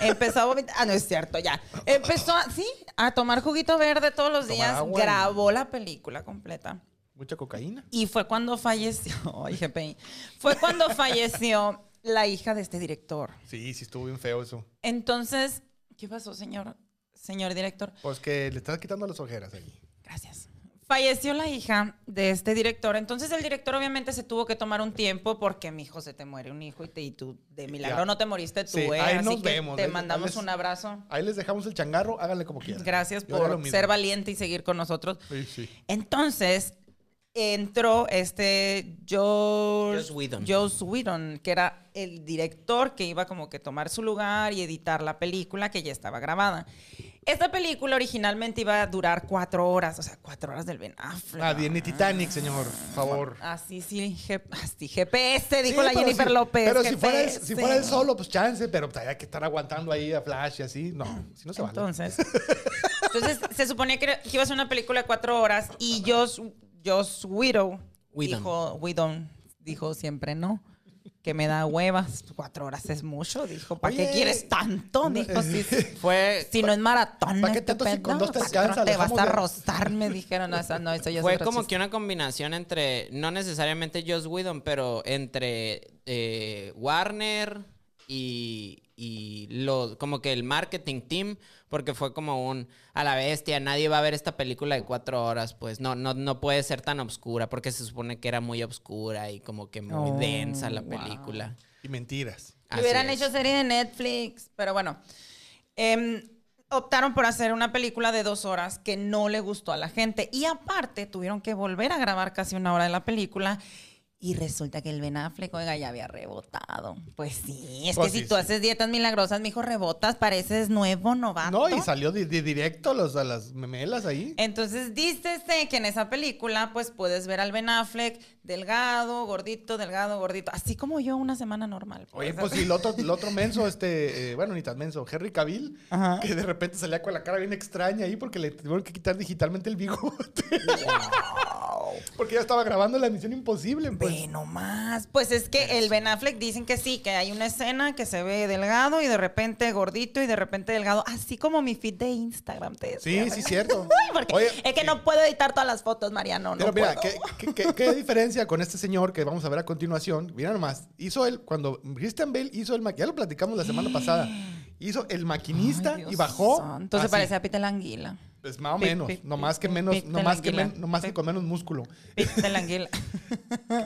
[SPEAKER 3] Empezó a vomitar, ah, no es cierto, ya. Empezó, a, sí, a tomar juguito verde todos los
[SPEAKER 2] Tomar
[SPEAKER 3] días,
[SPEAKER 2] agua.
[SPEAKER 3] grabó la película completa.
[SPEAKER 2] Mucha cocaína.
[SPEAKER 3] Y fue cuando falleció, (laughs) ay, GPI, fue cuando falleció la hija de este director.
[SPEAKER 2] Sí, sí, estuvo bien feo eso.
[SPEAKER 3] Entonces, ¿qué pasó, señor, señor director?
[SPEAKER 2] Pues que le estás quitando las ojeras ahí.
[SPEAKER 3] Gracias. Falleció la hija de este director. Entonces el director obviamente se tuvo que tomar un tiempo porque mi hijo se te muere un hijo y, te- y tú de milagro
[SPEAKER 2] Ya.
[SPEAKER 3] no te moriste tú,
[SPEAKER 2] Sí,
[SPEAKER 3] ¿eh?
[SPEAKER 2] ahí
[SPEAKER 3] Así
[SPEAKER 2] nos
[SPEAKER 3] que
[SPEAKER 2] vemos.
[SPEAKER 3] te
[SPEAKER 2] Ahí-
[SPEAKER 3] mandamos
[SPEAKER 2] ahí les-
[SPEAKER 3] un abrazo.
[SPEAKER 2] Ahí les dejamos el changarro, háganle como quieran.
[SPEAKER 3] Gracias
[SPEAKER 2] Yo haría lo
[SPEAKER 3] por
[SPEAKER 2] mismo.
[SPEAKER 3] ser valiente y seguir con nosotros.
[SPEAKER 2] Sí, sí.
[SPEAKER 3] Entonces entró este George,
[SPEAKER 5] Joss Whedon.
[SPEAKER 3] Joss Whedon, que era el director que iba como que tomar su lugar y editar la película que ya estaba grabada. Esta película originalmente iba a durar cuatro horas, o sea, cuatro horas del Ben Affleck.
[SPEAKER 2] Ah, viene Titanic, señor, por favor.
[SPEAKER 3] Así sí, G- así, GPS, dijo
[SPEAKER 2] Sí,
[SPEAKER 3] la
[SPEAKER 2] pero
[SPEAKER 3] Jennifer
[SPEAKER 2] si-
[SPEAKER 3] López.
[SPEAKER 2] Pero si fuera, el-
[SPEAKER 3] GPS.
[SPEAKER 2] si fuera el solo, pues chance, pero pues, hay que estar aguantando ahí a Flash y así. No, si no se vale.
[SPEAKER 3] Entonces, entonces se suponía que, era- que iba a ser una película de cuatro horas y Joss, Joss Widow
[SPEAKER 5] Whedon.
[SPEAKER 3] dijo, Whedon dijo siempre no, que me da huevas, cuatro horas es mucho, dijo, ¿para qué
[SPEAKER 2] Oye,
[SPEAKER 3] quieres tanto? Dijo,
[SPEAKER 2] (laughs)
[SPEAKER 3] si,
[SPEAKER 5] Fue,
[SPEAKER 3] si no es maratón,
[SPEAKER 2] ¿pa' qué
[SPEAKER 3] este
[SPEAKER 2] tanto si
[SPEAKER 3] pedo,
[SPEAKER 2] con dos te
[SPEAKER 3] ¿pa' qué
[SPEAKER 2] alcanza?
[SPEAKER 3] te vas
[SPEAKER 2] Dejamos
[SPEAKER 3] a
[SPEAKER 2] de-
[SPEAKER 3] rozar, me dijeron, no, esa- no, eso ya es
[SPEAKER 5] fue
[SPEAKER 3] otro
[SPEAKER 5] como
[SPEAKER 3] chiste.
[SPEAKER 5] que una combinación entre, no necesariamente Joss Whedon, pero entre eh, Warner y, y lo, como que el marketing team, porque fue como un, a la bestia, nadie va a ver esta película de cuatro horas, pues no, no, no puede ser tan obscura, porque se supone que era muy obscura y como que muy
[SPEAKER 3] Oh,
[SPEAKER 5] densa la
[SPEAKER 3] wow.
[SPEAKER 5] película.
[SPEAKER 2] Y mentiras.
[SPEAKER 3] Que
[SPEAKER 5] Así
[SPEAKER 3] hubieran
[SPEAKER 5] es.
[SPEAKER 3] hecho serie de Netflix, pero bueno. Em, optaron por hacer una película de dos horas que no le gustó a la gente. Y aparte, tuvieron que volver a grabar casi una hora de la película. Y resulta que el Ben Affleck, oiga, ya había rebotado. Pues sí, es
[SPEAKER 2] Pues
[SPEAKER 3] que
[SPEAKER 2] sí,
[SPEAKER 3] si tú
[SPEAKER 2] sí.
[SPEAKER 3] haces dietas milagrosas, mijo, rebotas, pareces nuevo,
[SPEAKER 2] No,
[SPEAKER 3] novato.
[SPEAKER 2] y salió de, de directo a, los, a las memelas ahí.
[SPEAKER 3] Entonces, dícese que en esa película, pues puedes ver al Ben Affleck delgado, gordito, delgado, gordito. Así como yo, una semana normal.
[SPEAKER 2] Oye,
[SPEAKER 3] pues. (laughs)
[SPEAKER 2] pues y el otro, el otro menso, este, eh, bueno, ni tan menso, Henry Cavill,
[SPEAKER 3] Ajá.
[SPEAKER 2] que de repente salía con la cara bien extraña ahí porque le tuvieron que quitar digitalmente el bigote. (laughs) porque ya estaba grabando la misión imposible, pues.
[SPEAKER 3] Ve nomás. Pues es que el Ben Affleck dicen que sí, que hay una escena que se ve delgado y de repente gordito y de repente delgado, así como mi feed de Instagram. Te decía,
[SPEAKER 2] Sí, sí,
[SPEAKER 3] ¿verdad? (laughs)
[SPEAKER 2] cierto.
[SPEAKER 3] Porque
[SPEAKER 2] Oye,
[SPEAKER 3] es que no puedo editar todas las fotos, Mariano. No
[SPEAKER 2] Pero mira,
[SPEAKER 3] puedo.
[SPEAKER 2] ¿qué, qué- qué- qué diferencia con este señor que vamos a ver a continuación? Mira nomás, hizo él, cuando Christian Bale hizo el maquinista, ya lo platicamos la semana pasada, hizo el maquinista
[SPEAKER 3] Ay, Dios
[SPEAKER 2] y bajó.
[SPEAKER 3] santo. Entonces
[SPEAKER 2] así.
[SPEAKER 3] parece a Peter la Anguila.
[SPEAKER 2] Pues más o
[SPEAKER 3] Pip,
[SPEAKER 2] menos,
[SPEAKER 3] pip,
[SPEAKER 2] no más que
[SPEAKER 3] pip,
[SPEAKER 2] menos,
[SPEAKER 3] pip de
[SPEAKER 2] no
[SPEAKER 3] la
[SPEAKER 2] más que,
[SPEAKER 3] anguila.
[SPEAKER 2] men- no más que con menos músculo.
[SPEAKER 3] Peter
[SPEAKER 2] (laughs)
[SPEAKER 3] la Anguila.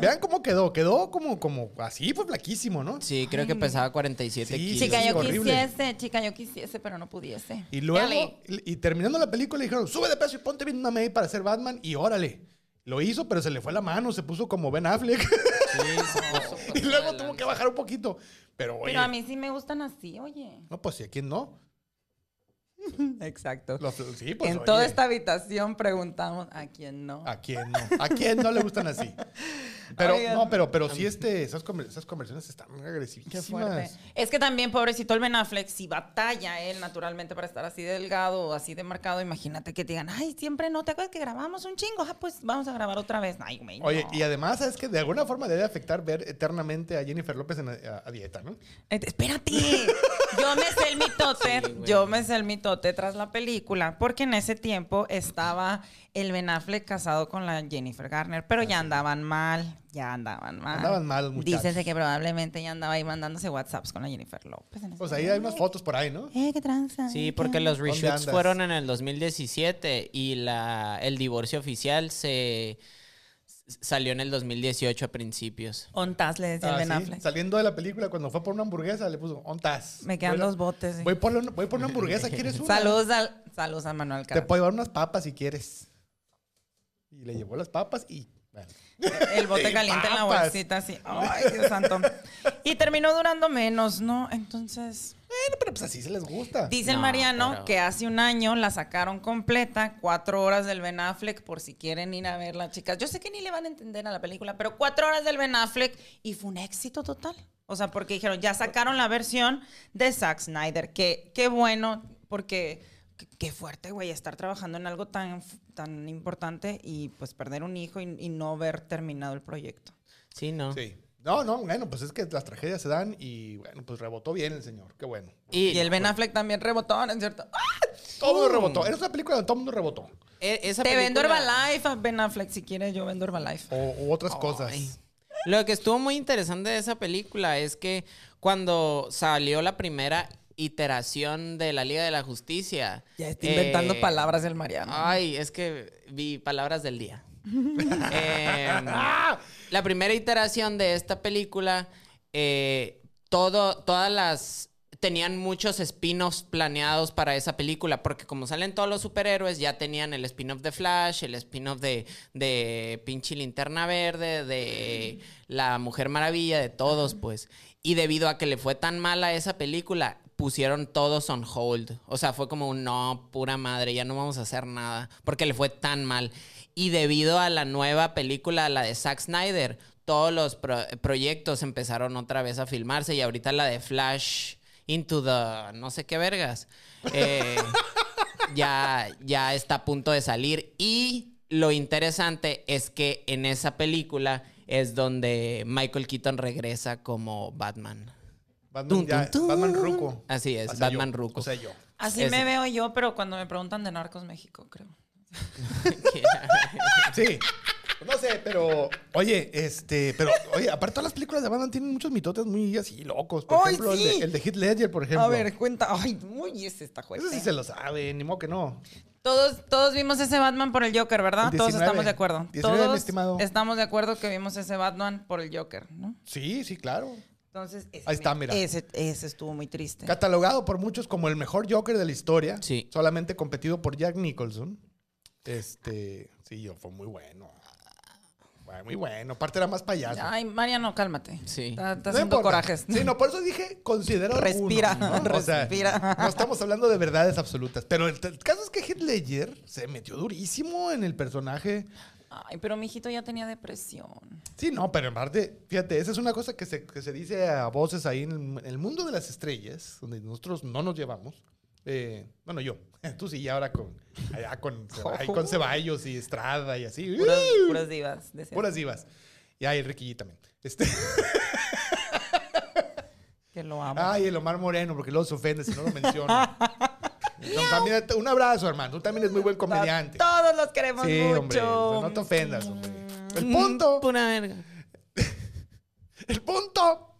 [SPEAKER 2] Vean cómo quedó, quedó como, como así, pues flaquísimo, ¿no?
[SPEAKER 5] Sí, creo que pesaba 47
[SPEAKER 2] Sí,
[SPEAKER 5] kilos.
[SPEAKER 3] chica,
[SPEAKER 2] sí,
[SPEAKER 3] yo
[SPEAKER 2] horrible.
[SPEAKER 3] quisiese, chica, yo quisiese, pero no pudiese.
[SPEAKER 2] Y luego,
[SPEAKER 3] Dale.
[SPEAKER 2] y, y terminando la película, le dijeron, sube de peso y ponte bien una media para ser Batman y órale. Lo hizo, pero se le fue la mano, se puso como Ben Affleck (laughs) y luego tuvo que bajar un poquito. Pero, oye,
[SPEAKER 3] Pero a mí sí me gustan así, oye.
[SPEAKER 2] no, pues, ¿y a quién no?
[SPEAKER 1] Exacto.
[SPEAKER 2] Los- sí, pues,
[SPEAKER 1] en
[SPEAKER 2] oye,
[SPEAKER 1] toda esta habitación preguntamos a quién no.
[SPEAKER 2] ¿A quién no? ¿A quién no le
[SPEAKER 1] (laughs)
[SPEAKER 2] gustan así? Pero,
[SPEAKER 1] Oigan.
[SPEAKER 2] no, pero, pero sí, este, esas, conver- esas conversaciones están
[SPEAKER 1] Qué
[SPEAKER 2] agresivísimas.
[SPEAKER 1] fuerte.
[SPEAKER 3] Es que también, pobrecito el Ben Affleck, si batalla él naturalmente para estar así delgado o así de marcado, imagínate que te digan, ay, siempre no, ¿te acuerdas que grabamos un chingo? Ah, pues vamos a grabar otra vez. Ay, güey,
[SPEAKER 2] Oye,
[SPEAKER 3] no.
[SPEAKER 2] y además es que de alguna forma debe afectar ver eternamente a Jennifer López en, a, a dieta, ¿no?
[SPEAKER 3] Et-
[SPEAKER 2] (laughs)
[SPEAKER 3] Eh, Espérate. Yo me sé el mitote.
[SPEAKER 5] Sí, güey.
[SPEAKER 3] yo me sé el mitote tras la película. Porque en ese tiempo estaba el Ben Affleck casado con la Jennifer Garner. Pero ya andaban mal. Ya andaban mal.
[SPEAKER 2] Andaban mal, muchachos.
[SPEAKER 3] Dícese que probablemente ya andaba ahí mandándose WhatsApps con la Jennifer López. en ese
[SPEAKER 2] O sea, ahí hay unas fotos por ahí, ¿no?
[SPEAKER 3] Eh, qué tranza.
[SPEAKER 5] Sí,
[SPEAKER 3] eh,
[SPEAKER 5] porque
[SPEAKER 3] qué-
[SPEAKER 5] los
[SPEAKER 2] ¿Dónde
[SPEAKER 5] reshoots
[SPEAKER 2] andas?
[SPEAKER 5] fueron en el 2017 y la, el divorcio oficial se s- salió en el 2018 a principios.
[SPEAKER 3] Ontas le decía
[SPEAKER 2] Ah,
[SPEAKER 3] el Ben
[SPEAKER 2] sí.
[SPEAKER 3] Affleck.
[SPEAKER 2] Saliendo de la película, cuando fue por una hamburguesa, le puso, ¿ontas?
[SPEAKER 3] Me quedan
[SPEAKER 2] voy,
[SPEAKER 3] dos botes. eh.
[SPEAKER 2] Voy por, la- voy por una hamburguesa, ¿quieres una?
[SPEAKER 3] Saludos al, saludos a Manuel
[SPEAKER 2] Te
[SPEAKER 3] Carrasco.
[SPEAKER 2] puedo llevar unas papas si quieres. Y le llevó las papas y... bueno.
[SPEAKER 3] El bote
[SPEAKER 2] Y
[SPEAKER 3] caliente en la
[SPEAKER 2] papas.
[SPEAKER 3] bolsita, así. Ay, Dios santo. Y terminó durando menos, ¿no? Entonces.
[SPEAKER 2] Bueno, pero pues así se les gusta.
[SPEAKER 3] Dice el
[SPEAKER 5] No,
[SPEAKER 3] Mariano
[SPEAKER 5] pero-
[SPEAKER 3] que hace un año la sacaron completa, cuatro horas del Ben Affleck, por si quieren ir a verla, chicas. Yo sé que ni le van a entender a la película, pero cuatro horas del Ben Affleck y fue un éxito total. O sea, porque dijeron, ya sacaron la versión de Zack Snyder. Que, qué bueno, porque qué- qué fuerte, güey, estar trabajando en algo tan, f- tan importante y pues perder un hijo y, y no ver terminado el proyecto.
[SPEAKER 5] Sí, ¿no?
[SPEAKER 2] Sí. No, no, bueno, pues es que las tragedias se dan y bueno, pues rebotó bien el señor. Qué bueno.
[SPEAKER 5] Y,
[SPEAKER 3] Y el Ben Affleck también rebotó, ¿no es cierto? ¡Ah!
[SPEAKER 2] Todo mundo rebotó. Era una película donde todo el mundo rebotó.
[SPEAKER 5] e- esa
[SPEAKER 3] Te vendo
[SPEAKER 5] película-
[SPEAKER 3] Herbalife, a Ben Affleck, si quieres, yo vendo Herbalife.
[SPEAKER 2] O u otras cosas.
[SPEAKER 5] Ay. Lo que estuvo muy interesante de esa película es que cuando salió la primera iteración de la Liga de la Justicia.
[SPEAKER 1] Ya está inventando
[SPEAKER 5] eh,
[SPEAKER 1] palabras el Mariano.
[SPEAKER 5] Ay, es que vi palabras del día. (laughs) Em, la primera iteración de esta película, eh, todo, todas las... Tenían muchos spin-offs planeados para esa película, porque como salen todos los superhéroes, ya tenían el spin-off de Flash, el spin-off de, de pinche Linterna Verde, de La Mujer Maravilla, de todos, pues. Y debido a que le fue tan mal a esa película, pusieron todos on hold. O sea, fue como un no, pura madre, ya no vamos a hacer nada, porque le fue tan mal. Y debido a la nueva película, la de Zack Snyder, todos los pro- proyectos empezaron otra vez a filmarse y ahorita la de Flash Into the no sé qué vergas. eh, ya, ya está a punto de salir. Y lo interesante es que en esa película es donde Michael Keaton regresa como Batman. (laughs)
[SPEAKER 2] Batman, ya- Batman Ruco.
[SPEAKER 5] Así es,
[SPEAKER 2] O sea,
[SPEAKER 5] Batman
[SPEAKER 2] yo.
[SPEAKER 5] Ruco.
[SPEAKER 2] O sea, yo.
[SPEAKER 3] Así
[SPEAKER 5] Ese.
[SPEAKER 3] me veo yo, pero cuando me preguntan de Narcos México, creo.
[SPEAKER 2] Sí. No sé, pero. Oye, este. Pero, oye, aparte todas las películas de Batman tienen muchos mitotes muy así locos. Por
[SPEAKER 1] ¡Ay,
[SPEAKER 2] ejemplo, el,
[SPEAKER 1] sí!
[SPEAKER 2] de, el de Heath Ledger, por ejemplo.
[SPEAKER 1] A ver, pues, eh. cuenta. Ay, uy, ese está
[SPEAKER 2] Eso
[SPEAKER 1] fuerte.
[SPEAKER 2] sí se lo sabe, ni modo que no.
[SPEAKER 3] Todos, todos vimos ese Batman por el Joker, ¿verdad?
[SPEAKER 2] El
[SPEAKER 3] todos
[SPEAKER 2] 19.
[SPEAKER 3] estamos de acuerdo.
[SPEAKER 2] 19, mi
[SPEAKER 3] todos
[SPEAKER 2] estimado.
[SPEAKER 3] estamos de acuerdo que vimos ese Batman por el Joker, ¿no?
[SPEAKER 2] Sí, sí, claro.
[SPEAKER 3] Entonces, ese
[SPEAKER 2] Ahí está,
[SPEAKER 3] me-
[SPEAKER 2] mira.
[SPEAKER 3] Ese, ese estuvo muy triste.
[SPEAKER 2] Catalogado por muchos como el mejor Joker de la historia.
[SPEAKER 5] Sí.
[SPEAKER 2] Solamente competido por Jack Nicholson. Este. Sí, yo, fue muy bueno. Fue Muy bueno. Aparte era más payaso.
[SPEAKER 3] Ay, Mariano, cálmate.
[SPEAKER 5] Sí.
[SPEAKER 3] Está,
[SPEAKER 2] No
[SPEAKER 3] está haciendo
[SPEAKER 2] importa.
[SPEAKER 3] corajes.
[SPEAKER 2] Sí, no, por eso dije, considero algunos,
[SPEAKER 3] Respira,
[SPEAKER 2] ¿no? O sea,
[SPEAKER 3] respira.
[SPEAKER 2] no estamos hablando de verdades absolutas. Pero el, el caso es que Heath Ledger se metió durísimo en el personaje.
[SPEAKER 3] Ay, pero mi hijito ya tenía depresión.
[SPEAKER 2] Sí, no, pero en parte, fíjate, esa es una cosa que se, que se dice a voces ahí en el, en el mundo de las estrellas, donde nosotros no nos llevamos. Eh, bueno, yo, (laughs) tú sí, y ahora con, allá con, Ceba- ahí
[SPEAKER 3] (laughs)
[SPEAKER 2] con Ceballos y Estrada y así.
[SPEAKER 3] Puras, puras divas. decía.
[SPEAKER 2] puras divas. Y ahí Ricky G también. Este,
[SPEAKER 3] Que lo amo.
[SPEAKER 2] Ay, el Omar Moreno, porque luego se ofende si
[SPEAKER 1] (laughs)
[SPEAKER 2] no lo menciono. Entonces, también, un abrazo, hermano. Tú también eres muy buen comediante.
[SPEAKER 3] Todos los queremos
[SPEAKER 2] Sí,
[SPEAKER 3] mucho.
[SPEAKER 2] hombre. o sea, No te ofendas, hombre.
[SPEAKER 1] Mm.
[SPEAKER 2] El punto,
[SPEAKER 5] Pura verga.
[SPEAKER 2] el punto.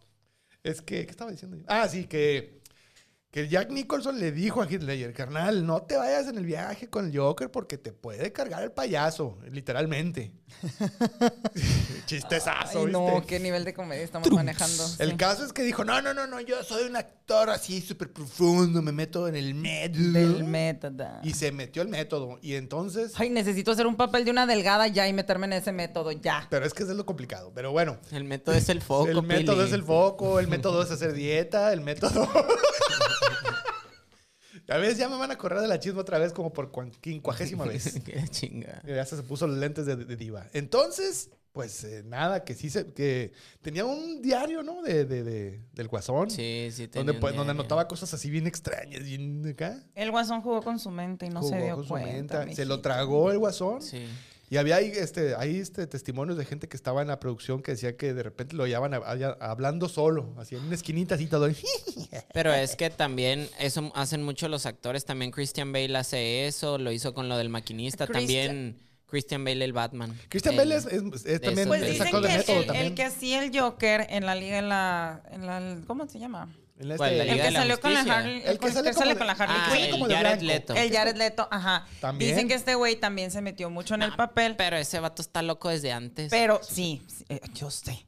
[SPEAKER 2] Es que, ¿qué estaba diciendo yo? Ah, sí, que, que Jack Nicholson le dijo a Hitler, carnal, no te vayas en el viaje con el Joker porque te puede cargar el payaso,
[SPEAKER 1] (laughs)
[SPEAKER 2] literalmente. (laughs) Chistezazo,
[SPEAKER 1] Ay, no,
[SPEAKER 2] ¿viste?
[SPEAKER 1] qué nivel de comedia estamos manejando.
[SPEAKER 2] El
[SPEAKER 1] Sí.
[SPEAKER 2] caso es que dijo, no, no, no, no, yo soy un actor así súper profundo, me meto en el medio.
[SPEAKER 3] Del método.
[SPEAKER 2] Y se metió el método. Y entonces.
[SPEAKER 3] Ay, necesito hacer un papel de una delgada ya y meterme en ese método ya.
[SPEAKER 2] Pero es que eso es lo complicado. Pero bueno.
[SPEAKER 5] El método es el foco.
[SPEAKER 2] el método
[SPEAKER 5] (laughs) Pili.
[SPEAKER 2] es el foco, el método es hacer dieta, el método. A veces (laughs) ya me van a correr de la chisma otra vez como por cuan-
[SPEAKER 5] (laughs)
[SPEAKER 2] quincuagésima vez.
[SPEAKER 5] Qué la chinga.
[SPEAKER 2] Ya hasta se puso los lentes de, de diva. Entonces, pues eh, nada, que sí se. que tenía un diario, ¿no? De, de- de- del Guasón.
[SPEAKER 5] Sí, sí, tenía
[SPEAKER 2] Donde,
[SPEAKER 5] un
[SPEAKER 2] pues, donde
[SPEAKER 5] diario.
[SPEAKER 2] anotaba cosas así bien extrañas, bien acá.
[SPEAKER 3] El guasón jugó con su mente y no se
[SPEAKER 2] Jugó
[SPEAKER 3] dio
[SPEAKER 2] con su
[SPEAKER 3] cuenta.
[SPEAKER 2] menta. Se lo
[SPEAKER 3] mijito.
[SPEAKER 2] tragó el Guasón.
[SPEAKER 5] Sí.
[SPEAKER 2] Y había ahí, este, ahí este, testimonios de gente que estaba en la producción que decía que de repente lo hallaban hab- halla- hablando solo, así en una esquinita así todo.
[SPEAKER 5] Pero es que también eso hacen mucho los actores. También Christian Bale hace eso. Lo hizo con lo del maquinista.
[SPEAKER 3] Christian-
[SPEAKER 5] También Christian Bale, el Batman.
[SPEAKER 2] Christian
[SPEAKER 5] El-
[SPEAKER 2] Bell es, es- es también
[SPEAKER 5] esos
[SPEAKER 3] Pues
[SPEAKER 5] de-
[SPEAKER 2] es
[SPEAKER 3] dicen
[SPEAKER 2] actor de
[SPEAKER 3] que el-
[SPEAKER 2] método
[SPEAKER 3] el,
[SPEAKER 2] también.
[SPEAKER 3] el que hacía el Joker en la liga, en la, en la- ¿cómo se llama?
[SPEAKER 2] En este-
[SPEAKER 5] ¿Cuál, la
[SPEAKER 3] El que
[SPEAKER 5] Liga de la
[SPEAKER 3] salió con la
[SPEAKER 5] Justicia.
[SPEAKER 3] Harley,
[SPEAKER 2] El que sale como de-
[SPEAKER 3] con la Harley
[SPEAKER 5] Ah,
[SPEAKER 2] Quinn.
[SPEAKER 5] el
[SPEAKER 2] Como de
[SPEAKER 5] Jared
[SPEAKER 2] blanco.
[SPEAKER 5] Leto.
[SPEAKER 3] El Jared Leto, ajá.
[SPEAKER 2] También.
[SPEAKER 3] Dicen que este güey también se metió mucho
[SPEAKER 5] Ah,
[SPEAKER 3] en el papel,
[SPEAKER 5] Pero ese vato está loco desde antes.
[SPEAKER 3] pero sí, sí, eh, yo sé.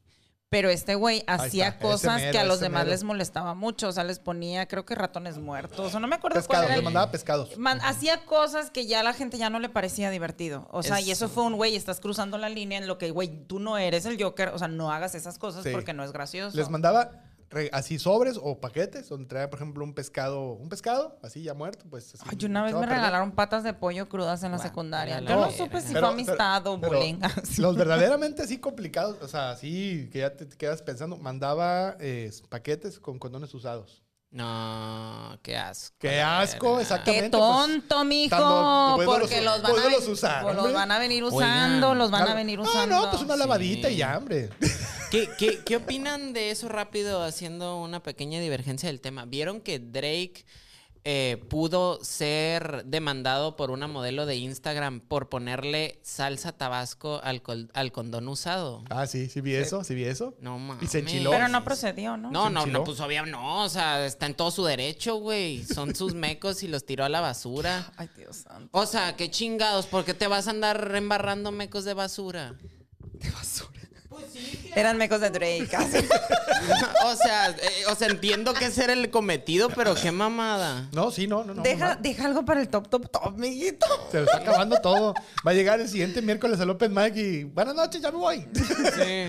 [SPEAKER 3] Pero este güey hacía
[SPEAKER 2] está, ese
[SPEAKER 3] cosas
[SPEAKER 2] mero,
[SPEAKER 3] que a los
[SPEAKER 2] ese
[SPEAKER 3] demás
[SPEAKER 2] mero.
[SPEAKER 3] les molestaba mucho. O sea, les ponía, creo que ratones muertos. O no me acuerdo
[SPEAKER 2] pescados,
[SPEAKER 3] cuál
[SPEAKER 2] le
[SPEAKER 3] era. el-
[SPEAKER 2] mandaba pescados.
[SPEAKER 3] Man, hacía cosas que ya a la gente ya no le parecía divertido. O sea, y eso
[SPEAKER 5] Eso.
[SPEAKER 3] fue un güey, estás cruzando la línea en lo que, güey, tú no eres el Joker. O sea, no hagas esas cosas
[SPEAKER 2] Sí.
[SPEAKER 3] porque no es gracioso.
[SPEAKER 2] Les mandaba re- así sobres o paquetes donde traía, por ejemplo, un pescado, un pescado así ya muerto, pues así.
[SPEAKER 3] Ay, una vez
[SPEAKER 2] echado a
[SPEAKER 3] me
[SPEAKER 2] perder.
[SPEAKER 3] regalaron patas de pollo crudas en la
[SPEAKER 5] Guau,
[SPEAKER 3] secundaria.
[SPEAKER 5] la
[SPEAKER 3] Yo no
[SPEAKER 5] verga.
[SPEAKER 3] supe si
[SPEAKER 2] Pero-
[SPEAKER 3] fue amistad o
[SPEAKER 2] pero-
[SPEAKER 3] bullying. (laughs)
[SPEAKER 2] Los verdaderamente así complicados, o sea, así que ya te quedas pensando, mandaba eh, paquetes con condones usados.
[SPEAKER 5] No, qué asco.
[SPEAKER 2] Qué
[SPEAKER 5] la
[SPEAKER 2] asco,
[SPEAKER 5] verga.
[SPEAKER 2] exacto.
[SPEAKER 3] Qué
[SPEAKER 2] Exactamente, pues,
[SPEAKER 3] tonto, mijo.
[SPEAKER 2] estando- pues, no
[SPEAKER 3] porque
[SPEAKER 2] los-
[SPEAKER 3] los, van
[SPEAKER 2] pues,
[SPEAKER 3] a
[SPEAKER 2] no los
[SPEAKER 3] ven-
[SPEAKER 2] usar,
[SPEAKER 3] pues, los
[SPEAKER 2] hombre.
[SPEAKER 3] van a venir
[SPEAKER 5] Oigan.
[SPEAKER 3] usando, los van a
[SPEAKER 2] Claro.
[SPEAKER 3] venir
[SPEAKER 2] No,
[SPEAKER 3] usando.
[SPEAKER 2] No, pues una lavadita
[SPEAKER 5] Sí.
[SPEAKER 2] y ya, hambre.
[SPEAKER 5] ¿Qué, qué, qué opinan de eso rápido, haciendo una pequeña divergencia del tema? ¿Vieron que Drake eh, pudo ser demandado por una modelo de Instagram por ponerle salsa tabasco al, col- al condón usado?
[SPEAKER 2] Ah, sí, sí vi eso, sí vi eso.
[SPEAKER 5] No mames.
[SPEAKER 2] Y se enchiló.
[SPEAKER 3] Pero no procedió, ¿no?
[SPEAKER 5] No,
[SPEAKER 2] Se
[SPEAKER 5] no, no,
[SPEAKER 2] enchiló.
[SPEAKER 5] pues obviamente no, o sea, está en todo su derecho, güey. Son sus mecos y los tiró a la basura.
[SPEAKER 3] Ay, Dios santo.
[SPEAKER 5] O sea, qué chingados, ¿por qué te vas a andar embarrando mecos de basura?
[SPEAKER 3] Eran mecos de
[SPEAKER 2] (laughs)
[SPEAKER 3] Drake. ah,
[SPEAKER 5] (laughs) o sea, eh, o sea, entiendo que ese era el cometido, pero qué mamada.
[SPEAKER 2] No, sí, no, no, no.
[SPEAKER 3] deja,
[SPEAKER 2] no,
[SPEAKER 3] deja algo para el top, top, top, mijito.
[SPEAKER 2] no. Se lo está acabando todo. Va a llegar el siguiente miércoles al Open Mic y buenas noches, ya me
[SPEAKER 5] (laughs)
[SPEAKER 2] voy.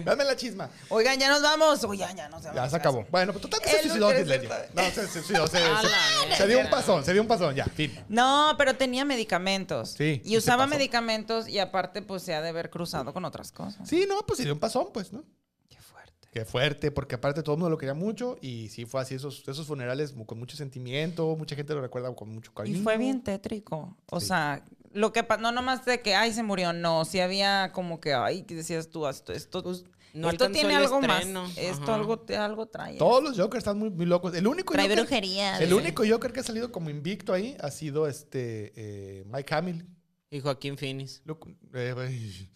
[SPEAKER 2] Dame la chisma.
[SPEAKER 3] Oigan, ya nos vamos. Oigan, ya nos vamos.
[SPEAKER 2] Ya se acabó. Bueno, pues total que se
[SPEAKER 3] El
[SPEAKER 2] suicidó
[SPEAKER 3] lunes
[SPEAKER 2] Disney.
[SPEAKER 3] está-
[SPEAKER 2] No, se se suicidó. Se,
[SPEAKER 5] A la
[SPEAKER 2] se- se
[SPEAKER 5] verga.
[SPEAKER 2] dio un pasón, se dio un pasón, ya, fin.
[SPEAKER 3] No, pero tenía medicamentos.
[SPEAKER 2] Sí, y
[SPEAKER 3] Y
[SPEAKER 2] se
[SPEAKER 3] usaba
[SPEAKER 2] pasó.
[SPEAKER 3] medicamentos y aparte, pues se ha de haber cruzado con otras cosas.
[SPEAKER 2] Sí, no, pues se dio un pasón, pues, ¿no?
[SPEAKER 3] Qué fuerte.
[SPEAKER 2] Qué fuerte, porque aparte todo el mundo lo quería mucho y sí fue así, esos, esos funerales mu- con mucho sentimiento, mucha gente lo recuerda con mucho
[SPEAKER 3] Y
[SPEAKER 2] cariño.
[SPEAKER 3] fue bien tétrico. O
[SPEAKER 2] Sí.
[SPEAKER 3] sea, lo que pa- no nomás de que ay se murió, no, si había como que ay, que decías tú esto esto
[SPEAKER 5] Pues, no
[SPEAKER 3] esto
[SPEAKER 5] alcanzó
[SPEAKER 3] tiene
[SPEAKER 5] el
[SPEAKER 3] algo
[SPEAKER 5] estreno.
[SPEAKER 3] más. Esto
[SPEAKER 5] Ajá.
[SPEAKER 3] algo te- algo trae.
[SPEAKER 2] Todos los Jokers están muy, muy locos. El único
[SPEAKER 3] trae
[SPEAKER 2] Joker-
[SPEAKER 3] brujería.
[SPEAKER 2] El
[SPEAKER 5] Sí.
[SPEAKER 2] único Joker que ha salido como invicto ahí ha sido este eh, Mike Hamill.
[SPEAKER 5] Y Joaquín Phoenix.
[SPEAKER 2] Lo- eh, eh,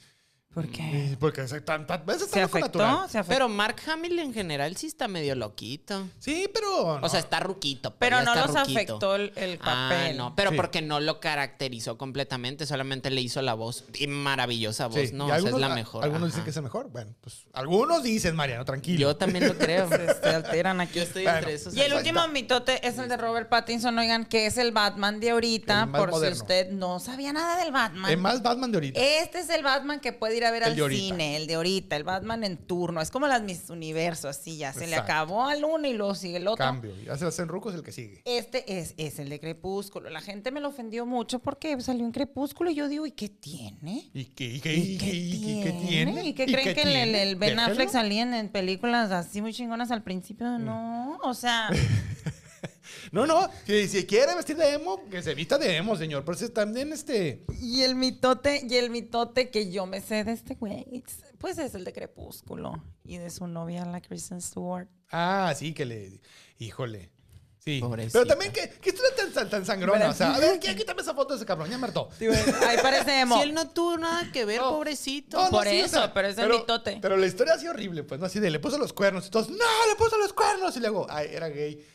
[SPEAKER 3] ¿Por qué?
[SPEAKER 5] Eh.
[SPEAKER 2] Porque ese tan- tan- ese Mm, está
[SPEAKER 3] Se
[SPEAKER 2] loco
[SPEAKER 3] afectó,
[SPEAKER 2] natural.
[SPEAKER 3] se afectó.
[SPEAKER 5] Pero Mark Hamill en general sí está medio loquito.
[SPEAKER 2] Sí, pero.
[SPEAKER 5] O sea,
[SPEAKER 2] no.
[SPEAKER 5] está ruquito. pues,
[SPEAKER 3] Pero,
[SPEAKER 5] ya
[SPEAKER 3] no
[SPEAKER 5] está
[SPEAKER 3] los
[SPEAKER 5] ruquito.
[SPEAKER 3] afectó el, el
[SPEAKER 5] Ah,
[SPEAKER 3] papel. (laughs)
[SPEAKER 5] no, pero
[SPEAKER 2] Sí.
[SPEAKER 5] porque no lo caracterizó completamente, solamente le hizo la voz. Y maravillosa voz,
[SPEAKER 2] Sí, y
[SPEAKER 5] ¿no? O sea,
[SPEAKER 2] algunos-
[SPEAKER 5] es la
[SPEAKER 2] a-
[SPEAKER 5] mejor.
[SPEAKER 2] Algunos
[SPEAKER 5] ajá.
[SPEAKER 2] dicen que es el mejor. Bueno, pues algunos dicen, Mariano, tranquilo.
[SPEAKER 5] Yo también lo
[SPEAKER 2] (laughs)
[SPEAKER 5] pues, creo.
[SPEAKER 3] Se, se alteran aquí.
[SPEAKER 5] Yo estoy
[SPEAKER 2] Bueno.
[SPEAKER 5] entre esos.
[SPEAKER 3] Y el último mitote es el de Robert Pattinson, oigan, que es el Batman de ahorita,
[SPEAKER 2] El más
[SPEAKER 3] por
[SPEAKER 2] moderno.
[SPEAKER 3] si usted no sabía nada del Batman.
[SPEAKER 2] Es más Batman de
[SPEAKER 5] Eh,
[SPEAKER 2] ahorita.
[SPEAKER 3] Este es el Batman que puede ir a ver
[SPEAKER 2] El
[SPEAKER 3] al
[SPEAKER 2] de ahorita.
[SPEAKER 3] cine, el de ahorita, el Batman en turno. Es como las Miss Universo, así ya. Se le
[SPEAKER 2] Exacto.
[SPEAKER 3] acabó al uno y luego sigue el otro.
[SPEAKER 2] Cambio. Ya se hacen rucos el que sigue.
[SPEAKER 3] Este es, es el de Crepúsculo. La gente me lo ofendió mucho porque salió en Crepúsculo y yo digo, ¿y qué tiene?
[SPEAKER 2] ¿Y qué, y qué,
[SPEAKER 3] ¿Y qué
[SPEAKER 2] y qué- y qué
[SPEAKER 3] tiene? ¿Y qué creen que el- el,
[SPEAKER 2] tiene?
[SPEAKER 3] el Ben
[SPEAKER 2] Déjalo.
[SPEAKER 3] Affleck salía en, en películas así muy chingonas al
[SPEAKER 2] Mm.
[SPEAKER 3] principio? No,
[SPEAKER 2] (laughs)
[SPEAKER 3] o sea,
[SPEAKER 2] No, no. Si, si quiere vestir de emo, que se vista de emo, señor. Pero ese también este.
[SPEAKER 3] y el mitote, y el mitote que yo me sé de este güey, pues es el de Crepúsculo y de su novia, la Kristen Stewart.
[SPEAKER 2] Ah, sí, que le. Híjole. Sí.
[SPEAKER 5] Pobrecita.
[SPEAKER 2] Pero también que, que estuviera tan, tan, tan sangrona. O sea, a ver, ¿qué- quítame esa foto de ese cabrón, ya martó.
[SPEAKER 3] Ahí parece emo.
[SPEAKER 5] Si él no tuvo nada que ver,
[SPEAKER 2] No.
[SPEAKER 5] pobrecito.
[SPEAKER 3] por eso, pero es el mitote.
[SPEAKER 2] Pero la historia así horrible, pues, ¿no? Así de le puso los cuernos y todos, ¡no! ¡Le puso los cuernos! Y luego, ¡ay, era gay!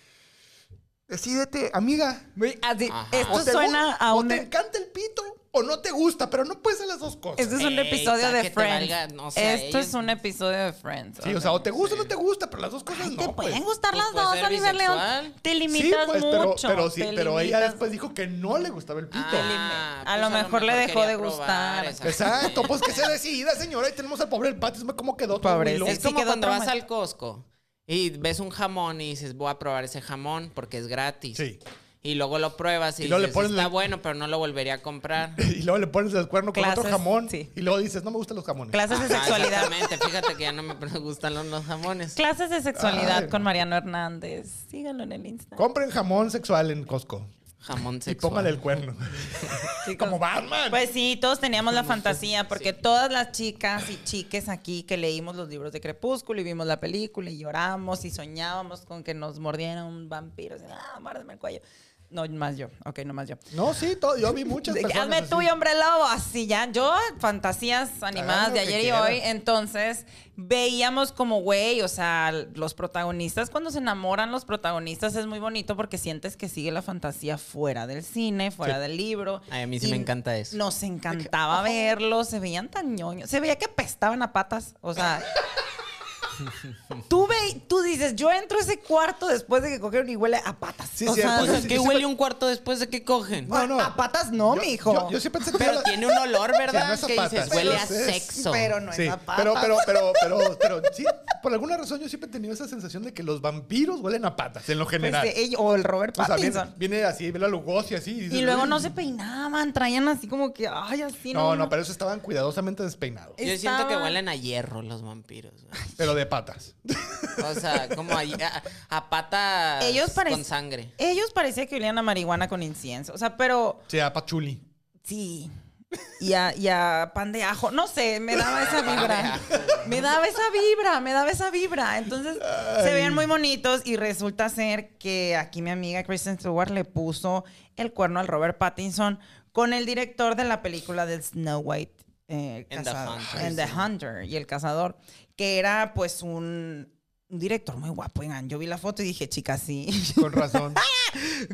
[SPEAKER 2] Decídete, amiga.
[SPEAKER 3] Güey, así,
[SPEAKER 5] Ajá.
[SPEAKER 3] esto
[SPEAKER 2] te
[SPEAKER 3] suena
[SPEAKER 2] gu-
[SPEAKER 3] a
[SPEAKER 2] o
[SPEAKER 3] un...
[SPEAKER 2] te encanta el pito o no te gusta, pero no puedes ser las dos cosas.
[SPEAKER 3] Esto es un
[SPEAKER 5] Ey,
[SPEAKER 3] episodio
[SPEAKER 5] para
[SPEAKER 3] de
[SPEAKER 5] que te
[SPEAKER 3] Friends.
[SPEAKER 5] valga, no sé,
[SPEAKER 3] esto es
[SPEAKER 5] ellos-
[SPEAKER 3] un episodio de Friends.
[SPEAKER 2] sí, o sea, o te gusta o no te gusta, pero las dos cosas no.
[SPEAKER 3] te
[SPEAKER 2] pues.
[SPEAKER 3] pueden gustar
[SPEAKER 5] Pues
[SPEAKER 3] las
[SPEAKER 5] puede
[SPEAKER 3] dos,
[SPEAKER 5] ser
[SPEAKER 3] Oliver León.
[SPEAKER 5] bisexual.
[SPEAKER 3] Te
[SPEAKER 2] Sí,
[SPEAKER 3] limitas
[SPEAKER 2] pues, pero,
[SPEAKER 3] mucho.
[SPEAKER 2] pero sí,
[SPEAKER 3] te
[SPEAKER 2] pero ella
[SPEAKER 3] limitas.
[SPEAKER 2] después dijo que no le gustaba el pito.
[SPEAKER 5] Ah,
[SPEAKER 3] A lo mejor le dejó
[SPEAKER 5] quería
[SPEAKER 3] de gustar.
[SPEAKER 5] probar esa-
[SPEAKER 2] Exacto, pues que se decida, señora. Ahí tenemos al pobre el patio. ¿Cómo quedó? todo
[SPEAKER 3] Pobre,
[SPEAKER 2] muy loco.
[SPEAKER 5] Es
[SPEAKER 3] Sí
[SPEAKER 5] como
[SPEAKER 3] quedó
[SPEAKER 5] cuando vas
[SPEAKER 3] traumati-
[SPEAKER 5] al Costco y ves un jamón y dices, voy a probar ese jamón porque es gratis.
[SPEAKER 2] Sí. (laughs)
[SPEAKER 5] y luego lo pruebas y,
[SPEAKER 2] Y luego le
[SPEAKER 5] dices,
[SPEAKER 2] pones
[SPEAKER 5] está
[SPEAKER 2] la-
[SPEAKER 5] bueno, pero no lo volvería
[SPEAKER 2] (laughs)
[SPEAKER 5] a comprar.
[SPEAKER 2] Y luego le pones el cuerno con otro
[SPEAKER 3] Clases,
[SPEAKER 2] jamón.
[SPEAKER 3] sí.
[SPEAKER 2] Y luego dices, no me gustan los jamones.
[SPEAKER 3] Clases de
[SPEAKER 5] Ah,
[SPEAKER 3] sexualidad.
[SPEAKER 5] Exactamente, fíjate que ya no me (laughs) gustan los, los jamones.
[SPEAKER 3] Clases de sexualidad
[SPEAKER 2] Ay.
[SPEAKER 3] con Mariano Hernández. Síganlo en el Insta.
[SPEAKER 2] Compren jamón sexual en Costco.
[SPEAKER 5] Jamón
[SPEAKER 2] Y
[SPEAKER 5] sexual.
[SPEAKER 2] póngale el
[SPEAKER 3] (laughs)
[SPEAKER 2] cuerno.
[SPEAKER 3] Chicos.
[SPEAKER 2] Como Batman.
[SPEAKER 3] Pues sí, todos teníamos la
[SPEAKER 5] Como
[SPEAKER 3] fantasía,
[SPEAKER 5] que-
[SPEAKER 3] porque
[SPEAKER 5] sí.
[SPEAKER 3] todas las chicas y chiques aquí que leímos los libros de Crepúsculo y vimos la película y lloramos y soñábamos con que nos mordiera un vampiro. Así, ah, muérdeme el cuello. No más yo, ok, no más yo.
[SPEAKER 2] No, sí, todo- yo vi muchas
[SPEAKER 3] De que,
[SPEAKER 2] personas
[SPEAKER 3] Hazme
[SPEAKER 2] así.
[SPEAKER 3] tuyo, hombre lobo. Así ya. Yo, fantasías animadas
[SPEAKER 2] Hagan
[SPEAKER 3] de
[SPEAKER 2] lo que
[SPEAKER 3] ayer y
[SPEAKER 2] quieran.
[SPEAKER 3] hoy. Entonces, veíamos como, güey, o sea, los protagonistas, cuando se enamoran los protagonistas, es muy bonito porque sientes que sigue la fantasía fuera del cine, fuera del libro.
[SPEAKER 5] Ay, a mí sí me encanta eso.
[SPEAKER 3] Nos encantaba verlos. Se veían tan ñoños. Se veía que pestaban a patas. O sea. Tú, ve, tú dices, yo entro a ese cuarto después de que cogieron y huele a patas.
[SPEAKER 2] Sí,
[SPEAKER 3] o
[SPEAKER 2] cierto.
[SPEAKER 3] sea,
[SPEAKER 5] O sea,
[SPEAKER 2] Pues Sí,
[SPEAKER 5] ¿qué
[SPEAKER 2] sí,
[SPEAKER 5] Pues huele
[SPEAKER 2] sí.
[SPEAKER 5] un cuarto después de que cogen?
[SPEAKER 2] No, no.
[SPEAKER 3] a patas no,
[SPEAKER 2] Yo-
[SPEAKER 3] mijo.
[SPEAKER 2] Yo, yo siempre he sentido
[SPEAKER 5] Pero
[SPEAKER 2] la-
[SPEAKER 5] tiene un olor,
[SPEAKER 2] Sí,
[SPEAKER 5] ¿verdad?
[SPEAKER 2] no es a
[SPEAKER 5] que
[SPEAKER 2] patas,
[SPEAKER 5] dices, huele a
[SPEAKER 2] pero es-
[SPEAKER 5] sexo.
[SPEAKER 3] Pero no
[SPEAKER 2] Sí,
[SPEAKER 3] es a patas.
[SPEAKER 2] pero, pero, pero, pero, pero, sí, por alguna razón yo siempre he tenido esa sensación de que los vampiros huelen a patas, en lo
[SPEAKER 3] Pues,
[SPEAKER 2] general.
[SPEAKER 3] de ella- o el Robert
[SPEAKER 2] o sea,
[SPEAKER 3] Pattinson.
[SPEAKER 2] viene, viene así, vela Lugosi así. dices,
[SPEAKER 3] y luego
[SPEAKER 2] "Uy".
[SPEAKER 3] no se peinaban, traían así como que, ay, así
[SPEAKER 2] No,
[SPEAKER 3] no.
[SPEAKER 2] no, pero esos estaban cuidadosamente despeinados,
[SPEAKER 5] Yo siento
[SPEAKER 3] Estaba-
[SPEAKER 5] que huelen a hierro los vampiros. güey.
[SPEAKER 2] pero de patas.
[SPEAKER 5] O sea, como a, a, a pata
[SPEAKER 3] Ellos parec-
[SPEAKER 5] con sangre.
[SPEAKER 3] Ellos parecía que olían a marihuana con incienso. O sea, pero
[SPEAKER 2] Sí, a pachuli.
[SPEAKER 3] sí. Y a, y a pan de ajo. No sé, me daba esa vibra. Me daba esa vibra, me daba esa vibra. Entonces, se veían muy bonitos y resulta ser que aquí mi amiga Kristen Stewart le puso el cuerno al Robert Pattinson con el director de la película de Snow White. eh,
[SPEAKER 5] And the
[SPEAKER 3] Cazador.
[SPEAKER 5] Hunter,
[SPEAKER 3] And the
[SPEAKER 5] sí.
[SPEAKER 3] Hunter y el Cazador, que era pues un, un director muy guapo. Oigan, yo vi la foto y dije, chica, sí.
[SPEAKER 2] Con
[SPEAKER 3] (laughs)
[SPEAKER 2] razón.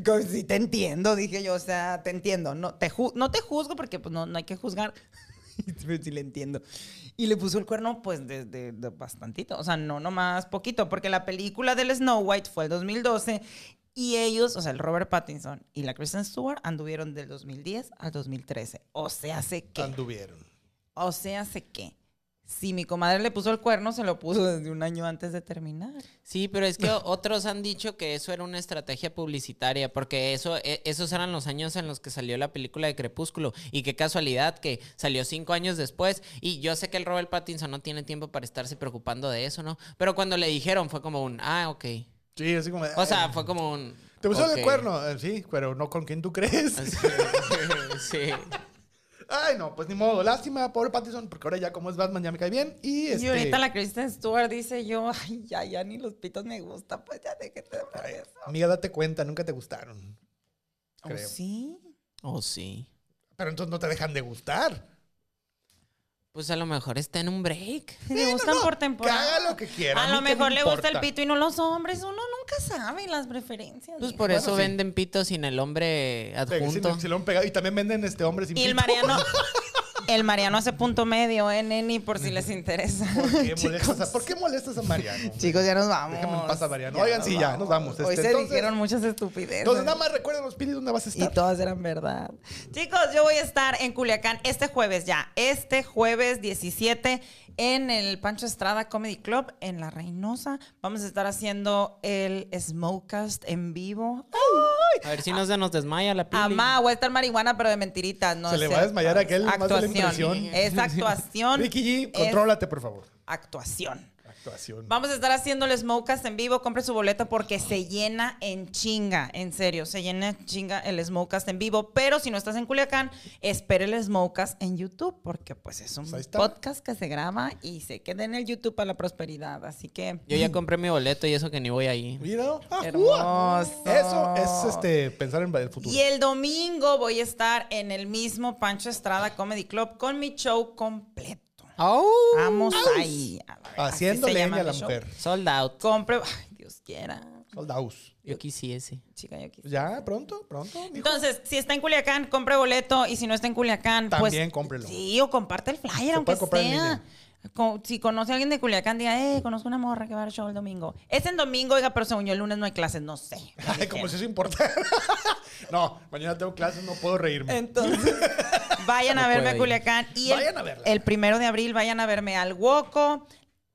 [SPEAKER 3] Como, sí, te entiendo, dije yo, o sea, te entiendo. No te, ju- no te juzgo porque pues, no, no hay que juzgar. (laughs) Pero sí le entiendo. Y le puso el cuerno, pues, desde bastantito. O sea, no nomás poquito, porque la película del Snow White fue el 2012 y ellos, o sea, el Robert Pattinson y la Kristen Stewart anduvieron del 2010 al 2013. O sea, sé que.
[SPEAKER 2] Anduvieron.
[SPEAKER 3] O sea, sé que. Si mi comadre le puso el cuerno, se lo puso desde un año antes de terminar.
[SPEAKER 5] Sí,
[SPEAKER 2] (laughs)
[SPEAKER 5] pero es que otros han dicho que eso era una estrategia publicitaria, porque eso, e- esos eran los años en los que salió la película de Crepúsculo. Y qué casualidad que salió cinco años después. Y yo sé que el Robert Pattinson no tiene tiempo para estarse preocupando de eso, ¿no? Pero cuando le dijeron fue como un, ah, ok.
[SPEAKER 2] Sí, así como. de,
[SPEAKER 5] O sea,
[SPEAKER 2] "Ay,
[SPEAKER 5] fue como un...
[SPEAKER 2] ¿Te pusieron
[SPEAKER 5] ok".
[SPEAKER 2] el cuerno? Eh, Sí, pero no con quien tú crees.
[SPEAKER 5] Así, (laughs) sí.
[SPEAKER 2] (laughs) Ay, no, pues ni modo. Lástima, pobre Pattinson, porque ahora ya como es Batman ya me cae bien. Y, este,
[SPEAKER 3] Y ahorita la Kristen Stewart dice yo, ay, ya, ya ni los pitos me gustan, pues ya déjate de hablar de eso.
[SPEAKER 2] Amiga, date cuenta, nunca te gustaron.
[SPEAKER 3] ¿O
[SPEAKER 2] creo.
[SPEAKER 3] Oh, sí?
[SPEAKER 5] Oh, sí.
[SPEAKER 2] Pero entonces no te dejan de gustar.
[SPEAKER 5] Pues a lo mejor está en un break.
[SPEAKER 3] Si le gustan por temporada.
[SPEAKER 2] Que haga lo que quiera.
[SPEAKER 3] A
[SPEAKER 2] mí
[SPEAKER 3] lo
[SPEAKER 2] qué me
[SPEAKER 3] mejor le gusta el
[SPEAKER 2] importa.
[SPEAKER 3] pito y no los hombres. Uno nunca sabe las preferencias.
[SPEAKER 5] Pues
[SPEAKER 3] viejo.
[SPEAKER 5] por eso
[SPEAKER 2] sí.
[SPEAKER 5] venden pito sin el hombre
[SPEAKER 2] Pe-
[SPEAKER 5] adjunto.
[SPEAKER 2] sin- sin lo han pegado. Y también venden este hombre sin
[SPEAKER 3] Y el
[SPEAKER 2] pito.
[SPEAKER 3] Mariano,
[SPEAKER 2] (laughs)
[SPEAKER 3] el Mariano hace punto medio, ¿eh, neni? Por si les interesa.
[SPEAKER 2] ¿Por
[SPEAKER 3] (laughs)
[SPEAKER 2] qué, molestas a, ¿Por qué molestas a Mariano?
[SPEAKER 3] Chicos, ya nos vamos.
[SPEAKER 2] Déjame en paz a Mariano.
[SPEAKER 3] Ya
[SPEAKER 2] Oigan,
[SPEAKER 3] nos
[SPEAKER 2] sí, ya, nos vamos.
[SPEAKER 3] Hoy
[SPEAKER 2] Este,
[SPEAKER 3] se
[SPEAKER 2] entonces-
[SPEAKER 3] dijeron muchas estupideces.
[SPEAKER 2] Entonces, nada más recuerden los pines dónde vas a
[SPEAKER 3] Y
[SPEAKER 2] estar.
[SPEAKER 3] todas eran verdad. Chicos, yo voy a estar en Culiacán este jueves ya, este jueves 17 en el Pancho Estrada Comedy Club en La Reynosa. Vamos a estar haciendo el Smokecast en vivo.
[SPEAKER 5] A ver si no se nos desmaya la pili.
[SPEAKER 3] Amá, voy a estar marihuana, pero de mentiritas. No
[SPEAKER 2] Se le
[SPEAKER 3] sé.
[SPEAKER 2] va a desmayar a aquel, nomás de la
[SPEAKER 3] Actuación.
[SPEAKER 2] impresión.
[SPEAKER 3] Es actuación.
[SPEAKER 2] Ricky G,
[SPEAKER 3] es
[SPEAKER 2] contrólate, por favor.
[SPEAKER 3] Actuación.
[SPEAKER 2] Actuación.
[SPEAKER 3] Vamos a estar haciendo el Smokecast en vivo. Compre su boleto porque se llena en chinga. En serio, se llena en chinga el Smokecast en vivo. Pero si no estás en Culiacán, espere el Smokecast en YouTube porque pues es un
[SPEAKER 2] Pues ahí está.
[SPEAKER 3] podcast que se graba y se queda en el YouTube para la prosperidad. Así que...
[SPEAKER 5] Yo ya compré mi boleto y eso que ni voy ahí.
[SPEAKER 2] Mira, ah,
[SPEAKER 3] Hermoso.
[SPEAKER 2] Eso es este, pensar en el futuro.
[SPEAKER 3] Y el domingo voy a estar en el mismo Pancho Estrada Comedy Club con mi show completo. Vamos ahí. A la- así
[SPEAKER 2] Haciendo
[SPEAKER 3] se
[SPEAKER 2] leña
[SPEAKER 3] llama
[SPEAKER 2] a la
[SPEAKER 3] mi show.
[SPEAKER 2] mujer.
[SPEAKER 5] Sold out.
[SPEAKER 3] Compre... Ay, Dios quiera.
[SPEAKER 2] Soldados.
[SPEAKER 5] Yo quisiese.
[SPEAKER 3] Chica, yo quisiera.
[SPEAKER 2] Ya, pronto, pronto. mijo.
[SPEAKER 3] Entonces, si está en Culiacán, compre boleto. Y si no está en Culiacán,
[SPEAKER 2] También
[SPEAKER 3] pues.
[SPEAKER 2] cómprelo.
[SPEAKER 3] Sí, o comparte el flyer,
[SPEAKER 2] Se
[SPEAKER 3] aunque
[SPEAKER 2] puede comprar en
[SPEAKER 3] sea.
[SPEAKER 2] línea.
[SPEAKER 3] Co- si conoce a alguien de Culiacán, diga, eh, conozco una morra que va al show el domingo. Es en domingo, oiga, pero según yo el lunes no hay clases,
[SPEAKER 2] (laughs)
[SPEAKER 3] no sé. Ya
[SPEAKER 2] Ay, como
[SPEAKER 3] dijeron.
[SPEAKER 2] si eso importara. (laughs) no, mañana tengo clases, no puedo reírme.
[SPEAKER 3] Entonces, vayan a
[SPEAKER 5] No
[SPEAKER 3] verme
[SPEAKER 5] puede
[SPEAKER 3] a
[SPEAKER 5] ir.
[SPEAKER 3] Culiacán. Y el,
[SPEAKER 2] Vayan a verla.
[SPEAKER 3] el primero de abril, vayan a verme al Woco.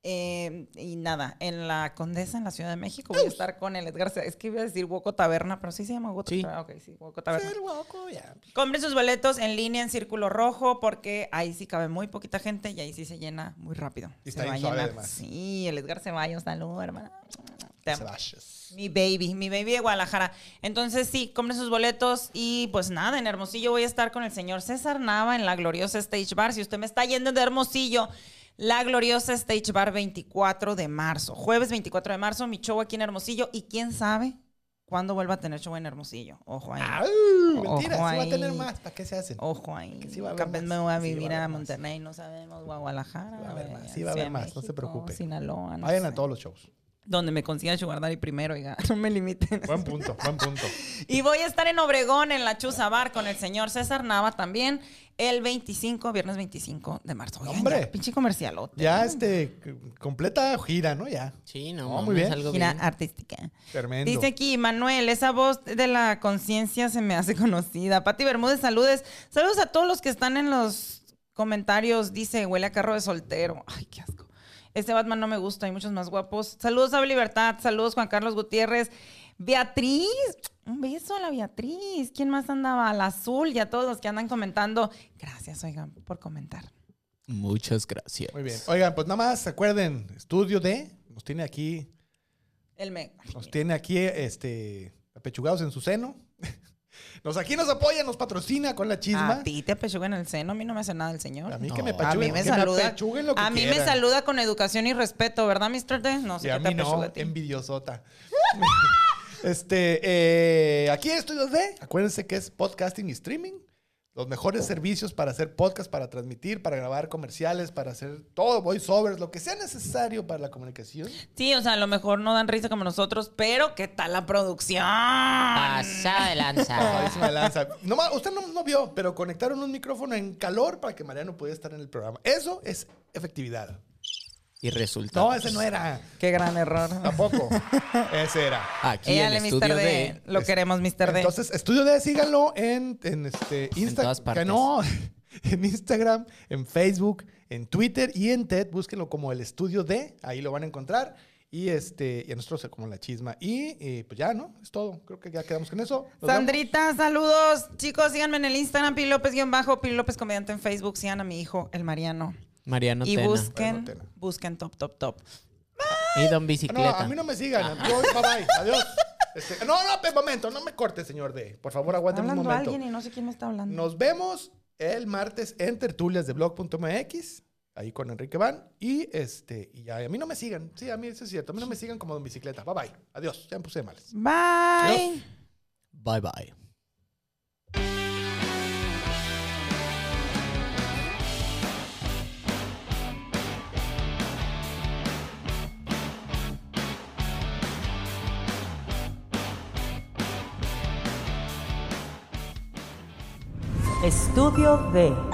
[SPEAKER 3] Eh, y nada, en la Condesa, en la Ciudad de México, voy a estar con el Edgar. Cea- Es que iba a decir Huoco Taberna, pero sí se llama Huoco
[SPEAKER 5] Sí.
[SPEAKER 3] Taberna. Ok, sí, Huoco Taberna.
[SPEAKER 2] El guaco, ya.
[SPEAKER 3] Compren sus boletos en línea en Círculo Rojo porque ahí sí cabe muy poquita gente y ahí sí se llena muy rápido.
[SPEAKER 2] Y
[SPEAKER 3] Se
[SPEAKER 2] está bien
[SPEAKER 3] va a
[SPEAKER 2] suave,
[SPEAKER 3] llenar.
[SPEAKER 2] además.
[SPEAKER 3] Sí, el Edgar Ceballos, salud, hermana. Te amo.
[SPEAKER 2] Sebastián.
[SPEAKER 3] Mi baby, mi baby de Guadalajara. Entonces, sí, compren sus boletos y pues nada, en Hermosillo voy a estar con el señor César Nava en la gloriosa Stage Bar. Si usted me está yendo de Hermosillo, la gloriosa Stage Bar 24 de marzo, jueves 24 de marzo, mi show aquí en Hermosillo y quién sabe cuándo vuelva a tener show en Hermosillo. Ojo ahí.
[SPEAKER 2] Au,
[SPEAKER 3] Ojo
[SPEAKER 2] Mentira, sí va a tener
[SPEAKER 3] ahí. Oh,
[SPEAKER 2] más. ¿Para qué se hacen?
[SPEAKER 3] Ojo ahí.
[SPEAKER 2] Que sí va a haber
[SPEAKER 3] Capaz
[SPEAKER 2] más,
[SPEAKER 3] me voy
[SPEAKER 2] sí va
[SPEAKER 3] a
[SPEAKER 2] a
[SPEAKER 3] vivir
[SPEAKER 2] haber
[SPEAKER 3] a
[SPEAKER 2] más.
[SPEAKER 3] Monterrey, no sabemos, o a Guadalajara.
[SPEAKER 2] Sí va a haber
[SPEAKER 3] güey,
[SPEAKER 2] más, sí va a
[SPEAKER 3] así
[SPEAKER 2] haber más, no se
[SPEAKER 3] México,
[SPEAKER 2] preocupe.
[SPEAKER 3] Sinaloa, no
[SPEAKER 2] Vayan
[SPEAKER 3] sé.
[SPEAKER 2] a todos los shows.
[SPEAKER 3] Donde me consigan Sugar Daddy primero, oiga, (laughs) no me limiten.
[SPEAKER 2] Buen punto, buen punto.
[SPEAKER 3] Y voy a estar en Obregón, en la Chuza Bar, con el señor César Nava también, el 25, viernes 25 de marzo. Oigan,
[SPEAKER 2] ¡Hombre!
[SPEAKER 3] ya, pinche comercialote.
[SPEAKER 2] (laughs) Ya este, c- completa gira, ¿no? Ya.
[SPEAKER 5] Sí, no,
[SPEAKER 2] No,
[SPEAKER 5] mames,
[SPEAKER 2] Oh, muy bien.
[SPEAKER 5] algo
[SPEAKER 3] Gira
[SPEAKER 5] bien.
[SPEAKER 3] artística.
[SPEAKER 2] Tremendo.
[SPEAKER 3] Dice aquí, Manuel, esa voz de la conciencia se me hace (laughs) conocida. Pati Bermúdez, saludes. Saludos a todos los que están en los comentarios. Dice, huele a carro de soltero. Ay, qué asco. Este Batman no me gusta, hay muchos más guapos. Saludos a Libertad, saludos Juan Carlos Gutiérrez. Beatriz, un beso a la Beatriz. ¿Quién más andaba? Al azul y a todos los que andan comentando. Gracias, oigan, por comentar.
[SPEAKER 5] Muchas gracias.
[SPEAKER 2] Muy bien. Oigan, pues nada más, recuerden, estudio de, nos tiene aquí,
[SPEAKER 3] El me.
[SPEAKER 2] nos tiene aquí, este, apechugados en su seno. (laughs) Nos aquí nos apoya, nos patrocina con la chisma.
[SPEAKER 3] A ti te apechuga en el seno, a mí no me hace nada el señor.
[SPEAKER 2] A mí que
[SPEAKER 5] No,
[SPEAKER 2] me
[SPEAKER 5] a
[SPEAKER 2] apechuguen,
[SPEAKER 3] mí me
[SPEAKER 2] que
[SPEAKER 3] saluda-
[SPEAKER 2] apechuguen lo que
[SPEAKER 3] A mí me
[SPEAKER 2] quieran.
[SPEAKER 3] saluda con educación y respeto, ¿verdad, Mr. D? No
[SPEAKER 2] Y
[SPEAKER 3] sé
[SPEAKER 2] a
[SPEAKER 3] qué te
[SPEAKER 2] mí no, em-
[SPEAKER 3] apechuga a ti.
[SPEAKER 2] envidiosota. (laughs) este, eh, aquí en Estudios D, acuérdense que es podcasting y streaming. Los mejores servicios para hacer podcast, para transmitir, para grabar comerciales, para hacer todo, voiceovers, lo que sea necesario para la comunicación.
[SPEAKER 3] Sí, o sea, a lo mejor no dan risa como nosotros, pero ¿qué tal la producción?
[SPEAKER 5] Pasada de
[SPEAKER 2] (laughs)
[SPEAKER 3] Ah.
[SPEAKER 5] lanza.
[SPEAKER 2] Pasadísima de lanza. No ma- usted no, no vio, pero conectaron un micrófono en calor para que Mariano pudiera estar en el programa. Eso es efectividad.
[SPEAKER 5] y resulta.
[SPEAKER 2] No, ese no era.
[SPEAKER 3] Qué gran error. (laughs)
[SPEAKER 2] Tampoco. Ese era.
[SPEAKER 5] Aquí
[SPEAKER 3] Éale,
[SPEAKER 5] en
[SPEAKER 3] Mr.
[SPEAKER 5] estudio
[SPEAKER 3] D.
[SPEAKER 5] de.
[SPEAKER 3] Lo
[SPEAKER 2] Es-
[SPEAKER 3] queremos, Mr. D.
[SPEAKER 2] Entonces, Estudio D, síganlo en, en este Instagram.
[SPEAKER 5] todas partes.
[SPEAKER 2] no, (laughs) en Instagram, en Facebook, en Twitter y en TED. Búsquenlo como el Estudio D, ahí lo van a encontrar. Y este, y a nosotros como la chisma. Y eh, pues ya, ¿no? Es todo. Creo que ya quedamos con eso. Nos vemos.
[SPEAKER 3] Sandrita, saludos. Chicos, síganme en el Instagram, Pili López guión bajo, Pili López comediante en Facebook, sigan a mi hijo, el Mariano.
[SPEAKER 5] Mariano
[SPEAKER 3] y
[SPEAKER 5] Tena.
[SPEAKER 3] busquen,
[SPEAKER 2] Mariano Tena.
[SPEAKER 3] busquen top, top, top.
[SPEAKER 5] Y Don
[SPEAKER 2] Ah, No,
[SPEAKER 5] Bicicleta.
[SPEAKER 2] a mí no me sigan. Yo, bye bye. Adiós. Este, no, no, pues, momento, no me corte, señor D. Por favor,
[SPEAKER 3] Está
[SPEAKER 2] aguántame un
[SPEAKER 3] hablando
[SPEAKER 2] momento.
[SPEAKER 3] alguien y no sé quién me está hablando.
[SPEAKER 2] Nos vemos el martes en tertulias de blog.mx, ahí con Enrique Van. Y este, y ya, a mí no me sigan. Sí, a mí eso es cierto. A mí no me sigan como don bicicleta. Bye bye. Adiós. Ya me puse de males.
[SPEAKER 3] Bye.
[SPEAKER 2] Adiós.
[SPEAKER 5] Bye bye.
[SPEAKER 3] Estudio D.